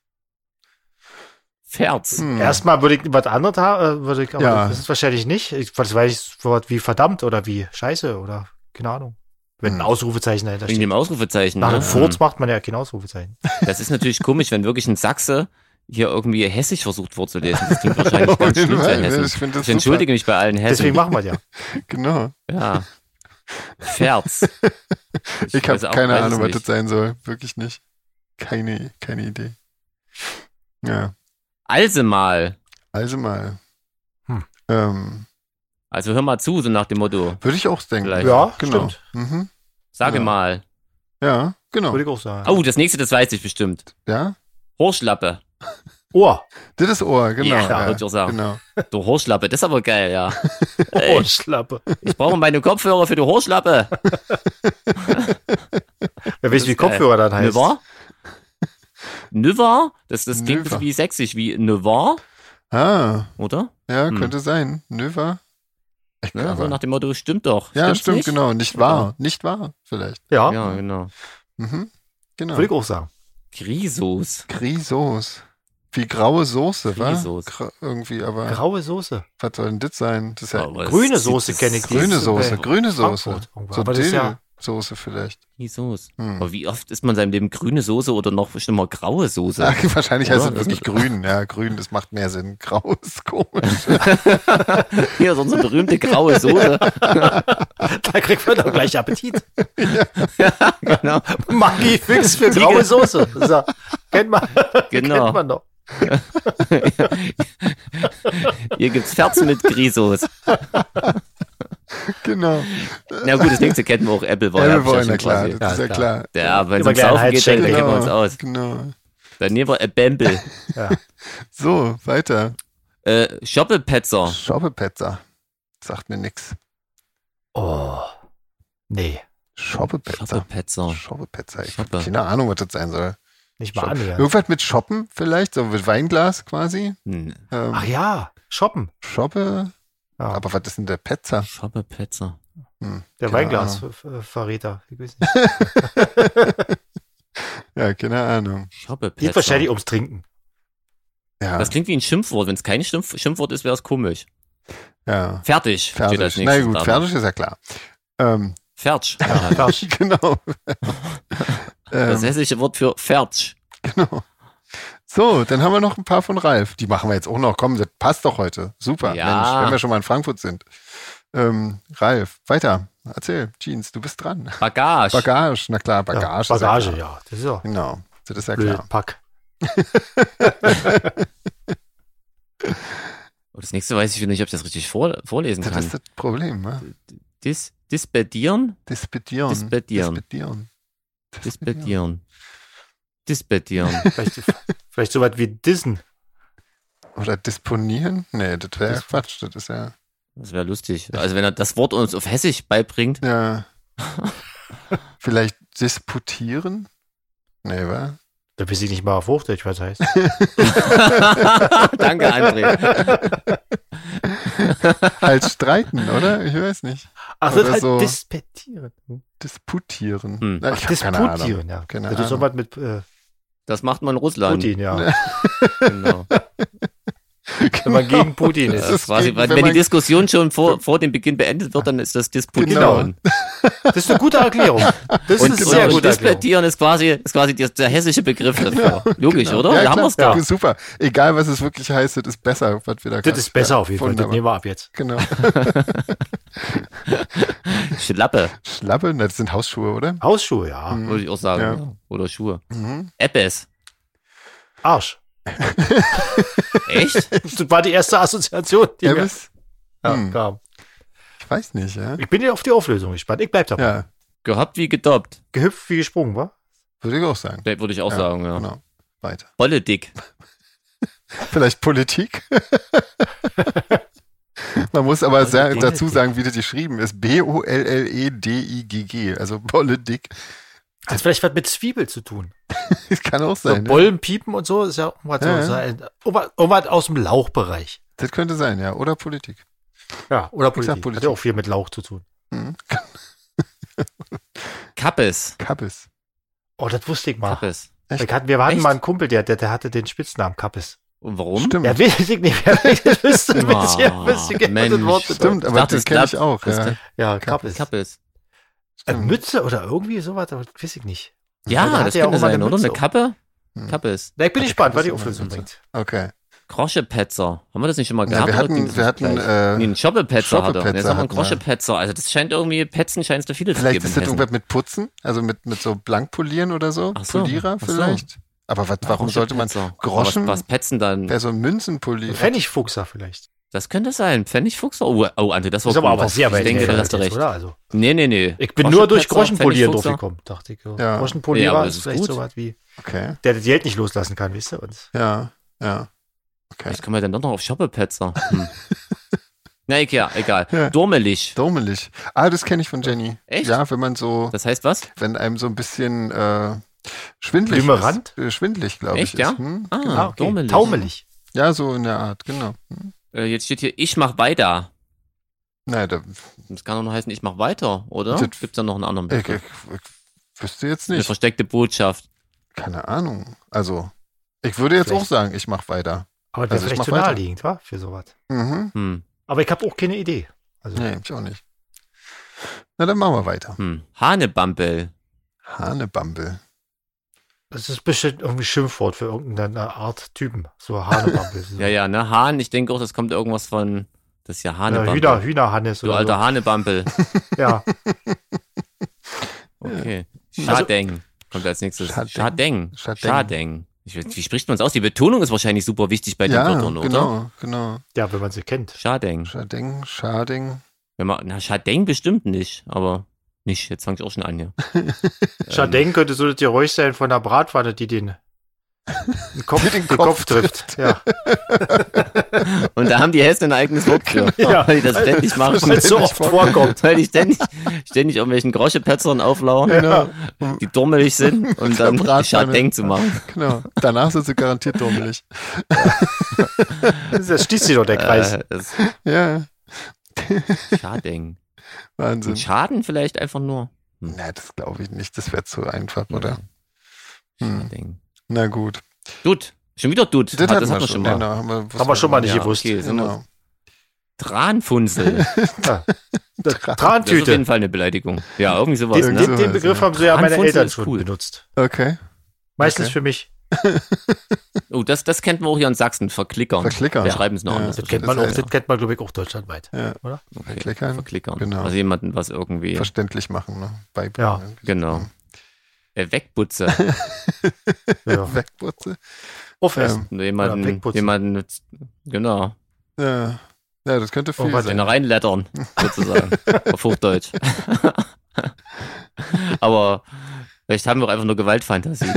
S3: Ferz.
S2: Hm.
S1: Erstmal würde ich was anderes haben, würde ich, aber
S2: Ja.
S1: das ist wahrscheinlich nicht. Ich, das weiß ich, Wort wie verdammt oder wie scheiße oder keine Ahnung. Wenn ein
S2: Hm.
S1: Ausrufezeichen dahinter
S3: Wegen
S1: steht.
S3: dem Ausrufezeichen.
S1: Nach
S3: ne?
S1: einem Furz macht man ja kein Ausrufezeichen.
S3: Das ist natürlich komisch, wenn wirklich ein Sachse hier irgendwie hessisch versucht vorzulesen. Das klingt wahrscheinlich ganz schlimm für Hessen.
S2: Ich finde das
S3: Also Ich entschuldige mich bei allen Hessen.
S1: Deswegen machen wir das ja.
S2: super. Genau.
S3: Ja. Ferz.
S2: Ich habe
S3: weiß auch-
S2: keine
S3: weiß es
S2: Ahnung, was
S3: nicht.
S2: das sein soll. Wirklich nicht. Keine, keine Idee. Ja,
S3: Also mal.
S2: also mal.
S1: Hm.
S2: Ähm,
S3: Also hör mal zu, so nach dem Motto.
S2: Würde ich auch denken.
S3: Vielleicht.
S1: Ja,
S2: genau.
S1: stimmt.
S2: Mhm.
S3: Sage
S2: Ja.
S3: mal.
S2: Ja, genau.
S1: Würde ich auch sagen.
S3: Oh, das nächste, das weiß ich bestimmt.
S2: Ja,
S3: Horschlappe.
S1: Ohr.
S2: das ist Ohr, genau.
S3: Ja,
S2: Ja,
S3: würd ich auch sagen.
S2: Genau.
S3: Du Horschlappe, das ist aber geil, ja. Ey,
S1: Ohrschlappe.
S3: ich brauche meine Kopfhörer für die Horschlappe.
S1: Wer weiß, wie
S3: ist geil.
S1: Kopfhörer dann heißt.
S3: Nüver? Nüver? Ne Das, das klingt
S2: Nüver.
S3: wie sexy, wie Nüver,
S2: Ah,
S3: oder?
S2: ja,
S3: Hm.
S2: könnte sein. Növer. Ich
S3: Ne?
S2: glaube.
S3: So nach dem Motto, stimmt doch.
S2: ja,
S3: Stimmt's
S2: stimmt,
S3: nicht?
S2: genau. Nicht wahr. Nicht wahr, vielleicht.
S1: Ja,
S3: Ja, genau.
S2: Mhm. Genau.
S1: würde ich auch sagen.
S3: Grisos.
S2: Grisos. Wie graue Soße, wa?
S3: Grisos.
S2: Gra irgendwie, aber
S1: Graue Soße.
S2: was soll denn das sein? Das ist ja
S3: Aber es
S1: grüne
S3: sieht-
S1: Soße
S3: es-
S1: kenne ich.
S2: grüne
S1: das ist
S2: Soße,
S1: bei
S2: grüne Soße.
S1: Frankfurt irgendwo.
S2: So
S1: Aber das ist ja,
S2: Dill-Soße vielleicht.
S3: Grisos.
S2: Hm.
S3: Aber wie oft isst man in seinem Leben grüne Soße oder noch schlimmer graue Soße?
S2: Ah, wahrscheinlich heißt
S3: Oder?
S2: es wirklich grün. Ja, grün, das macht mehr Sinn. Grau ist komisch.
S3: Hier ist unsere berühmte graue Soße.
S1: da kriegt man doch gleich Appetit.
S3: genau,
S1: Maggi Fix für graue Soße. So, kennt man, kennt
S3: genau.
S1: man doch.
S3: Hier gibt's Ferz mit Grisos.
S2: genau.
S3: Na gut, das nächste kennen wir auch. Apple war
S2: Ja,
S3: ja,
S2: wir wollen, na
S3: schon
S2: klar,
S3: quasi.
S2: das ist
S1: Ja,
S2: ja klar.
S3: Ja, wenn es
S1: Immer gleich
S3: ums Saufen geht, dann
S1: Halsschenkel.
S3: kennen wir uns aus.
S2: Genau.
S3: Dann nehmen wir äh, Bamble.
S2: So, weiter.
S3: Äh, Shoppepetzer.
S2: Schoppepetzer. Sagt mir nix.
S1: Oh, nee,
S2: Schoppepetzer.
S3: Shoppepetzer.
S2: Schoppepetzer. Ich
S3: oh. Schoppe.
S2: habe keine Ahnung, was das sein soll.
S1: nicht mal
S2: Schopp-
S1: annähernd.
S2: Irgendwas mit Shoppen vielleicht, so mit Weinglas quasi.
S3: Hm.
S2: Ähm,
S1: Ach ja, Shoppen.
S2: Shoppe.
S1: Ja.
S2: Aber was ist denn der Petzer?
S3: Schoppe Petzer.
S2: Hm,
S1: Der
S2: keine Ahnung.
S1: Weinglasverräter. Ich weiß nicht.
S2: Ja, keine Ahnung.
S3: Schoppe Petzer.
S1: Geht wahrscheinlich um- ums Trinken.
S2: Ja,
S3: Das klingt wie ein Schimpfwort. Wenn es kein Schimpf Schimpfwort ist, wäre es komisch.
S2: ja.
S3: Fertig. steht als
S2: Fertig.
S3: nächstes
S2: Na gut,
S3: da.
S2: fertig ist ja klar. Ähm,
S3: Fertsch.
S1: Fertig.
S2: genau. ähm,
S3: Das hässliche Wort für Fertsch.
S2: genau. So, dann haben wir noch ein paar von Ralf. Die machen wir jetzt auch noch. Komm, das passt doch heute. Super.
S3: Ja.
S2: Mensch, wenn wir schon mal in Frankfurt sind. Ähm, Ralf, weiter. Erzähl, Jeans, du bist dran.
S3: Bagage.
S2: Bagage, na klar, Bagage.
S1: ja,
S2: ist ja
S1: Bagage,
S2: klar.
S1: ja. Das ist ja
S2: Genau, das ist ja
S1: blöd.
S2: klar.
S1: Pack.
S3: Oh, das nächste weiß ich wieder nicht, ob ich das richtig vor, vorlesen
S2: Das
S3: kann.
S2: ist das Problem, ne?
S3: Dis, dispedieren?
S2: Dispedieren.
S3: Dispedieren.
S2: Dispedieren.
S3: Dispedieren. Dispedieren.
S1: Vielleicht, vielleicht so weit wie Dissen.
S2: Oder disponieren? Nee, das wäre
S3: Dispo-
S2: Quatsch. Das ist ja.
S3: Das wäre lustig. Also wenn er das Wort uns auf Hessisch beibringt,
S2: ja. Vielleicht disputieren? Nee, wa?
S1: Da weiß ich nicht mal auf Hochdeutsch, was heißt.
S3: Danke, André.
S2: Halt streiten, oder? Ich weiß nicht.
S1: Ach,
S2: Oder
S1: das heißt
S2: so.
S1: dispetieren.
S2: Disputieren.
S3: Hm.
S2: Na, ich hab keine Ahnung.
S1: Disputieren, ja.
S2: Keine
S1: das ist
S2: Ahnung.
S1: sowas mit äh,
S3: Das macht man in Russland.
S1: Putin, ja.
S3: Genau.
S1: Wenn man gegen Putin
S2: Genau. Das
S1: ist.
S3: Das
S2: ist
S3: quasi,
S2: gegen-
S3: weil,
S2: wenn
S3: wenn die
S2: man-
S3: Diskussion schon vor, vor dem Beginn beendet wird, dann ist das
S2: Genau.
S3: Disputieren.
S1: Das ist eine gute Erklärung. Das
S3: Und,
S1: ist eine sehr
S3: und, und
S1: gute Erklärung.
S3: Disputieren ist quasi, ist quasi der, der hessische Begriff dafür. Logisch, oder?
S2: genau. Ja,
S3: da haben
S2: klar.
S3: wir es doch.
S2: Ja, Super. Egal, was es wirklich heißt, das ist besser, was wir da
S1: Das ist besser auf jeden Fall. Das
S2: Wunderbar.
S1: nehmen wir ab jetzt.
S2: Genau.
S3: Schlappe,
S2: Schlappe, na, das sind Hausschuhe, oder?
S1: Hausschuhe, ja.
S2: Hm.
S3: würde ich auch sagen. Oder Schuhe.
S2: Mhm.
S3: Eppes.
S1: Arsch.
S3: Echt?
S1: Das war die erste Assoziation, die mir
S2: Elvis?
S1: ja,
S2: Hm.
S1: kam.
S2: Ich weiß nicht, ja.
S1: Ich bin ja auf die Auflösung gespannt. Ich bleib dabei.
S2: Ja,
S3: Gehabt wie gedoppt.
S1: Gehüpft wie gesprungen, wa?
S2: würde ich auch sagen.
S3: Würde ich auch
S2: Ja,
S3: sagen, ja.
S2: Genau. Weiter.
S3: Bolle dick.
S2: Vielleicht Politik. Man muss aber sehr, dazu sagen, wie das geschrieben ist. E B-O-L-L-E-D-I-G-G. Also Bolle Dick.
S1: Hat vielleicht was mit Zwiebel zu tun.
S2: Das kann auch
S1: So
S2: sein. ne?
S1: Bollen piepen und so ist ja irgendwas,
S2: Ja, ja.
S1: so, so ein, irgendwas- irgendwas aus dem Lauchbereich.
S2: Das könnte sein, ja. Oder Politik.
S1: Ja, oder
S2: Ich sag
S1: Politik. Hat
S2: Politik.
S1: ja auch viel mit Lauch zu tun.
S2: Mhm.
S3: Kappes.
S2: Kappes.
S1: Oh, das wusste ich mal.
S3: Kappes.
S1: Ich hatten, wir hatten
S3: Echt?
S1: mal einen Kumpel, der, der, der hatte den Spitznamen Kappes.
S3: Und warum?
S2: Stimmt.
S1: Ja, weiß ich nicht, wer das wüsste, wüsste,
S3: Ah,
S1: ich- wüsste ich genau das
S3: Mensch.
S1: Wort. bedeutet.
S2: Stimmt, aber
S3: dachte,
S2: das
S3: es
S2: kenne
S3: klappt.
S2: ich auch.
S3: Das-
S2: Ja.
S1: Ja, Kappes.
S3: Kappes.
S1: Eine
S2: Stimmt.
S1: Mütze oder irgendwie sowas, aber das weiß ich nicht. Ja,
S3: Ja,
S1: da hat
S3: das
S1: er ja
S3: könnte
S1: auch mal
S3: sein,
S1: eine
S3: oder? Eine
S1: Mütze um.
S3: Kappe?
S2: Hm.
S3: Kappes.
S1: Na, ich bin
S2: Hat die
S1: gespannt, was die
S2: Kappes
S1: Auflösung
S2: immer eine
S1: bringt.
S2: Okay.
S3: Groschepetzer. Haben wir das nicht schon mal
S2: Ja,
S3: gehabt?
S2: wir
S3: oder klingt
S2: hatten,
S3: das
S2: wir
S3: jetzt
S2: hatten
S3: gleich? Nee,
S2: äh,
S3: einen Schoppepetzer hat er.
S2: Schoppepetzer
S3: Und Jetzt haben wir einen
S2: hatten wir.
S3: Groschepetzer. Also das scheint irgendwie, Petzen scheint es da viele
S2: vielleicht
S3: zu
S2: ist
S3: geben.
S2: das
S3: in Hessen.
S2: irgendwas mit Putzen, also mit, mit so Blankpolieren oder so.
S3: Ach so,
S2: Polierer
S3: ach so.
S2: vielleicht. Aber was, warum sollte man
S3: Groschepetzer.
S2: Groschen-
S3: Was, was petzen dann?
S2: Wer so ein Münzenpulli.
S1: Pfennigfuchser vielleicht.
S3: Das könnte sein. Pfennigfuchser? Oh, oh André, das
S1: Das
S3: war
S1: ist aber
S3: gut.
S1: auch sehr
S3: Ich
S1: weit
S3: denke, da hast du
S1: hergeleitet,
S3: recht.
S1: Oder? Also,
S3: Nee, nee, nee.
S1: ich bin nur durch
S3: Groschenpetzer,
S1: Groschenpolieren
S3: Pfennigfuchser.
S1: draufgekommen, dachte ich. so.
S2: Ja.
S1: Groschenpolierer
S3: Ja, aber das
S1: ist
S3: ist
S1: vielleicht
S3: gut.
S1: sowas wie,
S2: Okay.
S1: der das Geld nicht loslassen kann, weißt du? Und
S2: Ja, ja. Okay.
S3: Vielleicht kommen wir dann doch noch auf Schoppepetzer. Hm. Na, egal, egal.
S2: Ja.
S3: Durmelig.
S2: Dummelig. Ah, das kenne ich von Jenny.
S3: Echt?
S2: Ja, wenn man so,
S3: Das heißt was?
S2: wenn einem so ein bisschen äh, schwindelig
S1: Blümerand?
S2: ist. Äh, Schwindelig, glaube ich.
S3: Echt, ja?
S2: Ist. Hm?
S3: Ah,
S2: genau.
S1: okay.
S3: Dummelig.
S1: taumelig.
S2: Ja, so in der Art, genau.
S3: Äh, jetzt steht hier, ich mach weiter.
S2: Nein, da,
S3: Das kann doch nur heißen, ich mach weiter, oder?
S2: Das-
S3: Gibt's da noch einen anderen
S2: ich, ich,
S3: Begriff?
S2: ich wüsste jetzt
S3: Eine
S2: nicht.
S3: versteckte Botschaft.
S2: Keine Ahnung. Also, ich würde jetzt
S1: Vielleicht-
S2: auch sagen, ich mache weiter.
S1: Aber das
S2: Also
S1: ist
S2: ich
S1: vielleicht
S2: mach
S1: zu
S2: weiter.
S1: naheliegend, wa? Für sowas.
S2: Mhm.
S3: Hm,
S1: Aber ich habe auch keine Idee. Also,
S2: Nee, ich auch nicht. Na, dann machen wir weiter.
S3: hm. Hanebampel.
S2: Hanebumble.
S1: das ist bestimmt irgendwie Schimpfwort für irgendeine Art Typen. So Hanebampel. so.
S3: Ja, ja, ne? Hahn, ich denke auch, das kommt irgendwas von. Das ist ja
S1: Ja,
S3: Hanebampel.
S1: Hühner, Hühnerhannes
S3: du
S1: oder
S3: alter Hanebampel.
S1: so. Ja,
S3: Okay. Schadeng. Kommt als nächstes.
S2: Schadeng.
S3: Schadeng.
S2: Schadeng.
S3: Schadeng. Ich weiß, nicht, wie spricht man es aus? Die Betonung ist wahrscheinlich super wichtig bei den
S2: Ja,
S3: Wörtern, oder?
S2: genau, genau.
S1: ja, wenn man sie kennt.
S3: Schadeng.
S2: Schading, Schading.
S3: Wenn man, na, Schadeng bestimmt nicht, aber nicht. Jetzt fange ich auch schon an hier.
S1: Schadenk könnte so das Geräusch sein von der Bratpfanne, die den Den Kopf, den Kopf trifft. Ja.
S3: Und da haben die Hessen ein eigenes Wort für,
S1: Ja.
S3: weil die das ständig machen,
S1: Weil es so oft vorkommt.
S3: weil die ständig, ständig irgendwelchen Groschepetzern auflauern,
S2: Genau,
S3: die dummelig sind und dann
S2: Bratpfanne.
S3: Schadeng zu machen.
S2: Genau. Danach sind sie garantiert dummelig.
S1: Das schließt sich doch der Kreis.
S3: Äh, das
S2: Ja,
S3: Schadeng. Und
S2: Wahnsinn.
S3: Schaden vielleicht einfach nur.
S2: Na, das glaube ich nicht. Das wäre zu einfach, oder? Hm.
S3: Schadeng.
S2: Na gut.
S3: Dude. Schon wieder Dude.
S2: Das,
S3: Hat-
S2: hatten
S3: das
S2: wir
S3: hatten wir schon mal.
S2: Genau, haben wir, wussten
S1: Haben wir schon mal nicht
S3: Ja,
S1: gewusst.
S3: okay. sind wir-
S2: Genau.
S3: Tranfunzel.
S1: Das-
S3: Das ist auf jeden
S1: Trantüte.
S3: Fall eine Beleidigung. Ja, irgendwie sowas,
S1: Den,
S3: ne?
S1: den, den Begriff haben sie ja meine
S3: Tranfunzel
S1: Eltern
S3: ist
S1: schon
S3: cool.
S1: benutzt.
S2: Okay.
S1: Meistens
S2: Okay.
S1: für mich.
S3: Oh, das, das kennt man auch hier in Sachsen. Verklickern.
S2: Verklickern.
S3: Wir schreiben es noch
S2: Ja.
S3: anders.
S1: Das kennt man auch,
S2: heißt-
S1: das kennt man, glaube ich, auch deutschlandweit.
S3: Okay.
S2: Verklickern.
S3: Verklickern.
S2: Genau.
S3: Also jemanden was irgendwie.
S2: Verständlich machen, ne? Beibringen.
S3: Genau. Äh, Wegputze.
S1: Ja.
S2: Wegputze. Ähm.
S1: Aufessen.
S3: Nur jemanden,
S1: wegputzen.
S3: jemanden, mit- genau,
S2: Ja. ja, das könnte viel
S1: Oh, warte,
S2: sein.
S3: den reinlettern, sozusagen, auf Hochdeutsch. Aber vielleicht haben wir auch einfach nur Gewaltfantasie.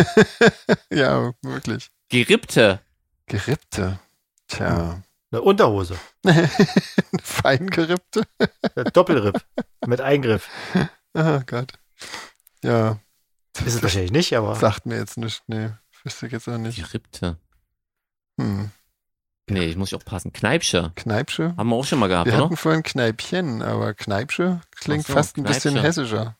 S2: Ja, wirklich.
S3: Gerippte,
S2: Gerippte. Tja.
S1: Eine Unterhose. Hm.
S2: Feingerippte.
S1: Eine Doppelripp. mit Eingriff.
S2: Oh Gott. Ja,
S1: Ist es wahrscheinlich nicht, aber
S2: sagt mir jetzt nichts. Nee, wüsste ich jetzt auch nicht.
S3: Gerippte.
S2: Hm.
S3: Nee, ich muss auch passen. Kneipsche.
S2: Kneipsche.
S3: Haben wir auch schon mal gehabt,
S2: Wir
S3: oder?
S2: hatten vorhin Kneipchen, aber Kneipsche klingt
S3: Ach so,
S2: fast ein bisschen
S3: Kneipsche.
S2: hessischer.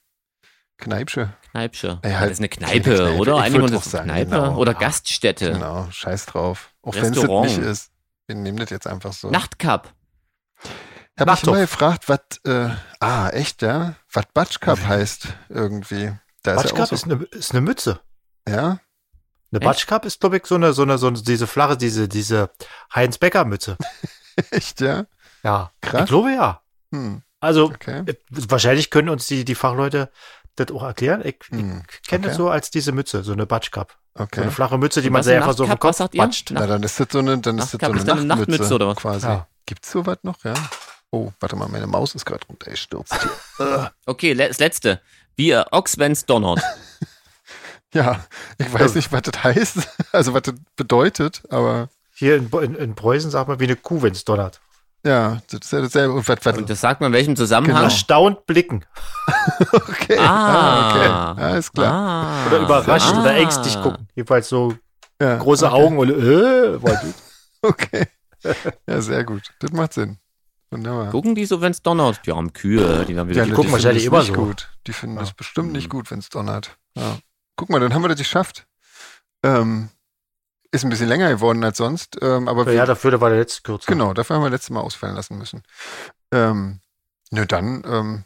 S2: Kneipsche.
S3: Kneipsche.
S2: Ja,
S3: Ja,
S2: halt
S3: das ist eine
S2: kleine
S3: Kneipe,
S2: Kneipe.
S3: oder?
S2: Ich
S3: Einige
S2: würd
S3: nennen
S2: auch
S3: das
S2: sagen,
S3: Kneipe
S2: genau.
S3: oder
S2: Ja.
S3: Gaststätte.
S2: Genau, scheiß drauf. Auch wenn es das
S3: Restaurant.
S2: nicht ist. Wir nehmen das jetzt einfach so.
S3: Nachtcup.
S2: Ich habe mich
S1: Nachthof.
S2: immer gefragt, was, äh, ah, echt, ja? Was Batschkap
S3: Mhm.
S2: heißt irgendwie. Da ist ja auch
S1: Batschkap
S2: so,
S1: ist, eine, ist eine Mütze.
S2: ja?
S1: Eine
S3: Echt?
S1: Batschkap ist, glaube ich, so eine, so eine, so eine, diese flache, diese, diese Heinz-Becker-Mütze.
S2: Echt, ja?
S1: Ja. Ich
S2: Krass.
S1: glaube ja.
S2: Hm,
S1: Also,
S2: okay.
S1: äh, wahrscheinlich können uns die, die Fachleute das auch erklären. Ich,
S2: Hm,
S1: ich kenne
S2: okay.
S1: das so als diese Mütze, so eine Batschkap. So
S2: okay.
S1: eine flache Mütze, die
S3: Und
S1: man
S3: was ist
S1: sehr einfach so auf den
S3: Nachtcup?
S1: Kopf
S3: Was sagt ihr?
S1: batscht.
S2: Na, dann ist das so eine, dann ist das so
S3: Nachtkappe
S2: eine
S3: ist dann eine
S2: Nachtmütze,
S3: Nachtmütze oder was?
S2: quasi.
S1: Ja.
S2: Gibt's sowas noch, ja? Oh, warte mal, meine Maus ist gerade runter, ich stürzt hier.
S3: Okay, le das letzte. Bier, Ochs, wenn's donnert.
S2: Ja, ich weiß nicht, was das heißt, also was das bedeutet, aber
S1: Hier in, Bo- in, in Preußen sagt man wie eine Kuh, wenn es donnert.
S2: ja, das ist ja dasselbe. Und was, was,
S3: Und das sagt man in welchem Zusammenhang?
S2: Genau.
S1: Erstaunt blicken
S2: okay.
S3: Ah.
S2: okay. Alles klar.
S3: Ah.
S1: oder überrascht
S3: Ah.
S1: oder ängstlich gucken. Jedenfalls so
S2: Ja,
S1: große
S2: okay.
S1: Augen und äh, wollt ihr-
S2: Okay. Ja, sehr gut. Das macht Sinn. Wunderbar.
S3: Gucken die so, wenn's donnert? Die haben Kühe, die haben wieder
S1: die
S2: ne,
S1: gucken
S2: finden
S1: wahrscheinlich
S2: das
S1: immer so.
S2: nicht Gut. Die finden das
S1: Ja.
S2: bestimmt nicht
S3: Mhm.
S2: gut, wenn es donnert. Ja. Guck mal, dann haben wir das geschafft. Ähm, ist ein bisschen länger geworden als sonst, ähm, aber
S1: Ja,
S2: wir,
S1: dafür da war der letzte kürzer.
S2: genau, dafür haben wir letztes Mal ausfallen lassen müssen. Ähm, nö, dann, ähm,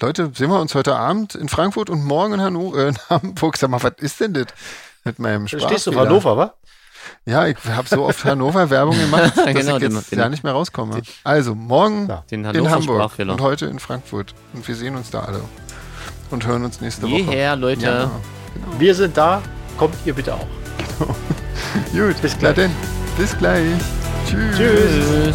S2: Leute, sehen wir uns heute Abend in Frankfurt und morgen in Hannover, äh, in Hamburg. Sag mal, was ist denn das mit meinem
S1: Da
S2: Sprachfehler?
S1: stehst du in Hannover, wa?
S2: Ja, ich habe so oft Hannover-Werbung gemacht, dass
S3: Genau,
S2: ich jetzt
S3: den-
S2: ja nicht mehr rauskomme. Also, morgen
S1: Ja.
S3: Den
S2: in Hamburg
S3: Hannover-Sprachfehler.
S2: und heute in Frankfurt. Und wir sehen uns da alle. Und hören uns nächste Woche.
S3: Jeher, Leute.
S2: Ja, genau.
S1: Wir sind da, kommt ihr bitte auch.
S2: gut. Bis
S1: gleich.
S2: Bis gleich. Tschüss.
S1: Tschüss.
S3: Tschüss.